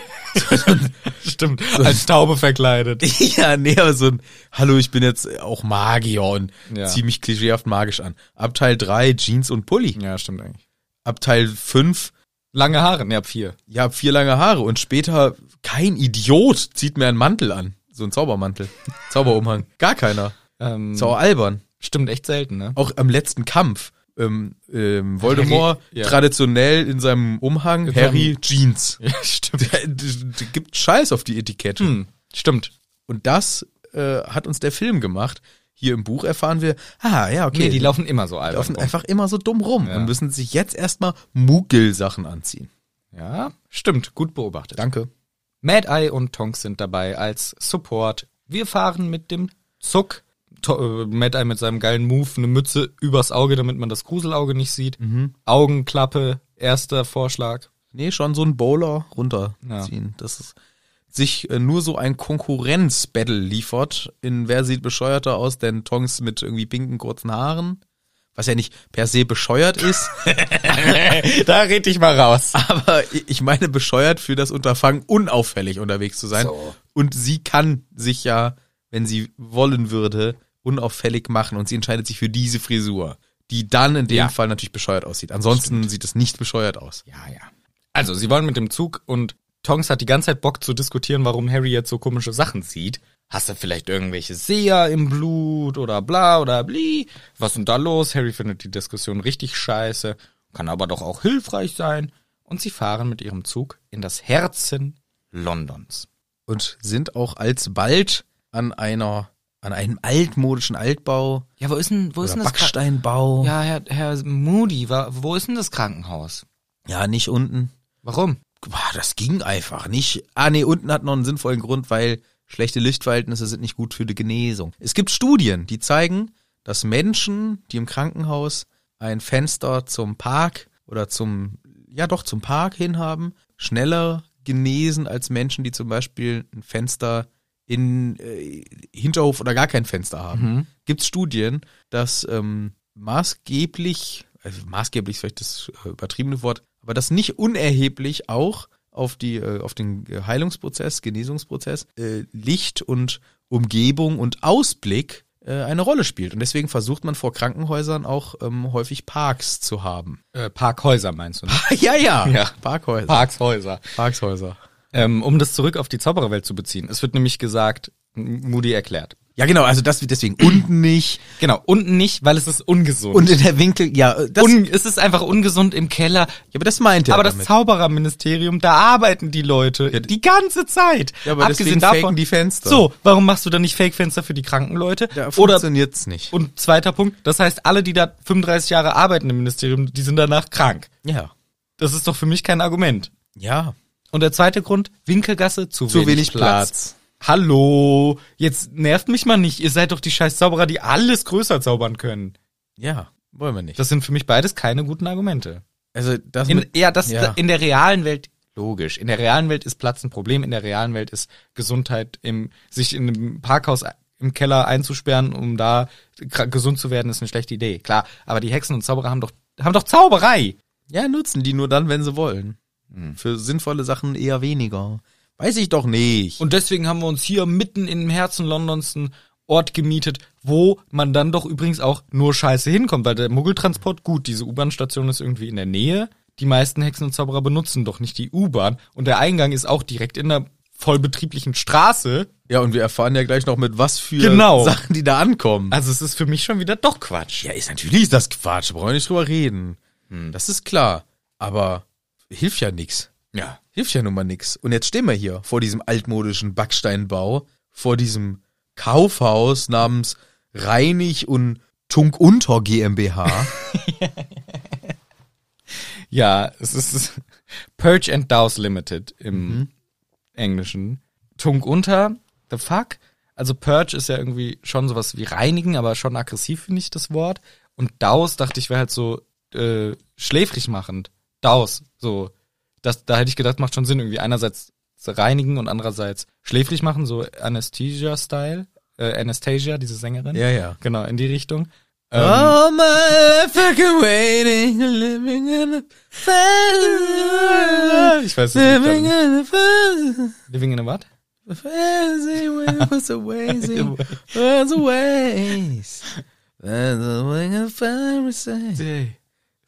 S2: Stimmt, als Taube verkleidet.
S1: ja, nee, aber so ein, hallo, ich bin jetzt auch Magier und
S2: Ja.
S1: zieh mich klischeehaft magisch an. Ab Teil 3 Jeans und Pulli.
S2: Ja, stimmt eigentlich.
S1: Ab Teil 5,
S2: Lange Haare, ne, ab vier.
S1: ja, hab vier lange Haare und später kein Idiot zieht mir einen Mantel an. So ein Zaubermantel. Zauberumhang. Gar keiner.
S2: Ähm,
S1: Sau albern.
S2: Stimmt, echt selten, ne?
S1: auch am letzten Kampf. Ähm, ähm, Voldemort
S2: Harry, ja.
S1: traditionell in seinem Umhang,
S2: In
S1: Harry Jeans.
S2: Ja, stimmt.
S1: Der, der gibt Scheiß auf die Etikette.
S2: Hm, stimmt.
S1: Und das äh, hat uns der Film gemacht. Hier im Buch erfahren wir, ah ja, okay,
S2: Nee, die laufen immer so
S1: die
S2: albern.
S1: laufen
S2: rum.
S1: einfach immer so dumm rum
S2: Ja.
S1: und müssen sich jetzt erstmal Muggel-Sachen anziehen.
S2: Ja, stimmt, gut beobachtet.
S1: Danke.
S2: Mad Eye und Tonks sind dabei als Support. Wir fahren mit dem Zuck. To äh, Mad Eye mit seinem geilen Move, eine Mütze übers Auge, damit man das Gruselauge nicht sieht. Augenklappe, erster Vorschlag.
S1: Nee, schon so ein Bowler runterziehen. Das ist sich äh, nur so ein Konkurrenz-Battle liefert, in wer sieht bescheuerter aus, denn Tongs mit irgendwie pinken kurzen Haaren, was ja nicht per se bescheuert ist,
S2: da red ich mal raus.
S1: aber i- ich meine bescheuert für das Unterfangen, unauffällig unterwegs zu sein.
S2: So.
S1: Und sie kann sich ja, wenn sie wollen würde, unauffällig machen und sie entscheidet sich für diese Frisur, die dann in dem
S2: Ja.
S1: Fall natürlich bescheuert aussieht. Ansonsten sieht es nicht bescheuert aus.
S2: Ja, ja. Also, sie wollen mit dem Zug und Tonks hat die ganze Zeit Bock zu diskutieren, warum Harry jetzt so komische Sachen sieht. Hast du vielleicht irgendwelche Seher im Blut oder bla oder bli? Was ist denn da los? Harry findet die Diskussion richtig scheiße, kann aber doch auch hilfreich sein. Und sie fahren mit ihrem Zug in das Herzen Londons.
S1: und sind auch alsbald an einer an einem altmodischen Altbau
S2: Ja, wo ist denn, wo
S1: oder Backsteinbau.
S2: Ja, Herr, Herr Moody, wo ist denn das Krankenhaus?
S1: ja, nicht unten.
S2: Warum?
S1: Boah, das ging einfach nicht. Ah nee, unten hat noch einen sinnvollen Grund, weil schlechte Lichtverhältnisse sind nicht gut für die Genesung. Es gibt Studien, die zeigen, dass Menschen, die im Krankenhaus ein Fenster zum Park oder zum ja doch zum Park hin haben, schneller genesen als Menschen, die zum Beispiel ein Fenster in äh, Hinterhof oder gar kein Fenster haben.
S2: Mhm.
S1: Gibt es Studien, dass ähm, maßgeblich, also maßgeblich ist vielleicht das äh, übertriebene Wort, aber das nicht unerheblich auch auf, die, äh, auf den Heilungsprozess, Genesungsprozess, äh, Licht und Umgebung und Ausblick äh, eine Rolle spielt. Und deswegen versucht man vor Krankenhäusern auch ähm, häufig Parks zu haben.
S2: Äh, Parkhäuser meinst du? ne?
S1: ja, ja.
S2: Ja.
S1: Parkhäuser.
S2: Parkshäuser.
S1: Parkshäuser.
S2: Ähm, um das zurück auf die Zaubererwelt zu beziehen. Es wird nämlich gesagt, M- Moody erklärt.
S1: Ja, genau, also das deswegen unten nicht
S2: Genau, unten nicht, weil es ist ungesund.
S1: und in der Winkel, ja, äh, das,
S2: Un es ist einfach ungesund im Keller.
S1: ja aber das meint er
S2: aber das
S1: damit.
S2: Zaubererministerium, da arbeiten die Leute die ganze Zeit.
S1: Ja, aber deswegen faken die Fenster.
S2: So, warum machst du dann nicht Fake-Fenster für die kranken Leute?
S1: Da
S2: Oder
S1: funktioniert's nicht.
S2: und zweiter Punkt, das heißt, alle, die da 35 Jahre arbeiten im Ministerium, die sind danach krank.
S1: Ja.
S2: Das ist doch für mich kein Argument.
S1: Ja.
S2: Und der zweite Grund, Winkelgasse, zu,
S1: Zu
S2: wenig,
S1: wenig Platz.
S2: Platz. Hallo, jetzt nervt mich mal nicht. Ihr seid doch die scheiß Zauberer, die alles größer zaubern können.
S1: Ja, wollen wir nicht.
S2: Das sind für mich beides keine guten Argumente.
S1: also das
S2: In,
S1: mit,
S2: ja, das
S1: Ja.
S2: in der realen Welt Logisch. In der realen Welt ist Platz ein Problem. In der realen Welt ist Gesundheit im, sich in einem Parkhaus im Keller einzusperren, um da kra- gesund zu werden, ist eine schlechte Idee. Klar. Aber die Hexen und Zauberer haben doch, haben doch Zauberei.
S1: Ja, nutzen die nur dann, wenn sie wollen. Für sinnvolle Sachen eher weniger. Weiß ich doch nicht.
S2: Und deswegen haben wir uns hier mitten im Herzen Londons einen Ort gemietet, wo man dann doch übrigens auch nur scheiße hinkommt, weil der Muggeltransport, gut, diese U-Bahn-Station ist irgendwie in der Nähe. Die meisten Hexen und Zauberer benutzen doch nicht die U-Bahn. Und der Eingang ist auch direkt in der vollbetrieblichen Straße.
S1: ja, und wir erfahren ja gleich noch mit was für
S2: Genau.
S1: Sachen, die da ankommen.
S2: Also es ist für mich schon wieder doch Quatsch.
S1: Ja, ist natürlich ist das Quatsch, brauchen wir nicht drüber reden. Das ist klar. Aber hilft ja nix.
S2: Ja.
S1: Hilft ja nun mal nix. Und jetzt stehen wir hier vor diesem altmodischen Backsteinbau, vor diesem Kaufhaus namens Reinig und Tunk Unter GmbH.
S2: Ja, es ist Purge and Douse Limited im
S1: Mhm.
S2: Englischen. Tunk unter, the fuck. Also Purge ist ja irgendwie schon sowas wie reinigen, aber schon aggressiv finde ich das Wort. Und Douse dachte ich wäre halt so äh, schläfrig machend. Douse, so. Das, da hätte ich gedacht, macht schon Sinn. Irgendwie einerseits reinigen und andererseits schläfrig machen, so Anastasia-Style. Äh, Anastasia, diese Sängerin.
S1: Ja, Ah. ja.
S2: Genau, in die Richtung.
S1: All my fucking waiting, living in a fantasy,
S2: Ähm, Ich weiß es
S1: living
S2: nicht.
S1: in a fantasy,
S2: Living in a what?
S1: fantasy, waiting for the ways, for the ways, living in a fantasy.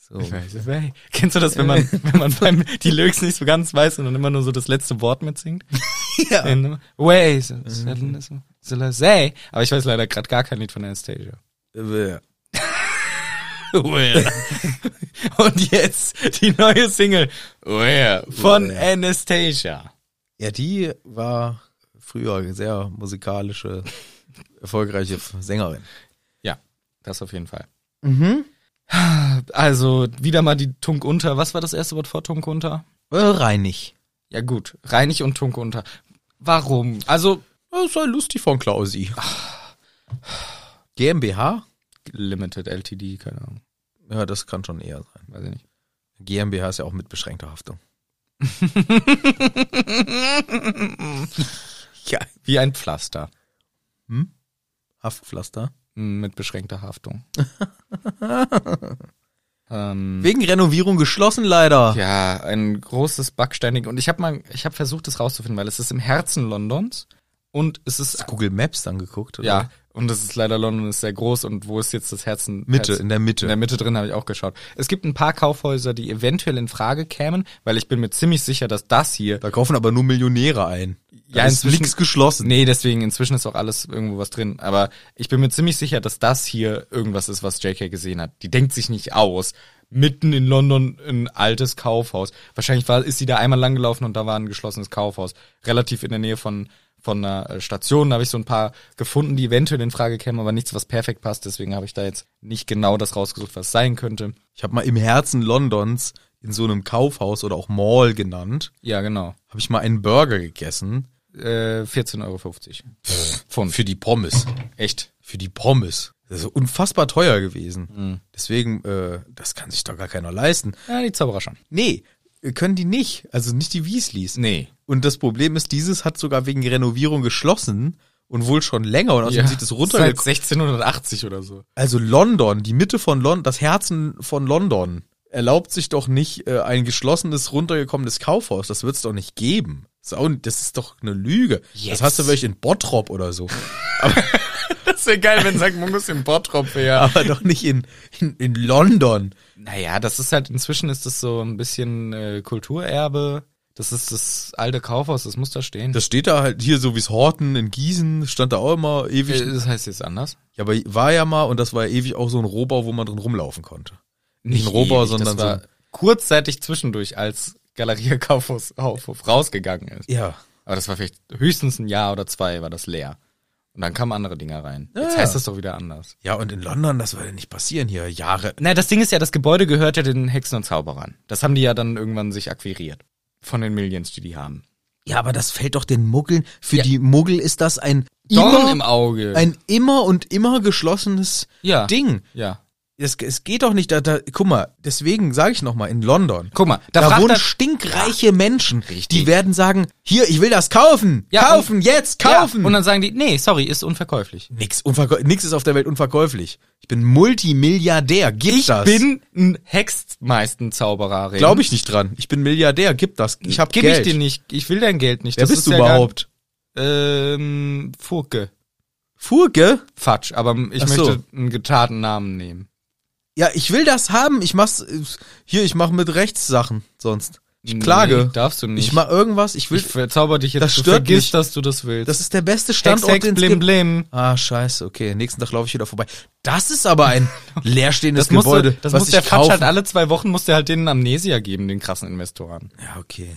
S1: So.
S2: Ich weiß, ich weiß. Kennst du das, wenn man, wenn man beim die Lyrics nicht so ganz weiß und dann immer nur so das letzte Wort mitsingt?
S1: Ja.
S2: In- Ways. Say. Aber ich weiß leider gerade gar kein Lied von Anastasia.
S1: Äh,
S2: Und jetzt die neue Single Where von
S1: Where.
S2: Anastasia.
S1: Ja, die war früher sehr musikalische, erfolgreiche Sängerin.
S2: Ja, das auf jeden Fall. Also wieder mal die Tunk unter. Was war das erste Wort vor Tunk unter?
S1: Äh, Reinig.
S2: Ja gut, Reinig und Tunk unter. Warum? Also
S1: Das Äh, ist ja lustig von Klausi. GmbH?
S2: Limited LTD, keine Ahnung,
S1: Ja, das kann schon eher sein.
S2: weiß ich nicht.
S1: GmbH ist ja auch mit beschränkter Haftung. ja,
S2: Wie ein Pflaster.
S1: Haftpflaster.
S2: Mm, Mit beschränkter Haftung. ähm,
S1: Wegen Renovierung geschlossen leider.
S2: ja, ein großes Backsteinig. Und ich habe mal, ich habe versucht, das rauszufinden, weil es ist im Herzen Londons und es ist
S1: Google Maps dann geguckt. Oder?
S2: ja und es ist leider London ist sehr groß und wo ist jetzt das Herzen?
S1: Mitte,
S2: Herzen,
S1: in der Mitte.
S2: in der Mitte drin habe ich auch geschaut. Es gibt ein paar Kaufhäuser, die eventuell in Frage kämen, weil ich bin mir ziemlich sicher, dass das hier
S1: Da kaufen aber nur Millionäre ein. Da
S2: Ja,
S1: ist
S2: inzwischen-
S1: nichts geschlossen.
S2: Nee, deswegen inzwischen ist auch alles irgendwo was drin. Aber ich bin mir ziemlich sicher, dass das hier irgendwas ist, was JK gesehen hat. Die denkt sich nicht aus. Mitten in London ein altes Kaufhaus. Wahrscheinlich war, ist sie da einmal langgelaufen und da war ein geschlossenes Kaufhaus. Relativ in der Nähe von, von einer äh, Station. Da habe ich so ein paar gefunden, die eventuell in Frage kämen, aber nichts, was perfekt passt. Deswegen habe ich da jetzt nicht genau das rausgesucht, was sein könnte.
S1: Ich habe mal im Herzen Londons in so einem Kaufhaus oder auch Mall genannt,
S2: Ja, genau.
S1: habe ich mal einen Burger gegessen.
S2: Äh, 14,50 Euro. Pfund.
S1: Für die Pommes.
S2: Echt.
S1: Für die Pommes. Das ist unfassbar teuer gewesen.
S2: Hm.
S1: Deswegen, äh, das kann sich doch gar keiner leisten.
S2: Ja, die Zauberer schon.
S1: Nee, äh, können die nicht. Also nicht die Weasleys.
S2: Nee.
S1: Und das Problem ist, dieses hat sogar wegen Renovierung geschlossen und wohl schon länger. Und außerdem sieht es
S2: Seit
S1: runtergekommen.
S2: 1680 oder so.
S1: Also London, die Mitte von London, das Herzen von London erlaubt sich doch nicht äh, ein geschlossenes, runtergekommenes Kaufhaus. Das wird's doch nicht geben. Das ist, auch, das ist doch eine Lüge.
S2: Jetzt.
S1: Das hast du vielleicht in Bottrop oder so.
S2: Das wäre geil, wenn St. Mungus im Bottrop wäre.
S1: aber doch nicht in, in, in London.
S2: Naja, das ist halt, inzwischen ist das so ein bisschen äh, Kulturerbe. Das ist das alte Kaufhaus, das muss da stehen.
S1: Das steht da halt hier so wie's Horten in Gießen, stand da auch immer ewig.
S2: Äh, das heißt jetzt anders.
S1: Ja, aber war ja mal und das war ja ewig auch so ein Rohbau, wo man drin rumlaufen konnte. Nicht ein Rohbau,
S2: Robert,
S1: sondern
S2: das war
S1: so.
S2: kurzzeitig zwischendurch, als Galeria Kaufhaus Kaufhof rausgegangen ist.
S1: Ja.
S2: Aber das war vielleicht höchstens ein Jahr oder zwei war das leer. Und dann kamen andere Dinger rein. Jetzt
S1: Ja.
S2: heißt das doch wieder anders.
S1: Ja, und in London, das würde nicht passieren hier. Jahre.
S2: Na, das Ding ist ja, das Gebäude gehört ja den Hexen und Zauberern. Das haben die ja dann irgendwann sich akquiriert. Von den Millions, die die haben.
S1: Ja, aber das fällt doch den Muggeln. Für
S2: Ja.
S1: die Muggel ist das ein
S2: Dorn
S1: immer,
S2: im Auge.
S1: ein immer und immer geschlossenes
S2: Ja.
S1: Ding.
S2: ja.
S1: es, es geht doch nicht, da, da, guck mal, deswegen sage ich nochmal, in London,
S2: Guck mal, da,
S1: da,
S2: fragt
S1: wohnen
S2: er-
S1: stinkreiche Menschen, die
S2: Richtig.
S1: werden sagen, hier, ich will das kaufen,
S2: Ja,
S1: kaufen, jetzt, kaufen.
S2: Ja, und dann sagen die, nee, sorry, ist unverkäuflich.
S1: nix, unverkäu- nix ist auf der Welt unverkäuflich. Ich bin Multimilliardär, gib das.
S2: bin ein Hexmeistenzauberer.
S1: Glaube ich nicht dran. Ich bin Milliardär, gib das. Ich hab
S2: Gib
S1: Geld.
S2: ich dir nicht. Ich will dein Geld nicht.
S1: Wer
S2: Das
S1: bist
S2: ist
S1: du
S2: ja gar-
S1: überhaupt?
S2: Ähm, Furke.
S1: Furke?
S2: Fatsch, aber ich
S1: Ach so.
S2: möchte einen getarten Namen nehmen.
S1: Ja, ich will das haben. Ich mach's, äh, hier, ich mach mit Rechtssachen sonst. Ich klage.
S2: Nee, darfst du nicht.
S1: ich mach irgendwas, ich will,
S2: ich verzauber dich jetzt.
S1: Das
S2: du
S1: stört
S2: vergisst,
S1: mich.
S2: dass du das willst.
S1: das ist der beste
S2: Hex,
S1: Standort,
S2: Hex,
S1: den es
S2: blim,
S1: gibt.
S2: blim.
S1: Ah, scheiße, okay. Nächsten Tag laufe ich wieder vorbei. Das ist aber ein leerstehendes
S2: Das, muss,
S1: Gebäude.
S2: das
S1: was
S2: muss
S1: ich
S2: der Fatsch
S1: kaufen.
S2: halt alle zwei Wochen, muss der halt denen Amnesia geben, den krassen Investoren.
S1: Ja, okay.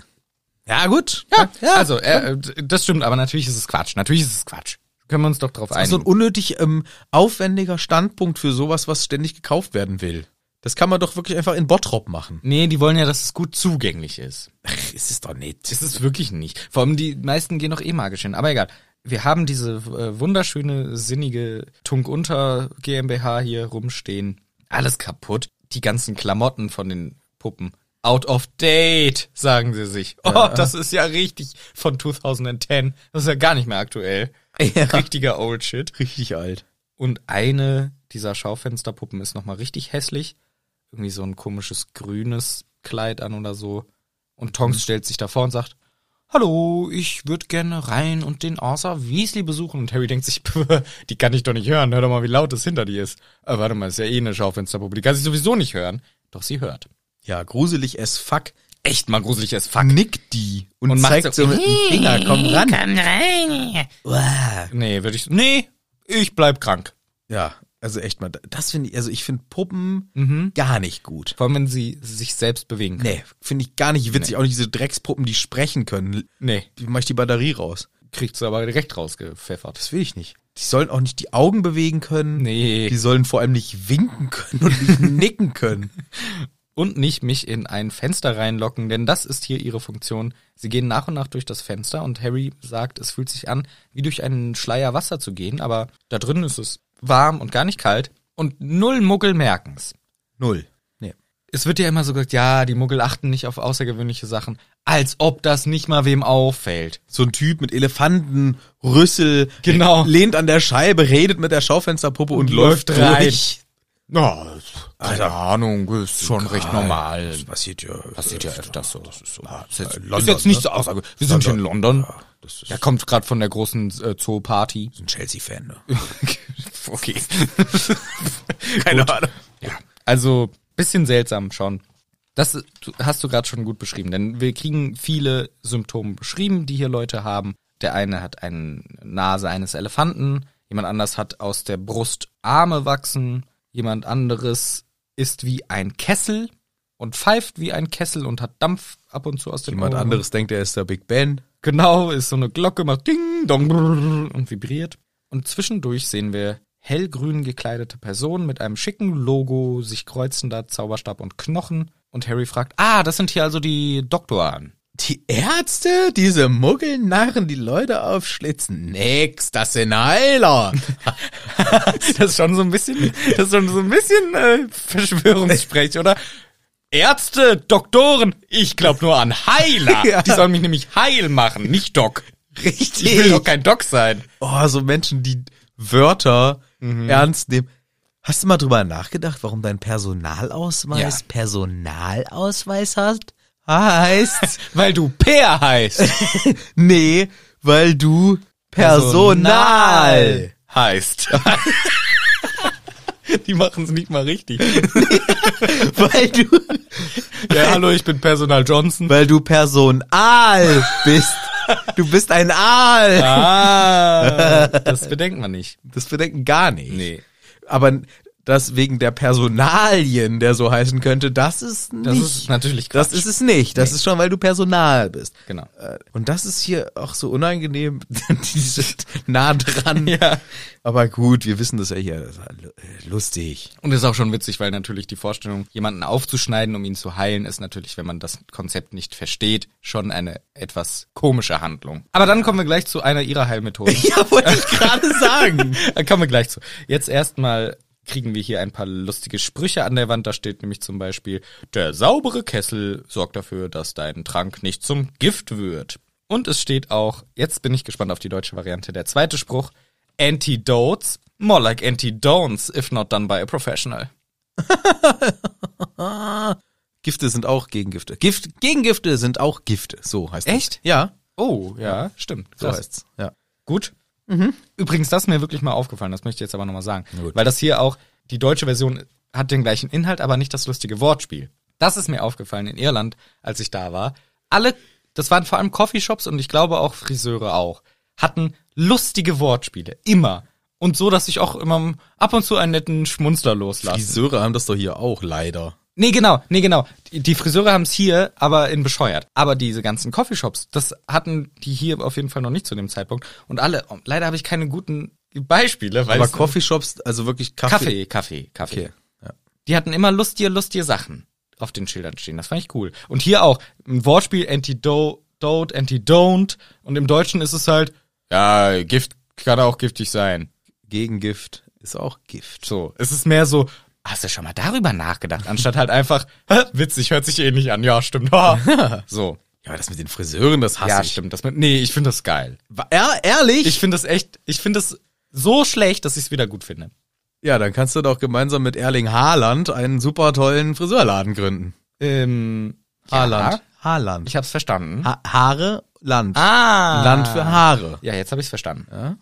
S1: Ja, gut.
S2: Also, äh, äh, das stimmt, aber natürlich ist es Quatsch. Natürlich ist es Quatsch. Können wir uns doch drauf
S1: Also
S2: einigen.
S1: ein unnötig ähm, aufwendiger Standpunkt für sowas, was ständig gekauft werden will. Das kann man doch wirklich einfach in Bottrop machen.
S2: nee, die wollen ja, dass es gut zugänglich ist.
S1: Ach, ist es doch nicht.
S2: Das ist wirklich nicht. Vor allem die meisten gehen doch eh magisch hin. Aber egal. Wir haben diese äh, wunderschöne, sinnige Tungunter GmbH hier rumstehen. Alles kaputt. Die ganzen Klamotten von den Puppen. Out of date, sagen sie sich. Oh, das ist ja richtig von 2010. Das ist ja gar nicht mehr aktuell.
S1: Ja.
S2: Richtiger Old Shit.
S1: Richtig alt.
S2: Und eine dieser Schaufensterpuppen ist nochmal richtig hässlich. Irgendwie so ein komisches grünes Kleid an oder so. Und Tonks stellt sich davor und sagt, Hallo, ich würde gerne rein und den Arthur Weasley besuchen. Und Harry denkt sich, "Pff, die kann ich doch nicht hören. Hör doch mal, wie laut es hinter dir ist. Äh, warte mal, ist ja eh eine Schaufensterpuppe. Die kann sich sowieso nicht hören. Doch sie hört.
S1: Ja, gruselig as fuck.
S2: Echt mal gruselig as fuck.
S1: Nickt die und,
S2: Und macht
S1: zeigt
S2: so-
S1: so mit dem Finger, komm ran.
S3: Komm rein.
S2: Nee, würde ich, nee, ich bleib krank.
S1: Ja, also echt mal, das finde ich, also ich finde Puppen
S2: Mhm.
S1: gar nicht gut.
S2: Vor allem, wenn sie sich selbst bewegen kann.
S1: Nee, finde ich gar nicht witzig. Auch nicht diese Dreckspuppen, die sprechen können.
S2: Nee.
S1: Wie mach ich die Batterie raus?
S2: Kriegst du aber direkt rausgepfeffert.
S1: Das will ich nicht. Die sollen auch nicht die Augen bewegen können.
S2: Nee.
S1: Die sollen vor allem nicht winken können und nicht nicken können.
S2: und nicht mich in ein Fenster reinlocken, denn das ist hier ihre Funktion. Sie gehen nach und nach durch das Fenster und Harry sagt, es fühlt sich an, wie durch einen Schleier Wasser zu gehen, aber da drin ist es warm und gar nicht kalt und null Muggel merken's.
S1: Null. Nee.
S2: Es wird ja immer so gesagt, ja, die Muggel achten nicht auf außergewöhnliche Sachen, als ob das nicht mal wem auffällt.
S1: So ein Typ mit Elefanten, Rüssel,
S2: Genau.
S1: lehnt an der Scheibe, redet mit der Schaufensterpuppe und, läuft rein.
S2: durch. Na, keine Ahnung, ist schon recht normal.
S1: passiert ja. Ah,
S2: Passiert ja öfters so. Das ist, so. ist, jetzt,
S1: halt London, ne?
S2: ist jetzt nicht so außergewöhnlich. Wir sind hier in London.
S1: das ist-
S2: Der kommt gerade von der großen äh, Zoo-Party.
S1: ein Chelsea-Fan, ne?
S2: okay.
S1: Keine Ahnung.
S2: ja. Also, bisschen seltsam schon. Das ist- du- hast du gerade schon gut beschrieben, denn wir kriegen viele Symptome beschrieben, die hier Leute haben. Der eine hat eine Nase eines Elefanten, jemand anders hat aus der Brust Arme wachsen, jemand anderes ist wie ein Kessel und pfeift wie ein Kessel und hat Dampf ab und zu aus den
S1: Jemand
S2: Ohren.
S1: anderes denkt, er ist der Big Ben.
S2: Genau, ist so eine Glocke, macht Ding, Dong brrr, und vibriert. Und zwischendurch sehen wir hellgrün gekleidete Personen mit einem schicken Logo, sich kreuzender Zauberstab und Knochen. Und Harry fragt, ah, das sind hier also die Doktoren.
S1: Die Ärzte, diese Muggelnarren, die Leute aufschlitzen. Nix, das sind Heiler.
S2: Das ist schon so ein bisschen, das ist schon so ein bisschen äh, Verschwörungssprech, oder? Ärzte, Doktoren, ich glaub nur an Heiler.
S1: Ja.
S2: Die sollen mich nämlich heil machen, nicht Doc.
S1: Richtig.
S2: Ich will doch kein Doc sein.
S1: oh, so Menschen, die Wörter
S2: Mhm.
S1: ernst nehmen. Hast du mal drüber nachgedacht, warum dein Personalausweis
S2: Ja.
S1: Personalausweis hast? Heißt?
S2: Weil du Peer heißt.
S1: nee, weil du Personal.
S2: heißt. Die machen es nicht mal richtig.
S1: weil du
S2: Ja, hallo, ich bin Personal Johnson.
S1: weil du Personal bist. Du bist ein Aal.
S2: Ah, das bedenkt man nicht.
S1: Das bedenken gar nicht.
S2: Nee.
S1: Aber das wegen der Personalien, der so heißen könnte, das ist halt nicht.
S2: Das ist natürlich
S1: das ist es nicht. Das ist schon, weil du Personal bist.
S2: Genau.
S1: Äh, Und das ist hier auch so unangenehm, diese nah dran.
S2: Ja.
S1: Aber gut, wir wissen das ja hier. Das ist halt lu- äh, lustig.
S2: Und ist auch schon witzig, weil natürlich die Vorstellung, jemanden aufzuschneiden, um ihn zu heilen, ist natürlich, wenn man das Konzept nicht versteht, schon eine etwas komische Handlung. Aber dann kommen wir gleich zu einer ihrer Heilmethoden.
S1: Ja, wollte ich gerade sagen.
S2: Da kommen wir gleich zu. Jetzt erstmal kriegen wir hier ein paar lustige Sprüche an der Wand. Da steht nämlich zum Beispiel, der saubere Kessel sorgt dafür, dass dein Trank nicht zum Gift wird. Und es steht auch, jetzt bin ich gespannt auf die deutsche Variante, der zweite Spruch, Antidotes, more like Antidon'ts, if not done by a professional.
S1: Gifte sind auch Gegengifte. Gift, Gegengifte sind auch Gifte. So heißt
S2: Echt?
S1: Das. Ja.
S2: Oh, ja, stimmt.
S1: So
S2: Krass.
S1: heißt's. Ja.
S2: Gut. Übrigens, das ist mir wirklich mal aufgefallen, das möchte ich jetzt aber nochmal sagen.
S1: gut.
S2: Weil das hier auch, die deutsche Version hat den gleichen Inhalt, aber nicht das lustige Wortspiel. Das ist mir aufgefallen in Irland, als ich da war. Alle, das waren vor allem Coffeeshops und ich glaube auch Friseure auch, hatten lustige Wortspiele. Immer. Und so, dass ich auch immer ab und zu einen netten Schmunzler loslasse.
S1: Friseure haben das doch hier auch, leider.
S2: Nee, genau, nee, genau. Die die Friseure haben's hier, aber in bescheuert. Aber diese ganzen Coffeeshops, das hatten die hier auf jeden Fall noch nicht zu dem Zeitpunkt. Und alle, und leider habe ich keine guten Beispiele, weil
S1: Aber
S2: es-
S1: Coffeeshops, also wirklich Kaffee.
S2: Kaffee, Kaffee, Kaffee.
S1: Okay. Ja.
S2: Die hatten immer lustige, lustige Sachen auf den Schildern stehen. Das fand ich cool. Und hier auch ein Wortspiel Antidote, Antidon't. Und im Deutschen ist es halt, ja, Gift kann auch giftig sein.
S1: Gegengift ist auch Gift.
S2: So, es ist mehr so, hast du schon mal darüber nachgedacht, anstatt halt einfach, "Hä, witzig, hört sich eh nicht an, ja, stimmt. ha." so.
S1: Ja, aber das mit den Friseuren, das hasse
S2: Ja,
S1: ich.
S2: stimmt. Das mit, nee, ich finde das geil.
S1: Wa- Ja, ehrlich?
S2: Ich finde das echt, ich finde das so schlecht, dass ich es wieder gut finde.
S1: ja, dann kannst du doch gemeinsam mit Erling Haaland einen super tollen Friseurladen gründen.
S2: Ähm,
S1: Haaland.
S2: Ja,
S1: Haaland.
S2: ich hab's verstanden.
S1: ha Haare, Land.
S2: ah.
S1: Land für Haare.
S2: Ja, jetzt habe ich's verstanden.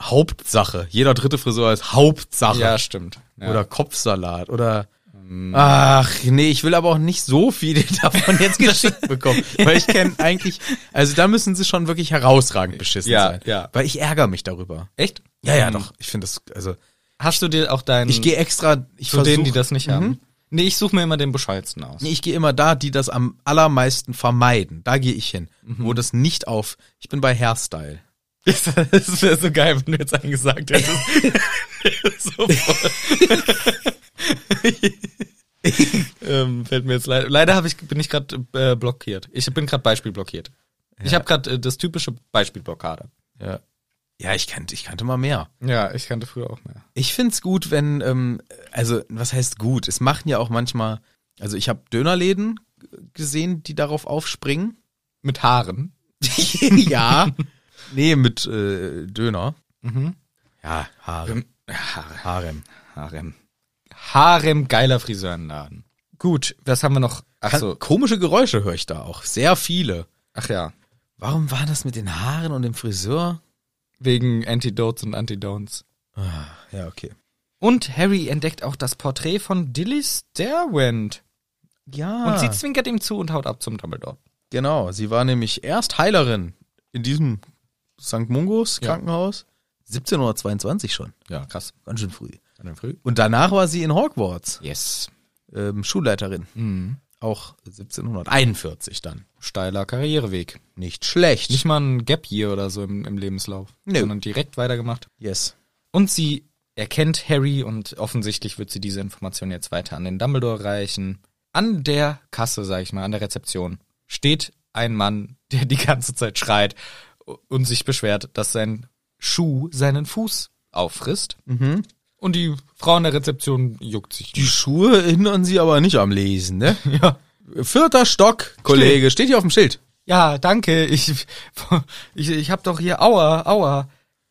S1: Hauptsache. Jeder dritte Friseur ist Hauptsache.
S2: Ja, stimmt. Ja. Hm.
S1: Oder Kopfsalat. Oder. Ach, nee, ich will aber auch nicht so viele davon jetzt geschickt bekommen. Weil ich kenne eigentlich. Also da müssen sie schon wirklich herausragend beschissen
S2: Ja,
S1: sein.
S2: ja.
S1: Weil ich ärgere mich darüber.
S2: echt? Hm.
S1: Ja, ja, doch. Ich finde das. Also.
S2: Hast du dir auch deinen
S1: Ich gehe extra. Ich
S2: zu denen, die
S1: versuch- Mhm.
S2: das nicht haben? Nee, ich suche mir immer den bescheuertsten aus.
S1: Nee, ich gehe immer da, die das am allermeisten vermeiden. Da gehe ich hin.
S2: Mhm.
S1: Wo das nicht auf. Ich bin bei Hairstyle.
S2: Das wäre so geil, wenn du jetzt einen gesagt hättest. so voll. ähm, fällt mir jetzt leider. Leider hab ich, bin ich gerade äh, blockiert. Ich bin gerade Beispiel blockiert. Ich habe gerade äh, das typische Beispielblockade.
S1: Ja. Ja, ich kannte, ich kannte mal mehr.
S2: Ja, ich kannte früher auch mehr.
S1: Ich find's gut, wenn, ähm, also was heißt gut? Es machen ja auch manchmal, also ich habe Dönerläden g- gesehen, die darauf aufspringen.
S2: Mit Haaren.
S1: ja. Nee, mit äh, Döner.
S2: Mhm.
S1: Ja, Haare.
S2: Haare.
S1: Harem.
S2: Harem. Harem geiler Friseurenladen. Gut, was haben wir noch? Ach
S1: Kann,
S2: so.
S1: Komische Geräusche höre ich da auch. Sehr viele.
S2: Ach ja.
S1: Warum war das mit den Haaren und dem Friseur?
S2: Wegen Antidotes und Antidonts.
S1: Ja, okay.
S2: Und Harry entdeckt auch das Porträt von Dilly Derwent.
S1: Ja.
S2: Und sie zwinkert ihm zu und haut ab zum Dumbledore.
S1: Genau, sie war nämlich erst Heilerin in diesem St. Mungos
S2: Ja.
S1: Krankenhaus. 1722 schon.
S2: Ja, krass.
S1: Ganz schön früh.
S2: An dem Früh.
S1: Und danach war sie in Hogwarts,
S2: Yes.
S1: ähm, Schulleiterin. Auch 1741 dann.
S2: Steiler Karriereweg.
S1: Nicht schlecht.
S2: Nicht mal ein Gap Year oder so im, im Lebenslauf,
S1: Nö.
S2: sondern direkt weitergemacht.
S1: yes.
S2: Und sie erkennt Harry und offensichtlich wird sie diese Information jetzt weiter an den Dumbledore reichen. An der Kasse, sag ich mal, an der Rezeption steht ein Mann, der die ganze Zeit schreit und sich beschwert, dass sein Schuh seinen Fuß auffrisst. Und die Frau an der Rezeption juckt sich.
S1: Die Schuhe hindern sie aber nicht am Lesen, ne?
S2: ja.
S1: Vierter Stock, Kollege, steht hier auf dem Schild.
S2: Ja, danke. Ich, ich, ich hab doch hier Aua, Aua.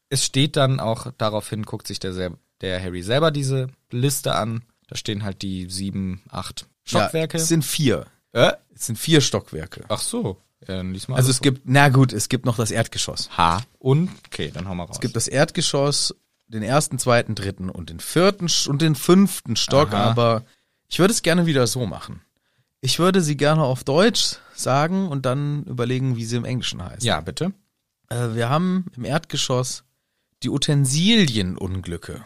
S2: Es steht dann auch daraufhin, guckt sich der, sel- der Harry selber diese Liste an. Da stehen halt die sieben, acht Stockwerke.
S1: Ja, es sind vier.
S2: äh?
S1: Es sind vier Stockwerke.
S2: Ach so. Ja, dann lies mal.
S1: Also
S2: alles
S1: es gibt, na gut, es gibt noch das Erdgeschoss.
S2: vor. H und okay, dann hau mal raus.
S1: Es gibt das Erdgeschoss, den ersten, zweiten, dritten und den vierten Sch- und den fünften Stock,
S2: Aha.
S1: aber ich würde es gerne wieder so machen. Ich würde sie gerne auf Deutsch sagen und dann überlegen, wie sie im Englischen heißt.
S2: ja, bitte.
S1: Äh, wir haben im Erdgeschoss die Utensilienunglücke.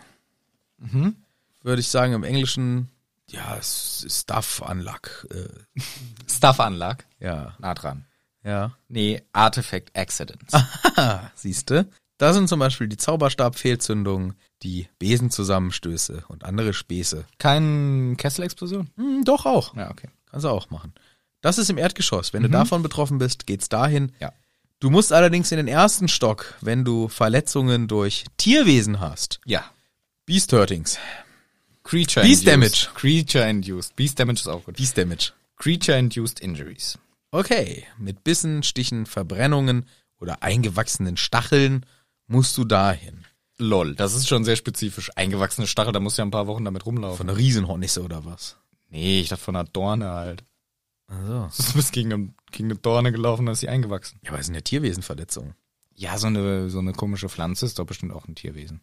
S2: Mhm.
S1: Würde ich sagen, im Englischen, ja, es ist Stuff Unluck. Äh,
S2: Stuff Anlag.
S1: ja,
S2: Nah dran.
S1: ja.
S2: Nee, Artifact Accidents.
S1: Ah. siehste. Da sind zum Beispiel die Zauberstabfehlzündungen, die Besenzusammenstöße und andere Späße.
S2: Kein Kesselexplosion?
S1: Hm, doch auch.
S2: Ja, okay.
S1: Kannst du auch machen. Das ist im Erdgeschoss. Wenn du davon betroffen bist, geht's dahin.
S2: Ja.
S1: Du musst allerdings in den ersten Stock, wenn du Verletzungen durch Tierwesen hast.
S2: Ja.
S1: Beast Hurtings.
S2: Creature
S1: Beast
S2: induced.
S1: Damage.
S2: Creature induced. Beast Damage ist auch gut.
S1: Beast Damage.
S2: Creature induced Injuries.
S1: Okay, mit Bissen, Stichen, Verbrennungen oder eingewachsenen Stacheln musst du dahin.
S2: Lol, das ist schon sehr spezifisch. Eingewachsene Stachel, da musst du ja ein paar Wochen damit rumlaufen.
S1: Von einer Riesenhornisse oder was?
S2: nee, ich dachte von einer Dorne halt.
S1: Also.
S2: Du bist gegen eine, gegen eine Dorne gelaufen, dann ist sie eingewachsen.
S1: Ja, aber es sind ja Tierwesenverletzungen.
S2: Ja, so eine, so eine komische Pflanze ist doch bestimmt auch ein Tierwesen.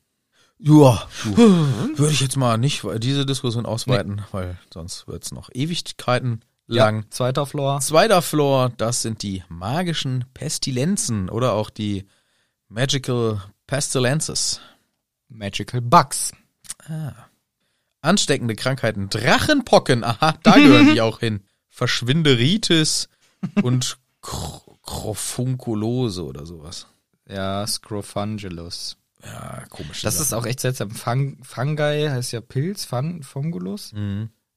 S1: Ja,
S2: Mhm.
S1: würde ich jetzt mal nicht weil diese Diskussion ausweiten, weil sonst wird's noch Ewigkeiten lang.
S2: Ja, zweiter Floor.
S1: Zweiter Floor, das sind die magischen Pestilenzen oder auch die Magical Pestilences.
S2: Magical Bugs.
S1: Ansteckende Krankheiten, Drachenpocken, aha, da gehören die auch hin. Verschwinderitis und Kr Krofunkulose oder sowas.
S2: Ja, Scrophungelus.
S1: Ja, komisch.
S2: Das ist auch echt seltsam. Fang, Fungi heißt ja Pilz, Fun, Fungulus.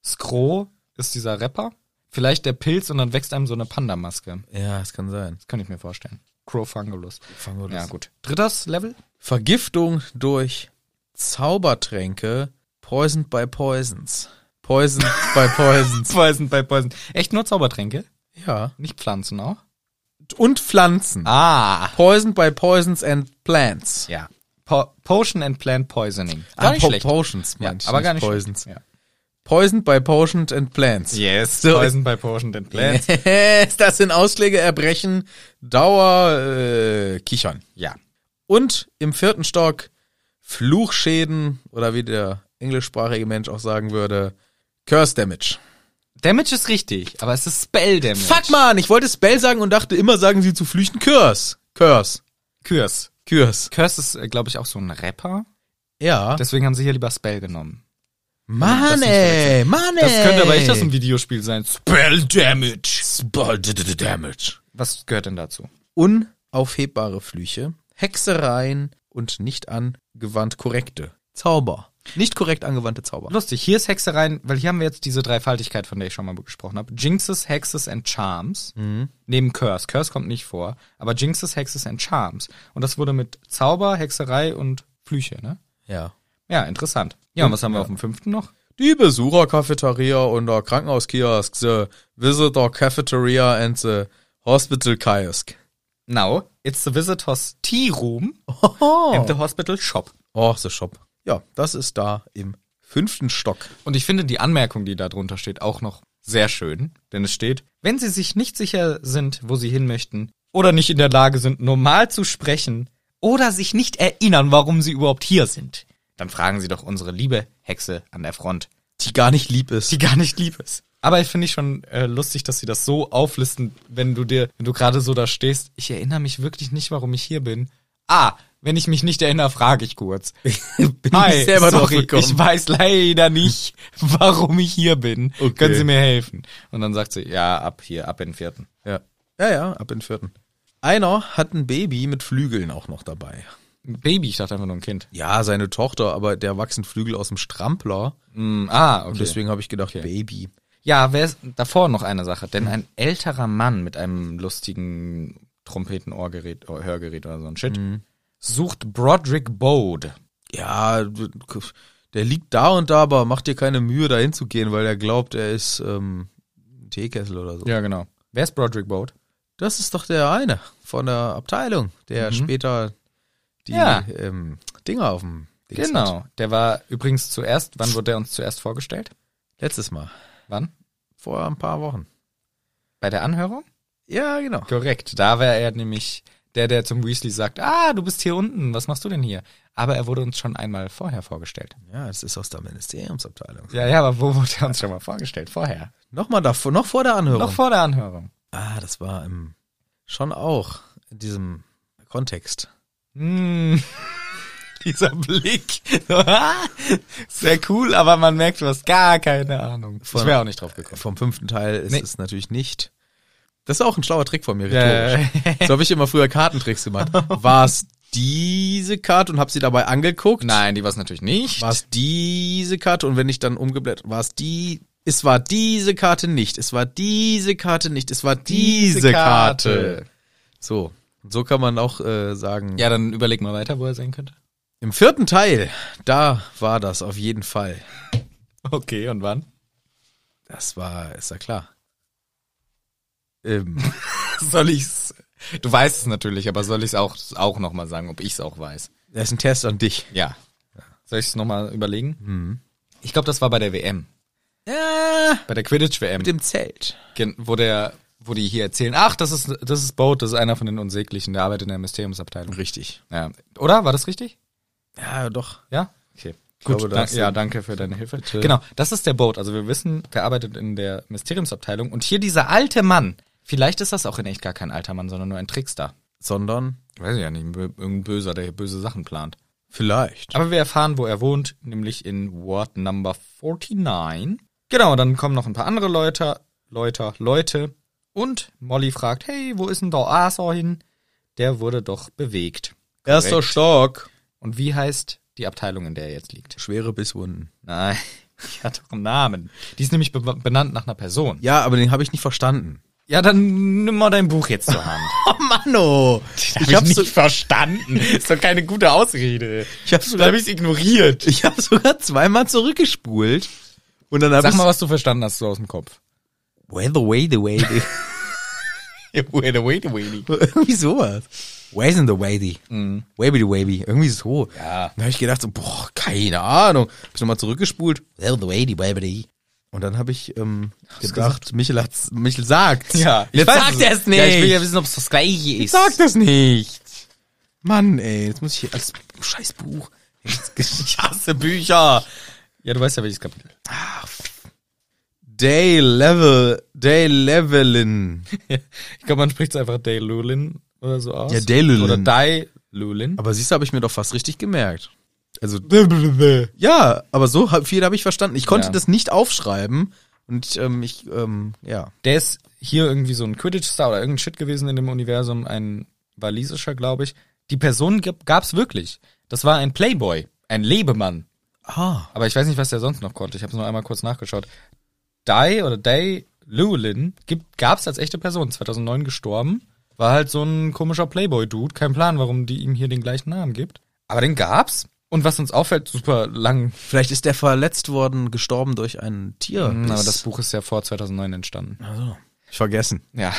S2: Scro ist dieser Rapper. Vielleicht der Pilz und dann wächst einem so eine Pandamaske.
S1: ja, es kann sein.
S2: Das kann ich mir vorstellen. Crowfungulus.
S1: Fangen wir das
S2: Ja, gut. Drittes Level?
S1: Vergiftung durch Zaubertränke, Poisoned by Poisons. Poisoned by Poisons.
S2: Poison bei Poison. Echt nur Zaubertränke?
S1: Ja.
S2: Nicht Pflanzen auch?
S1: Und Pflanzen.
S2: Ah.
S1: Poisoned by Poisons and Plants.
S2: Ja. Po Potion and Plant Poisoning.
S1: Ah, po- Potions,
S2: Ja,
S1: meinte ich,
S2: aber gar nicht
S1: Poisons.
S2: schlecht. Ja.
S1: Poisoned by Potions and Plants.
S2: Yes,
S1: So.
S2: Poison by Potion and Plant.
S1: Yes, das sind Ausschläge, Erbrechen, Dauer, äh, Kichern.
S2: ja.
S1: Und im vierten Stock Fluchschäden oder wie der englischsprachige Mensch auch sagen würde, Curse Damage.
S2: Damage ist richtig, aber es ist Spell Damage.
S1: Fuck man, ich wollte Spell sagen und dachte immer sagen sie zu flüchten Curse. Curse.
S2: Curse.
S1: Curse.
S2: Curse ist, glaube ich, auch so ein Rapper.
S1: Ja.
S2: Deswegen haben sie hier lieber Spell genommen. das
S1: Mann
S2: nicht
S1: ey, Mann ey.
S2: Das könnte aber echt aus einem Videospiel sein. Spell Damage.
S1: Spell d- d- d- Damage.
S2: Was gehört denn dazu?
S1: Unaufhebbare Flüche, Hexereien und nicht angewandt korrekte Zauber. Nicht korrekt angewandte Zauber.
S2: Lustig, hier ist Hexereien, weil hier haben wir jetzt diese Dreifaltigkeit, von der ich schon mal gesprochen habe. Jinxes, Hexes and Charms. Neben Curse. Curse kommt nicht vor. Aber Jinxes, Hexes and Charms. Und das wurde mit Zauber, Hexerei und Flüche, ne?
S1: Ja.
S2: Ja, interessant. Ja, und was haben wir auf dem fünften noch?
S1: Die Besuchercafeteria und der Krankenhauskiosk, the Visitor Cafeteria and the Hospital Kiosk.
S2: Now, it's the visitor's tea room and the hospital shop.
S1: Oh, the Shop. Ja, das ist da im fünften Stock.
S2: Und ich finde die Anmerkung, die da drunter steht, auch noch sehr schön. Denn es steht, wenn Sie sich nicht sicher sind, wo Sie hin möchten, oder nicht in der Lage sind, normal zu sprechen, oder sich nicht erinnern, warum Sie überhaupt hier sind, dann fragen Sie doch unsere liebe Hexe an der Front,
S1: Die gar nicht lieb ist.
S2: die gar nicht lieb ist. Aber ich finde ich schon äh, lustig, dass sie das so auflisten, wenn du dir, wenn du gerade so da stehst, ich erinnere mich wirklich nicht, warum ich hier bin. Ah, wenn ich mich nicht erinnere, frage ich kurz.
S1: bin
S2: Hi,
S1: ich selber
S2: sorry,
S1: drauf gekommen.
S2: ich weiß leider nicht, warum ich hier bin.
S1: Okay.
S2: Können Sie mir helfen? Und dann sagt sie, ja, ab hier, ab in den vierten.
S1: ja. ja, ja, ab in den vierten. Einer hat ein Baby mit Flügeln auch noch dabei.
S2: Ein Baby, ich dachte einfach nur ein Kind.
S1: Ja, seine Tochter, aber der wachsen Flügel aus dem Strampler.
S2: Mm, ah, okay.
S1: Deswegen habe ich gedacht, Baby.
S2: Ja, wer ist davor noch eine Sache? Denn ein älterer Mann mit einem lustigen Trompetenohrgerät, oh, Hörgerät oder so ein Shit, sucht Broderick Bode.
S1: Ja, der liegt da und da, aber macht dir keine Mühe, da hinzugehen, weil er glaubt, er ist ähm, ein Teekessel oder so.
S2: Ja, genau. Wer ist Broderick Bode?
S1: Das ist doch der eine von der Abteilung, der später die
S2: Mhm. Ja.
S1: ähm, Dinger auf dem Dings hat.
S2: Genau. Der war übrigens zuerst, wann wurde er uns zuerst vorgestellt?
S1: Letztes Mal.
S2: Wann?
S1: Vor ein paar Wochen.
S2: Bei der Anhörung?
S1: Ja, genau.
S2: Korrekt. Da war er nämlich der, der zum Weasley sagt, ah, du bist hier unten, was machst du denn hier? Aber er wurde uns schon einmal vorher vorgestellt.
S1: Ja, das ist aus der Ministeriumsabteilung.
S2: Ja, ja, aber wo wurde er uns schon mal vorgestellt? Vorher.
S1: Nochmal davor, noch vor der Anhörung.
S2: Noch vor der Anhörung.
S1: ah, das war im, schon auch in diesem Kontext.
S2: Mm. Dieser Blick. Sehr cool, aber man merkt, du hast gar keine Ahnung. Ich wäre auch nicht drauf gekommen.
S1: Vom fünften Teil ist
S2: Nee.
S1: es natürlich nicht. Das ist auch ein schlauer Trick von mir,
S2: Ja,
S1: rhetorisch. So habe ich immer früher Kartentricks gemacht. War es diese Karte und habe sie dabei angeguckt?
S2: Nein, die war es natürlich nicht.
S1: war es diese Karte und wenn ich dann umgeblättert, war es die, es war diese Karte nicht, es war diese Karte nicht, es war diese, Karte. So, und so kann man auch äh, sagen.
S2: Ja, dann überleg mal weiter, wo er sein könnte.
S1: Im vierten Teil, da war das auf jeden Fall.
S2: Okay, und wann?
S1: Das war, ist ja klar. Ähm,
S2: Soll ich's? Du weißt es natürlich, aber soll ich's auch, auch nochmal sagen, ob ich's auch weiß?
S1: das ist ein Test an dich.
S2: Ja. Soll ich's nochmal überlegen? Ich glaube, das war bei der WM.
S1: Ja,
S2: Bei der Quidditch-WM.
S1: mit dem Zelt.
S2: Gen- wo der, wo die hier erzählen, ach, das ist, das ist Boat, das ist einer von den Unsäglichen, der arbeitet in der Mysteriumsabteilung.
S1: Richtig.
S2: Ja. Oder? War das richtig?
S1: Ja, doch.
S2: Ja? Okay.
S1: glaube,
S2: Gut,
S1: da
S2: dank,
S1: hast du-
S2: ja, danke für deine Hilfe. Genau, das ist der Boat. Also wir wissen, der arbeitet in der Mysteriumsabteilung. Und hier dieser alte Mann. Vielleicht ist das auch in echt gar kein alter Mann, sondern nur ein Trickster.
S1: Sondern
S2: Weiß ich ja nicht, ein Bö- irgendein Böser, der hier böse Sachen plant.
S1: vielleicht.
S2: Aber wir erfahren, wo er wohnt, nämlich in Ward Number 49. Genau, dann kommen noch ein paar andere Leute, Leute, Leute. Und Molly fragt, hey, wo ist denn der Arthur hin? Der wurde doch bewegt.
S1: Erster Stock.
S2: Und wie heißt die Abteilung, in der er jetzt liegt?
S1: Schwere Bisswunden.
S2: Nein, die hat doch einen Namen. Die ist nämlich be benannt nach einer Person.
S1: Ja, aber den habe ich nicht verstanden.
S2: Ja, dann nimm mal dein Buch jetzt zur Hand.
S1: Oh Mann, oh.
S2: hab
S1: Ich habe so,
S2: verstanden. Ist doch keine gute Ausrede.
S1: ich hab
S2: Da
S1: sogar,
S2: habe ich ignoriert.
S1: ich hab sogar zweimal zurückgespult. Und dann habe
S2: Sag
S1: ich...
S2: mal, was du verstanden hast so aus dem Kopf.
S1: Way the way the way the...
S2: Wait, wait, wait.
S1: Irgendwie sowas. Ways in the Wavy. Wavy the Wavy. Irgendwie so.
S2: Mhm. Ja.
S1: Dann habe ich gedacht so, boah, keine Ahnung. Hab ich nochmal zurückgespult. Well, the Wavy, wavy. Und dann habe ich ähm, gedacht, Michel, hat's, Michel sagt.
S2: Ja,
S1: jetzt
S2: weiß
S1: sagt
S2: es.
S1: er es nicht.
S2: Ja, ich will ja wissen, ob es das gleiche ist.
S1: Jetzt sagt er es nicht. Mann, ey, jetzt muss ich hier als scheiß Buch. Ich hasse Bücher.
S2: Ja, du weißt ja, welches Kapitel.
S1: Day Level, Day Levelin.
S2: Ich glaube, man spricht es einfach Day Lulin oder so aus.
S1: Ja, Daylulin.
S2: Oder Dai Lulin.
S1: Aber siehst du, habe ich mir doch fast richtig gemerkt. Also
S2: Blablabla.
S1: Ja, aber so hab, viel habe ich verstanden. Ich konnte
S2: Ja.
S1: das nicht aufschreiben und ähm, ich, ähm, ja.
S2: Der ist hier irgendwie so ein Quidditch-Star oder irgendein Shit gewesen in dem Universum, ein walisischer, glaube ich. Die Person gab es wirklich. Das war ein Playboy, ein Lebemann.
S1: Ah.
S2: Aber ich weiß nicht, was der sonst noch konnte. Ich habe es nur einmal kurz nachgeschaut. Dai oder Day Lulin gab es als echte Person, 2009 gestorben. War halt so ein komischer Playboy-Dude. Kein Plan, warum die ihm hier den gleichen Namen gibt. Aber den gab's. Und was uns auffällt, super lang.
S1: Vielleicht ist der verletzt worden, gestorben durch ein Tier.
S2: Hm, Aber das Buch ist ja vor 2009 entstanden.
S1: also, ich vergessen.
S2: Ja.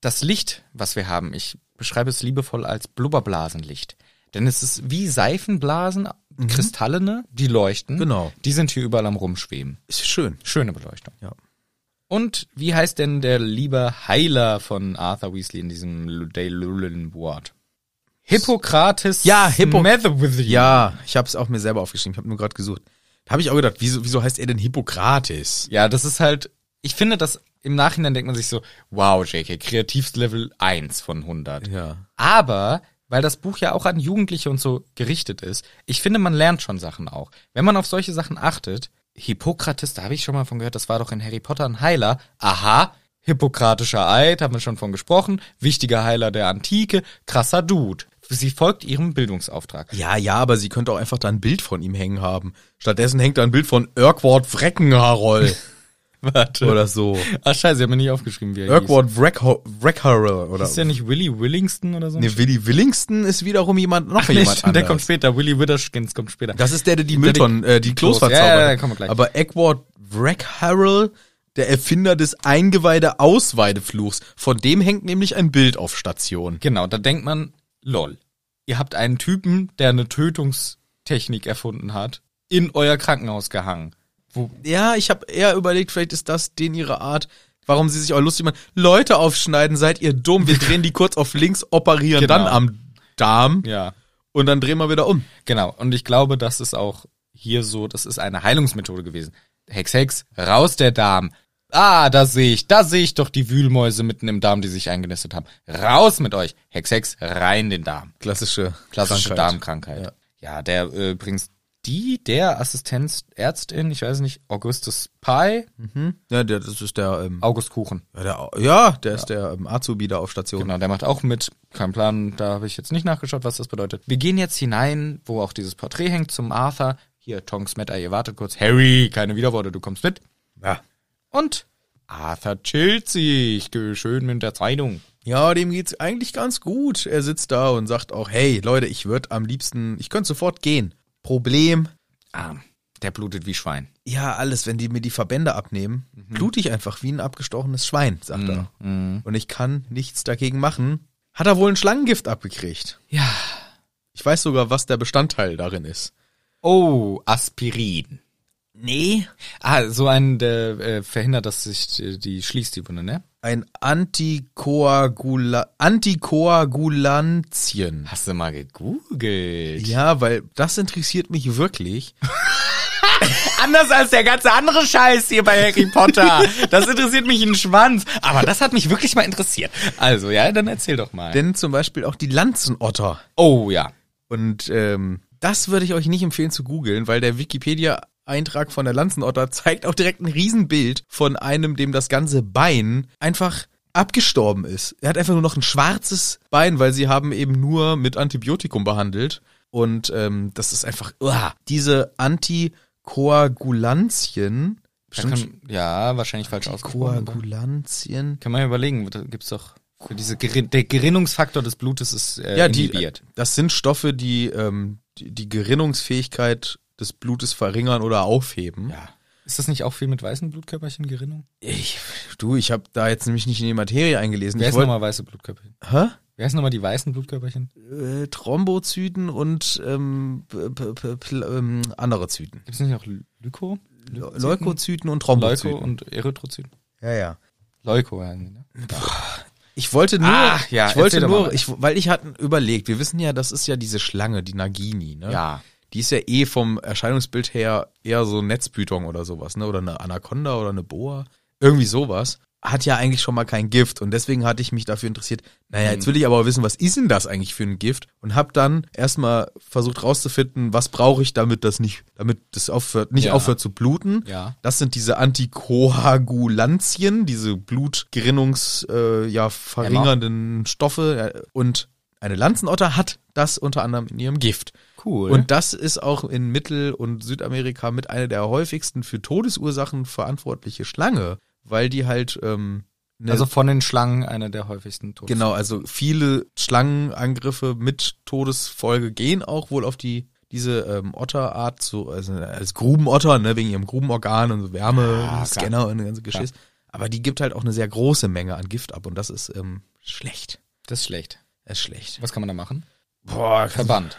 S2: Das Licht, was wir haben, ich beschreibe es liebevoll als Blubberblasenlicht. Denn es ist wie Seifenblasen, kristallene, die leuchten.
S1: Genau.
S2: Die sind hier überall am Rumschweben.
S1: Ist schön.
S2: Schöne Beleuchtung.
S1: Ja.
S2: Und wie heißt denn der liebe Heiler von Arthur Weasley in diesem Lu- Daylulin Ward? Hippokrates.
S1: Ja, Hippo-
S2: Smetherwithy.
S1: Ja, ich habe es auch mir selber aufgeschrieben. Ich habe nur gerade gesucht. Da habe ich auch gedacht, wieso, wieso heißt er denn Hippokrates?
S2: Ja, das ist halt, ich finde das, im Nachhinein denkt man sich so, wow, JK, Kreativslevel 1 von 100.
S1: Ja.
S2: Aber, weil das Buch ja auch an Jugendliche und so gerichtet ist, ich finde, man lernt schon Sachen auch. Wenn man auf solche Sachen achtet, Hippokrates, da habe ich schon mal von gehört, das war doch in Harry Potter ein Heiler. Aha, hippokratischer Eid, haben wir schon von gesprochen, wichtiger Heiler der Antike, krasser Dude. Sie folgt ihrem Bildungsauftrag.
S1: Ja, ja, aber sie könnte auch einfach da ein Bild von ihm hängen haben. Stattdessen hängt da ein Bild von Urquhart Wreckenharoll
S2: Warte.
S1: oder so.
S2: Ach scheiße, ich habe mir nicht aufgeschrieben, wie er hieß.
S1: Urquhart Wreckho- Wreckharoll oder
S2: Ist ja nicht Willy Willingston oder so?
S1: Ne, Willi Willingston ist wiederum jemand, noch
S2: Nee,
S1: jemand
S2: stimmt, der
S1: anderer.
S2: kommt später. Willy Witherskins kommt später.
S1: Das ist der, der die Mülltonnen, äh, die Klos
S2: Klos, ja,
S1: verzaubert.
S2: ja,
S1: hat.
S2: ja, kommen wir gleich.
S1: Aber Edward Wreckharrell, der Erfinder des Eingeweide-Ausweidefluchs, von dem hängt nämlich ein Bild auf Station.
S2: Genau, da denkt man, lol, ihr habt einen Typen, der eine Tötungstechnik erfunden hat, in euer Krankenhaus gehangen. Wo,
S1: Ja, ich habe eher überlegt, vielleicht ist das den ihre Art, warum sie sich auch lustig machen. Leute aufschneiden, seid ihr dumm, wir drehen die kurz auf links, operieren
S2: Genau.
S1: dann am Darm
S2: ja,
S1: und dann drehen wir wieder um.
S2: genau. Und ich glaube, das ist auch hier so, das ist eine Heilungsmethode gewesen. Hex, Hex, raus der Darm. Ah, da sehe ich, da sehe ich doch die Wühlmäuse mitten im Darm, die sich eingenistet haben. Raus mit euch. Hex, Hex, rein den Darm.
S1: Klassische,
S2: Klassische
S1: Krankheit.
S2: Darmkrankheit. Ja, der äh, übrigens die, der Assistenzärztin, ich weiß nicht, Augustus Pai,
S1: Ja, der, das ist der, ähm,
S2: August Kuchen.
S1: ja, der, ja, der ist der ähm, Azubi da auf Station.
S2: Genau, der macht auch mit. Kein Plan, da habe ich jetzt nicht nachgeschaut, was das bedeutet. Wir gehen jetzt hinein, wo auch dieses Porträt hängt, zum Arthur. Hier, Tonks Meta, ihr wartet kurz. Harry, keine Widerworte, du kommst mit.
S1: Ja.
S2: Und Arthur chillt sich, geh schön mit der Zeitung.
S1: Ja, dem geht's eigentlich ganz gut. Er sitzt da und sagt auch, hey Leute, ich würde am liebsten, ich könnte sofort gehen. Problem,
S2: Ah, Der blutet wie Schwein.
S1: Ja, alles, wenn die mir die Verbände abnehmen, blute ich einfach wie ein abgestochenes Schwein, sagt er. Und ich kann nichts dagegen machen. Hat er wohl ein Schlangengift abgekriegt?
S2: Ja.
S1: Ich weiß sogar, was der Bestandteil darin ist.
S2: Oh, Aspirin.
S1: Nee.
S2: Ah, so ein, der äh, verhindert, dass sich äh, die schließt, die Wunde, ne?
S1: Ein Antikoagula Antikoagulantien.
S2: Hast du mal gegoogelt?
S1: Ja, weil das interessiert mich wirklich.
S2: Anders als der ganze andere Scheiß hier bei Harry Potter. Das interessiert mich einen Schwanz. Aber das hat mich wirklich mal interessiert. Also, ja, dann erzähl doch mal.
S1: Denn zum Beispiel auch die Lanzenotter.
S2: oh, ja.
S1: Und ähm, das würde ich euch nicht empfehlen zu googeln, weil der Wikipedia-Eintrag von der Lanzenotter zeigt auch direkt ein Riesenbild von einem, dem das ganze Bein einfach abgestorben ist. Er hat einfach nur noch ein schwarzes Bein, weil sie haben eben nur mit Antibiotikum behandelt. Und ähm, das ist einfach, uah, diese Antikoagulantien,
S2: Da
S1: bestimmt
S2: kann- ja, wahrscheinlich falsch ausgesprochen. ne?
S1: Koagulantien.
S2: Kann man ja überlegen, da gibt's doch für diese Gerin der Gerinnungsfaktor des Blutes ist äh,
S1: Ja, die,
S2: inhibiert.
S1: das sind Stoffe, die, ähm, die die Gerinnungsfähigkeit des Blutes verringern oder aufheben.
S2: Ja. Ist das nicht auch viel mit weißen Blutkörperchen Gerinnung?
S1: Ich, du, ich habe da jetzt nämlich nicht in die Materie eingelesen.
S2: Wer
S1: ich
S2: ist nochmal weiße Blutkörperchen?
S1: hä?
S2: Wer ist nochmal die weißen Blutkörperchen?
S1: Äh, Thrombozyten und ähm, p- p- p- pl- ähm, andere Zyten.
S2: Gibt's nicht noch Lyko?
S1: Le- Leukozyten und
S2: Leuko
S1: Thrombozyten.
S2: und Erythrozyten?
S1: ja, ja.
S2: Leuko, ja. ne?
S1: Ich wollte nur,
S2: Ach, Ah, ja,
S1: ich wollte
S2: erzähl doch
S1: nur,
S2: mal.
S1: ich, weil ich hatte überlegt, wir wissen ja, das ist ja diese Schlange, die Nagini, ne?
S2: Ja.
S1: Die ist ja eh vom Erscheinungsbild her eher so ein Netzpython oder sowas, ne? Oder eine Anaconda oder eine Boa. Irgendwie sowas. Hat ja eigentlich schon mal kein Gift. Und deswegen hatte ich mich dafür interessiert, naja,
S2: Hm.
S1: jetzt will ich aber wissen, was ist denn das eigentlich für ein Gift? Und hab dann erstmal versucht rauszufinden, was brauche ich, damit das nicht, damit das aufhört, nicht
S2: Ja.
S1: aufhört zu bluten.
S2: Ja.
S1: Das sind diese Antikoagulantien, diese Blutgerinnungs, äh, ja, verringernden Stoffe. ja. Und eine Lanzenotter hat das unter anderem in ihrem Gift.
S2: Cool.
S1: Und das ist auch in Mittel- und Südamerika mit einer der häufigsten für Todesursachen verantwortliche Schlange, weil die halt ähm, eine-
S2: also von den Schlangen einer der häufigsten Todes.
S1: genau, also viele Schlangenangriffe mit Todesfolge gehen auch wohl auf die diese ähm, Otterart so also als Grubenotter, ne, wegen ihrem Grubenorgan und so Wärme,
S2: Ja,
S1: und Scanner und das ganze Geschiss, aber die gibt halt auch eine sehr große Menge an Gift ab und das ist ähm, schlecht.
S2: Das ist schlecht.
S1: Das ist schlecht.
S2: Was kann man da machen?
S1: Boah,
S2: Verbannt.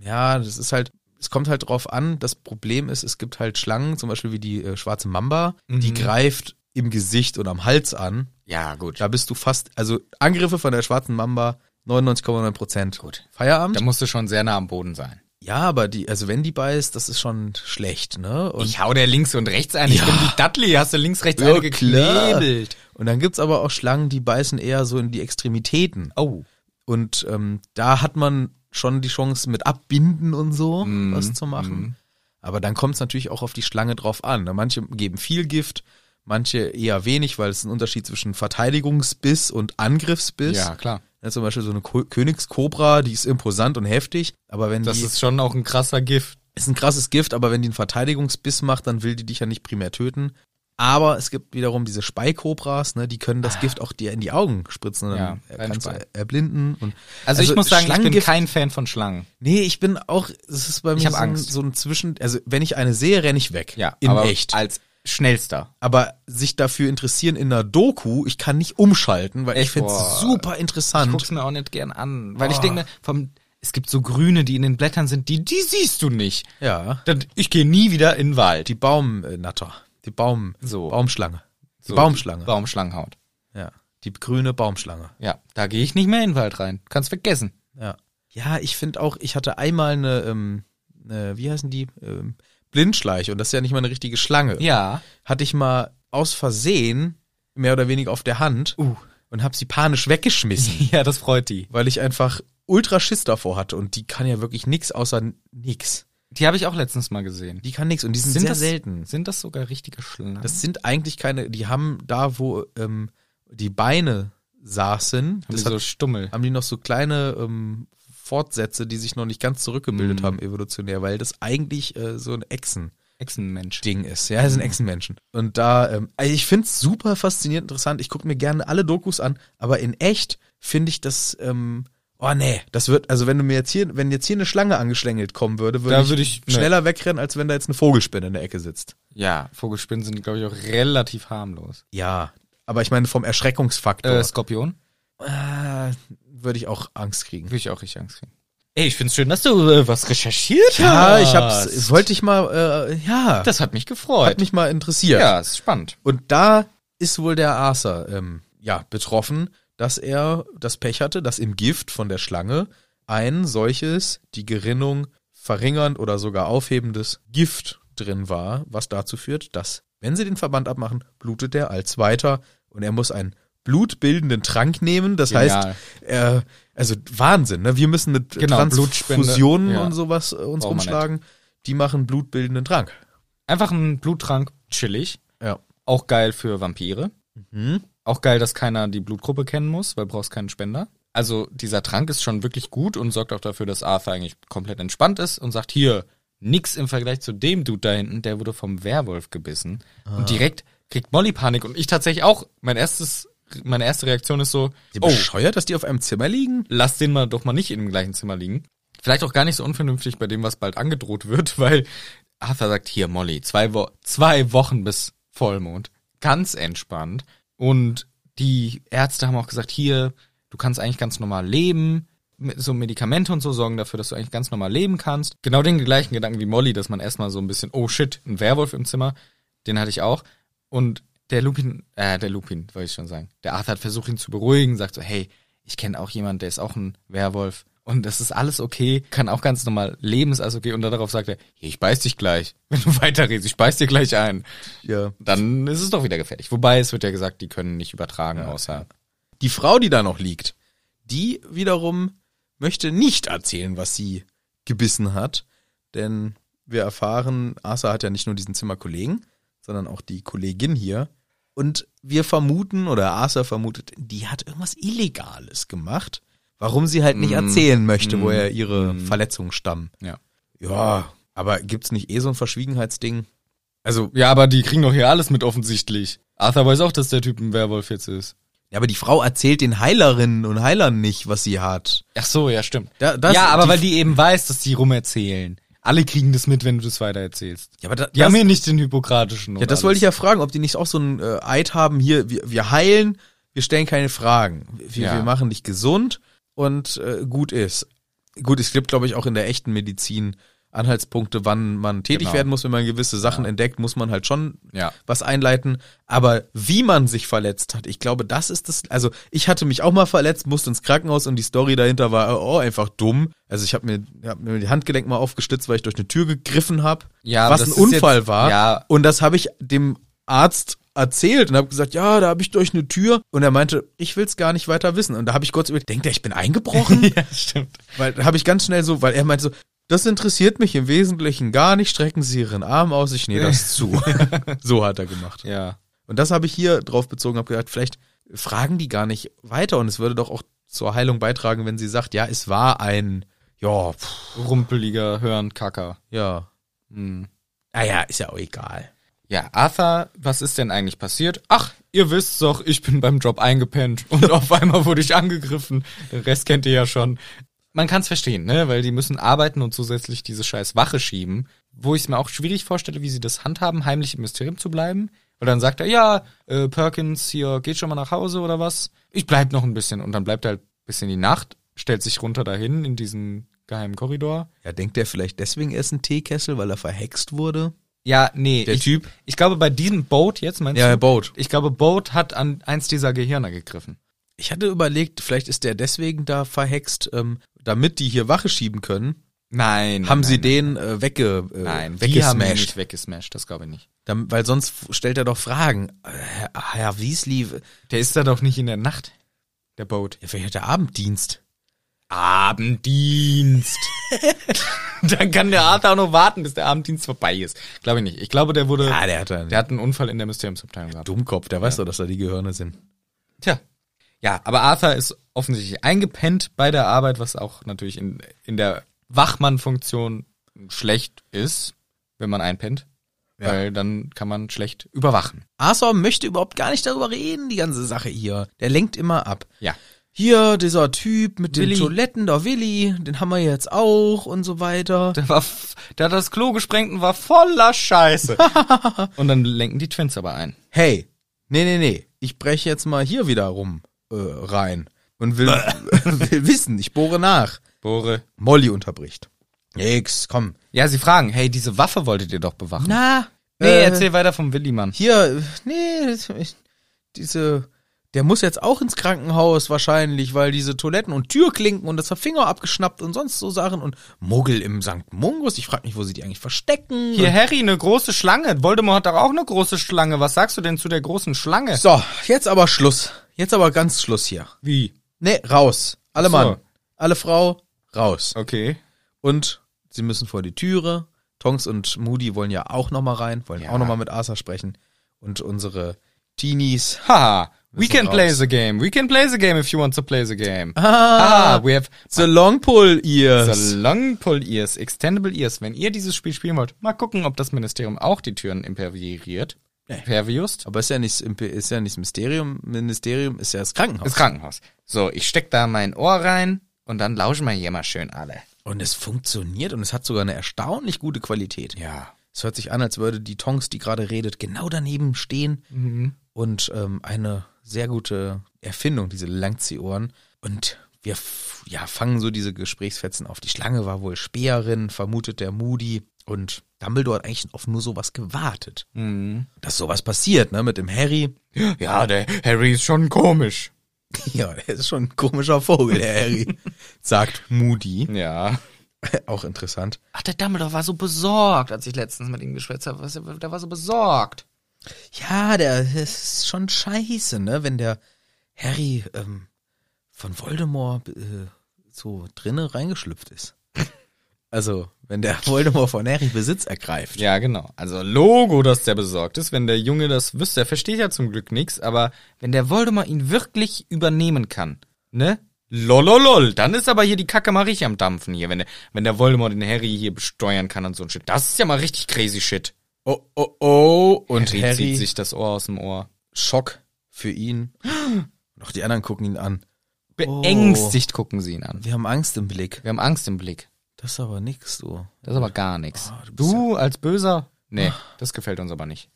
S1: Ja, das ist halt, es kommt halt drauf an. Das Problem ist, es gibt halt Schlangen, zum Beispiel wie die äh, schwarze Mamba, die greift im Gesicht und am Hals an.
S2: Mhm. Ja, gut.
S1: Da bist du fast, also Angriffe von der schwarzen Mamba 99,9 Prozent.
S2: Gut.
S1: Feierabend?
S2: Da musst du schon sehr nah am Boden sein.
S1: ja, aber die, also wenn die beißt, das ist schon schlecht, ne? Und
S2: Ich hau der links und rechts ein. Ich bin die Dudley. Hast du links, rechts eine
S1: klar.
S2: geknebelt?
S1: Und dann gibt's aber auch Schlangen, die beißen eher so in die Extremitäten.
S2: Oh.
S1: Und ähm, da hat man schon die Chance, mit Abbinden und so
S2: Mhm.
S1: was zu machen. Aber dann kommt es natürlich auch auf die Schlange drauf an. ne? Manche geben viel Gift, manche eher wenig, weil es ein Unterschied zwischen Verteidigungsbiss und Angriffsbiss.
S2: Ja, klar.
S1: Ja, zum Beispiel so eine Ko Königskobra, die ist imposant und heftig, aber wenn
S2: Das
S1: die
S2: ist schon auch ein krasser Gift.
S1: ist ein krasses Gift, aber wenn die einen Verteidigungsbiss macht, dann will die dich ja nicht primär töten. Aber es gibt wiederum diese Speikobras, ne, die können das Gift auch dir in die Augen spritzen und
S2: Ah. Ja,
S1: dann
S2: rein
S1: kannst du
S2: Spei.
S1: erblinden. Und
S2: Also, ich muss sagen, ich bin
S1: Schlangengift-
S2: kein Fan von Schlangen.
S1: Nee, ich bin auch, es ist bei mir
S2: hab
S1: so, ein,
S2: Angst.
S1: so ein Zwischen, also wenn ich eine sehe, renne ich weg. in
S2: aber
S1: echt.
S2: Als schnellster.
S1: Aber sich dafür interessieren in einer Doku, ich kann nicht umschalten, weil ich
S2: Echt?
S1: finde es
S2: Boah.
S1: super
S2: Guck's
S1: interessant.
S2: mir auch nicht gern an. Weil ich
S1: Oh.
S2: denke, vom, es gibt so Grüne, die in den Blättern sind, die, die siehst du nicht.
S1: Ja.
S2: Dann, ich gehe nie wieder in den Wald.
S1: Die Baumnatter, die Baum,
S2: So.
S1: Baumschlange. Die
S2: So,
S1: Baumschlange.
S2: die Baumschlangenhaut.
S1: ja. Die grüne Baumschlange.
S2: Ja, da gehe ich nicht mehr in den Wald rein. Kannst vergessen.
S1: Ja. Ja, ich finde auch, ich hatte einmal eine, ähm, eine wie heißen die? Ähm, Blindschleiche und das ist ja nicht mal eine richtige Schlange.
S2: Ja.
S1: hatte ich mal aus Versehen mehr oder weniger auf der Hand
S2: Uh.
S1: und habe sie panisch weggeschmissen,
S2: Ja, das freut die.
S1: weil ich einfach ultra Schiss davor hatte und die kann ja wirklich nix außer nix.
S2: Die habe ich auch letztens mal gesehen.
S1: Die kann nix und die sind, sehr
S2: das,
S1: selten.
S2: Sind das sogar richtige Schlangen?
S1: Das sind eigentlich keine, die haben da, wo ähm, die Beine saßen,
S2: haben die
S1: das
S2: so
S1: hat,
S2: Stummel.
S1: haben die noch so kleine ähm, Fortsätze, die sich noch nicht ganz zurückgebildet
S2: Mhm.
S1: haben evolutionär, weil das eigentlich äh, so ein Echsen
S2: Echsenmensch.
S1: Ding ist.
S2: Mhm.
S1: Ja, das sind Echsenmenschen. Und da, ähm, also ich finde es super faszinierend interessant. Ich gucke mir gerne alle Dokus an, aber in echt finde ich das, ähm, oh, Oh nee, das wird, also wenn du mir jetzt hier, wenn jetzt hier eine Schlange angeschlängelt kommen würde, würde
S2: Da
S1: ich,
S2: würde ich- nee.
S1: schneller wegrennen, als wenn da jetzt eine Vogelspinne in der Ecke sitzt.
S2: Ja, Vogelspinnen sind, glaube ich, auch relativ harmlos.
S1: Ja. Aber ich meine, vom Erschreckungsfaktor
S2: Äh, Skorpion?
S1: äh, würde ich auch Angst kriegen.
S2: Würde ich auch richtig Angst kriegen.
S3: Ey, ich find's schön, dass du äh, was recherchiert
S1: Ja,
S3: hast.
S1: ich hab's, wollte ich mal, äh, ja,
S2: Das hat mich gefreut.
S1: hat mich mal interessiert.
S2: ja, ist spannend.
S1: Und da ist wohl der Arthur ähm, ja, betroffen, dass er das Pech hatte, dass im Gift von der Schlange ein solches, die Gerinnung verringernd oder sogar aufhebendes Gift drin war, was dazu führt, dass, wenn sie den Verband abmachen, blutet er als weiter und er muss einen blutbildenden Trank nehmen. Das
S2: Genial.
S1: heißt, er, also Wahnsinn, ne? Wir müssen mit
S2: Genau, Blutspende.
S1: Transfusionen
S2: Ja.
S1: und sowas äh, uns
S2: Braucht man
S1: rumschlagen. Die machen blutbildenden Trank.
S2: Einfach ein Bluttrank, chillig.
S1: Ja.
S2: Auch geil für Vampire.
S1: Mhm.
S2: Auch geil, dass keiner die Blutgruppe kennen muss, weil brauchst keinen Spender. Also dieser Trank ist schon wirklich gut und sorgt auch dafür, dass Arthur eigentlich komplett entspannt ist und sagt, hier, nix im Vergleich zu dem Dude da hinten, der wurde vom Werwolf gebissen.
S1: Ah.
S2: Und direkt kriegt Molly Panik und ich tatsächlich auch, mein erstes, meine erste Reaktion ist so,
S1: Die
S2: oh,
S1: bescheuert, dass die auf einem Zimmer liegen?
S2: lass den mal doch mal nicht im gleichen Zimmer liegen. Vielleicht auch gar nicht so unvernünftig bei dem, was bald angedroht wird, weil Arthur sagt, hier, Molly, zwei, Wo zwei Wochen bis Vollmond. Ganz entspannt. Und die Ärzte haben auch gesagt, hier, du kannst eigentlich ganz normal leben. Mit So Medikamente und so sorgen dafür, dass du eigentlich ganz normal leben kannst. Genau den gleichen Gedanken wie Molly, dass man erstmal so ein bisschen, oh shit, ein Werwolf im Zimmer. Den hatte ich auch. Und der Lupin, äh, der Lupin, wollte ich schon sagen. Der Arthur hat versucht, ihn zu beruhigen, sagt so, hey, ich kenne auch jemanden, der ist auch ein Werwolf. Und das ist alles okay, kann auch ganz normal leben, ist alles okay. Und dann darauf sagt er, hier, ich beiß dich gleich. Wenn du weiterredest, ich beiß dir gleich ein.
S1: Ja.
S2: Dann ist es doch wieder gefährlich. Wobei, es wird ja gesagt, die können nicht übertragen, außer.
S1: Die Frau, die da noch liegt, die wiederum möchte nicht erzählen, was sie gebissen hat. Denn wir erfahren, Asa hat ja nicht nur diesen Zimmerkollegen, sondern auch die Kollegin hier. Und wir vermuten, oder Asa vermutet, die hat irgendwas Illegales gemacht, warum sie halt nicht erzählen möchte, woher ihre Verletzungen stammen.
S2: Ja.
S1: Hm. Ja, aber gibt's nicht eh so ein Verschwiegenheitsding? Also,
S2: Ja, aber die kriegen doch hier alles mit offensichtlich. Arthur weiß auch, dass der Typ ein Werwolf jetzt ist.
S1: ja, aber die Frau erzählt den Heilerinnen und Heilern nicht, was sie hat.
S2: Ach so, ja, stimmt.
S1: Da- das-
S2: ja, aber
S1: die-
S2: weil die eben weiß, dass die rumerzählen. Alle kriegen das mit, wenn du das weitererzählst.
S1: Ja, aber da,
S2: Die haben hier nicht den hypokratischen.
S1: Ja, das wollte ich ja fragen, ob die nicht auch so einen äh, Eid haben, hier, wir, wir heilen, wir stellen keine Fragen. Wir,
S2: Ja.
S1: wir machen dich gesund und äh, gut ist. Gut, es gibt, glaube ich, auch in der echten Medizin Anhaltspunkte, wann man tätig
S2: Genau.
S1: werden muss, wenn man gewisse Sachen entdeckt, muss man halt schon
S2: Ja.
S1: was einleiten. Aber wie man sich verletzt hat, ich glaube, das ist das. Also ich hatte mich auch mal verletzt, musste ins Krankenhaus und die Story dahinter war oh, einfach dumm. Also ich habe mir, hab mir die Handgelenk mal aufgestützt, weil ich durch eine Tür gegriffen habe,
S2: Ja, aber
S1: was ein
S2: das ist
S1: Unfall
S2: jetzt-
S1: war.
S2: ja.
S1: Und das habe ich dem Arzt erzählt und habe gesagt, ja, da habe ich durch eine Tür. Und er meinte, ich will's gar nicht weiter wissen. Und da habe ich kurz überlegt, denkt er, ich bin eingebrochen?
S2: ja, stimmt.
S1: Weil da habe ich ganz schnell so, weil er meinte so, das interessiert mich im Wesentlichen gar nicht, strecken Sie Ihren Arm aus, ich nähe das zu. so hat er gemacht.
S2: Ja.
S1: Und das habe ich hier drauf bezogen, habe gedacht, vielleicht fragen die gar nicht weiter und es würde doch auch zur Heilung beitragen, wenn sie sagt, ja, es war ein, ja, pff,
S2: Rumpeliger Hörenkacker.
S1: ja,
S2: Hm.
S1: naja, ist ja auch egal.
S2: Ja, Arthur, was ist denn eigentlich passiert? Ach, ihr wisst's doch, ich bin beim Job eingepennt und auf einmal wurde ich angegriffen. Den Rest kennt ihr ja schon. Man kann's verstehen, ne? Weil die müssen arbeiten und zusätzlich diese scheiß Wache schieben. Wo ich's mir auch schwierig vorstelle, wie sie das handhaben, heimlich im Mysterium zu bleiben. Weil dann sagt er, ja, äh, Perkins, hier, geht schon mal nach Hause oder was? Ich bleib noch ein bisschen. Und dann bleibt er halt bis in die Nacht, stellt sich runter dahin in diesen geheimen Korridor.
S1: Ja, denkt er vielleicht deswegen, er ist ein Teekessel, weil er verhext wurde?
S2: Ja, nee.
S1: Der
S2: ich,
S1: Typ?
S2: Ich glaube, bei diesem Boat jetzt meinst
S1: Ja,
S2: du?
S1: Herr Boat.
S2: Ich glaube, Boat hat an eins dieser Gehirne gegriffen.
S1: Ich hatte überlegt, vielleicht ist der deswegen da verhext, ähm, damit die hier Wache schieben können,
S2: Nein.
S1: haben sie
S2: den?
S1: den äh, wegge, äh,
S2: Nein, die haben ihn
S1: weggesmashed.
S2: nicht weggesmashed, das glaube ich nicht.
S1: Dann, weil sonst f- stellt er doch Fragen. Äh, Herr, Herr Weasley, w-
S2: Der ist da doch nicht in der Nacht, der Boat.
S1: ja, vielleicht hat er Abenddienst.
S2: Abenddienst. Dann kann der Arthur auch noch warten, bis der Abenddienst vorbei ist. Glaube ich nicht. Ich glaube, der wurde,
S1: Ah, der hat einen
S2: der hat einen Unfall in der Mysteriumsabteilung gehabt.
S1: Dummkopf, der weiß doch, dass da die Gehirne sind.
S2: Tja. Ja, aber Arthur ist offensichtlich eingepennt bei der Arbeit, was auch natürlich in, in der Wachmann-Funktion schlecht ist, wenn man einpennt.
S1: Ja.
S2: Weil dann kann man schlecht überwachen.
S1: Arthur möchte überhaupt gar nicht darüber reden, die ganze Sache hier. Der lenkt immer ab.
S2: Ja.
S1: hier dieser Typ mit
S2: Willi.
S1: den Toiletten, der Willi, den haben wir jetzt auch und so weiter.
S2: Der, war, f- der hat das Klo gesprengt und war voller Scheiße. und dann lenken die Twins aber ein.
S1: Hey, nee, nee, nee, ich breche jetzt mal hier wieder rum äh, rein und will, will wissen, ich bohre nach.
S2: Bore.
S1: Molly unterbricht. Nix, komm.
S2: Ja, sie fragen, hey, diese Waffe wolltet ihr doch bewachen.
S1: Na,
S2: nee,
S1: äh,
S2: erzähl weiter vom Willi, Mann.
S1: Hier, nee, das- ich- diese, der muss jetzt auch ins Krankenhaus wahrscheinlich, weil diese Toiletten und Türklinken und das hat Finger abgeschnappt und sonst so Sachen und Muggel im St. Mungus. Ich frage mich, wo sie die eigentlich verstecken.
S2: Hier, Harry, eine große Schlange. Voldemort hat doch auch eine große Schlange. Was sagst du denn zu der großen Schlange?
S1: So, jetzt aber Schluss. Jetzt aber ganz Schluss hier.
S2: Wie?
S1: Nee, raus. Alle
S2: Ach so.
S1: Mann, alle Frau, raus.
S2: Okay.
S1: Und sie müssen vor die Türe. Tonks und Moody wollen ja auch nochmal rein, wollen auch auch nochmal mit Arthur sprechen. Und unsere Teenies.
S2: Haha. We
S1: sind
S2: can play
S1: raus.
S2: the game. We can play the game if you want to play the game.
S1: Ah,
S2: Ah, we have
S1: the long pull ears.
S2: the long pull ears, extendable ears. Wenn ihr dieses Spiel spielen wollt, mal gucken, ob das Ministerium auch die Türen imperviert. Imperviust?
S1: Aber ist ja nicht, ist ja nicht das Mysterium. Ministerium ist ja das Krankenhaus.
S2: Das Krankenhaus. So, ich steck da mein Ohr rein und dann lauschen wir hier mal schön alle.
S1: und es funktioniert und es hat sogar eine erstaunlich gute Qualität.
S2: Ja.
S1: Es hört sich an, als würde die Tonks, die gerade redet, genau daneben stehen. Und ähm, eine sehr gute Erfindung, diese Langziehohren. Und wir f- ja, fangen so diese Gesprächsfetzen auf. Die Schlange war wohl Speerin, vermutet der Moody. Und Dumbledore hat eigentlich auf nur sowas gewartet. Dass sowas passiert, ne? Mit dem Harry.
S2: Ja, der Harry ist schon komisch.
S1: Ja, der ist schon ein komischer Vogel, der Harry. sagt Moody.
S2: Ja.
S1: Auch interessant.
S2: Ach, der Dumbledore war so besorgt, als ich letztens mit ihm geschwätzt habe. Was- Der war so besorgt.
S1: Ja, der das ist schon scheiße, ne? Wenn der Harry ähm, von Voldemort äh, so drinne reingeschlüpft ist. Also, wenn der Voldemort von Harry Besitz ergreift.
S2: Ja, genau. Also Logo, dass der besorgt ist. Wenn der Junge das wüsste, er versteht ja zum Glück nichts, aber wenn der Voldemort ihn wirklich übernehmen kann, ne? Lololol, dann ist aber hier die Kacke mal richtig am Dampfen hier, wenn der, wenn der Voldemort den Harry hier besteuern kann und so ein Shit. Das ist ja mal richtig crazy Shit.
S1: Oh, oh, oh. Und
S2: Harry,
S1: Harry, Oh.
S2: zieht sich das Ohr aus dem Ohr.
S1: Schock für ihn. Noch die anderen gucken ihn an.
S2: Beängstigt gucken sie ihn an.
S1: Wir haben Angst im Blick.
S2: Wir haben Angst im Blick.
S1: Das ist aber nix, du.
S2: Das ist aber gar nichts.
S1: Ah, du bist Ah.
S2: Du als Böser? Nee, das gefällt uns aber nicht.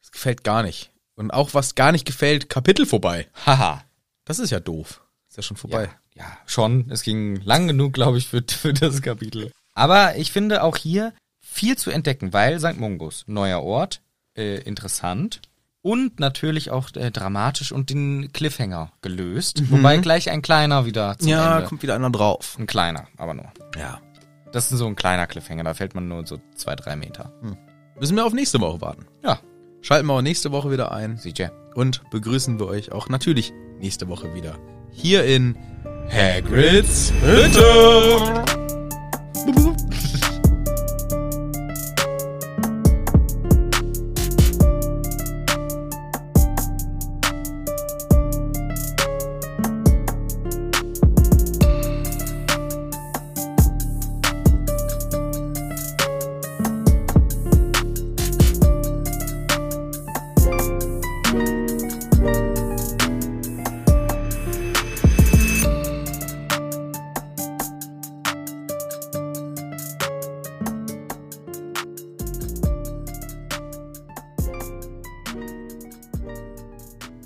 S1: Das gefällt gar nicht. Und auch was gar nicht gefällt, Kapitel vorbei.
S2: Haha.
S1: Das ist ja doof. Ist ja schon vorbei.
S2: Ja, ja, schon. Es ging lang genug, glaube ich, für, für das Kapitel. Aber ich finde auch hier viel zu entdecken, weil St. Mungus, neuer Ort, äh, interessant und natürlich auch äh, dramatisch und den Cliffhanger gelöst. Wobei gleich ein kleiner wieder zum
S1: Ja,
S2: Ende.
S1: kommt wieder einer drauf.
S2: Ein kleiner, aber nur.
S1: Ja.
S2: Das ist so ein kleiner Cliffhanger, da fällt man nur so zwei, drei Meter.
S1: Müssen wir auf nächste Woche warten.
S2: Ja,
S1: Schalten wir auch nächste Woche wieder ein
S2: CJ.
S1: und begrüßen wir euch auch natürlich nächste Woche wieder hier in Hagrid's
S2: Bitte!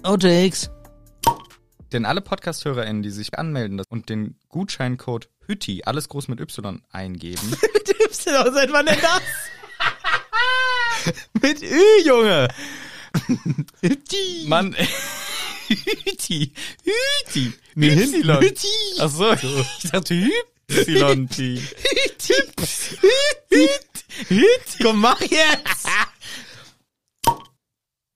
S1: Outtakes.
S2: Denn alle Podcast-HörerInnen, die sich anmelden und den Gutscheincode HÜTI, alles groß mit Y, eingeben,
S1: Mit Y, seit wann denn das? Mit Ü, Junge.
S2: Mann, Hüti, Hüti,
S1: Nee, hinten.
S2: Y.
S1: Hüti.
S2: Ach so, ich dachte Hüti.
S1: Komm, mach jetzt.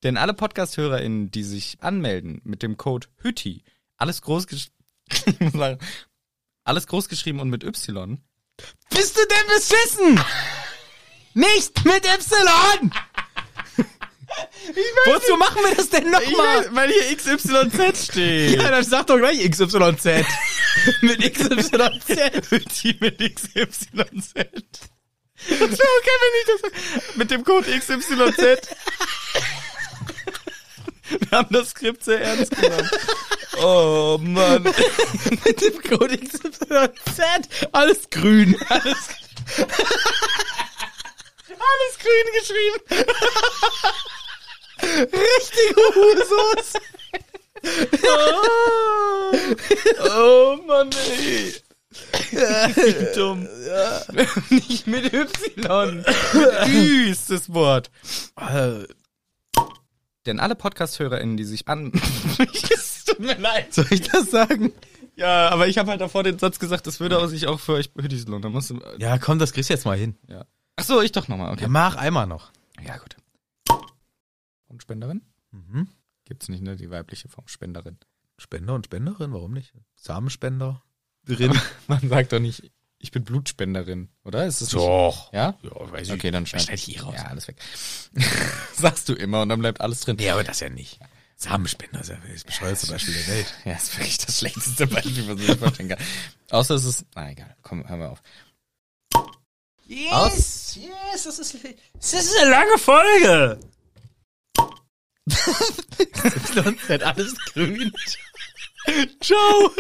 S2: Denn alle Podcast-HörerInnen, die sich anmelden mit dem Code Hüti, alles groß gesch- Ich muss lachen. alles groß geschrieben und mit Y,
S1: Bist du denn beschissen? Nicht mit Y. Wozu machen wir das denn nochmal?
S2: weil hier XYZ steht.
S1: Ja, dann sag doch gleich XYZ. mit XYZ.
S2: Hüti mit XYZ. Das wäre okay, wenn ich das mit dem Code XYZ. Wir haben das Skript sehr ernst genommen. Oh Mann.
S1: Mit dem Code XYZ. Alles grün. Alles, alles grün geschrieben. Richtige Husos.
S2: Oh Mann, ey. Wie dumm. Nicht mit Y. Düst das Wort.
S1: Äh,
S2: Denn alle Podcast-HörerInnen, die sich an... es tut mir leid.
S1: Soll ich das sagen?
S2: Ja, aber ich habe halt davor den Satz gesagt, das würde sich auch für euch behütet lohnen. Da musst du...
S1: Ja, komm, das kriegst du jetzt mal hin.
S2: Ja. Ach so, ich doch nochmal.
S1: Ja,
S2: Okay.
S1: mach einmal noch.
S2: Ja, gut. Und Spenderin?
S1: Mhm.
S2: Gibt's nicht, ne? Die weibliche Form. Spenderin.
S1: Spender und Spenderin, warum nicht? Samenspender. Drin.
S2: Man sagt doch nicht, ich bin Blutspenderin, oder? Ist das nicht-
S1: Doch.
S2: Ja?
S1: Ja, weiß
S2: Okay, dann schneid,
S1: Schneid ich eh raus.
S2: Ja, alles weg. Sagst du immer und dann bleibt alles drin.
S1: Nee, aber das ja nicht. Samenspender ist ja das bescheuerste Beispiel der Welt.
S2: Ja, ist wirklich das schlechteste Beispiel, was ich mir vorstellen kann. Außer es ist, na egal, komm, hören wir auf.
S1: Yes, yes, das ist, das ist eine lange Folge. Sonst wird alles grün. Ciao.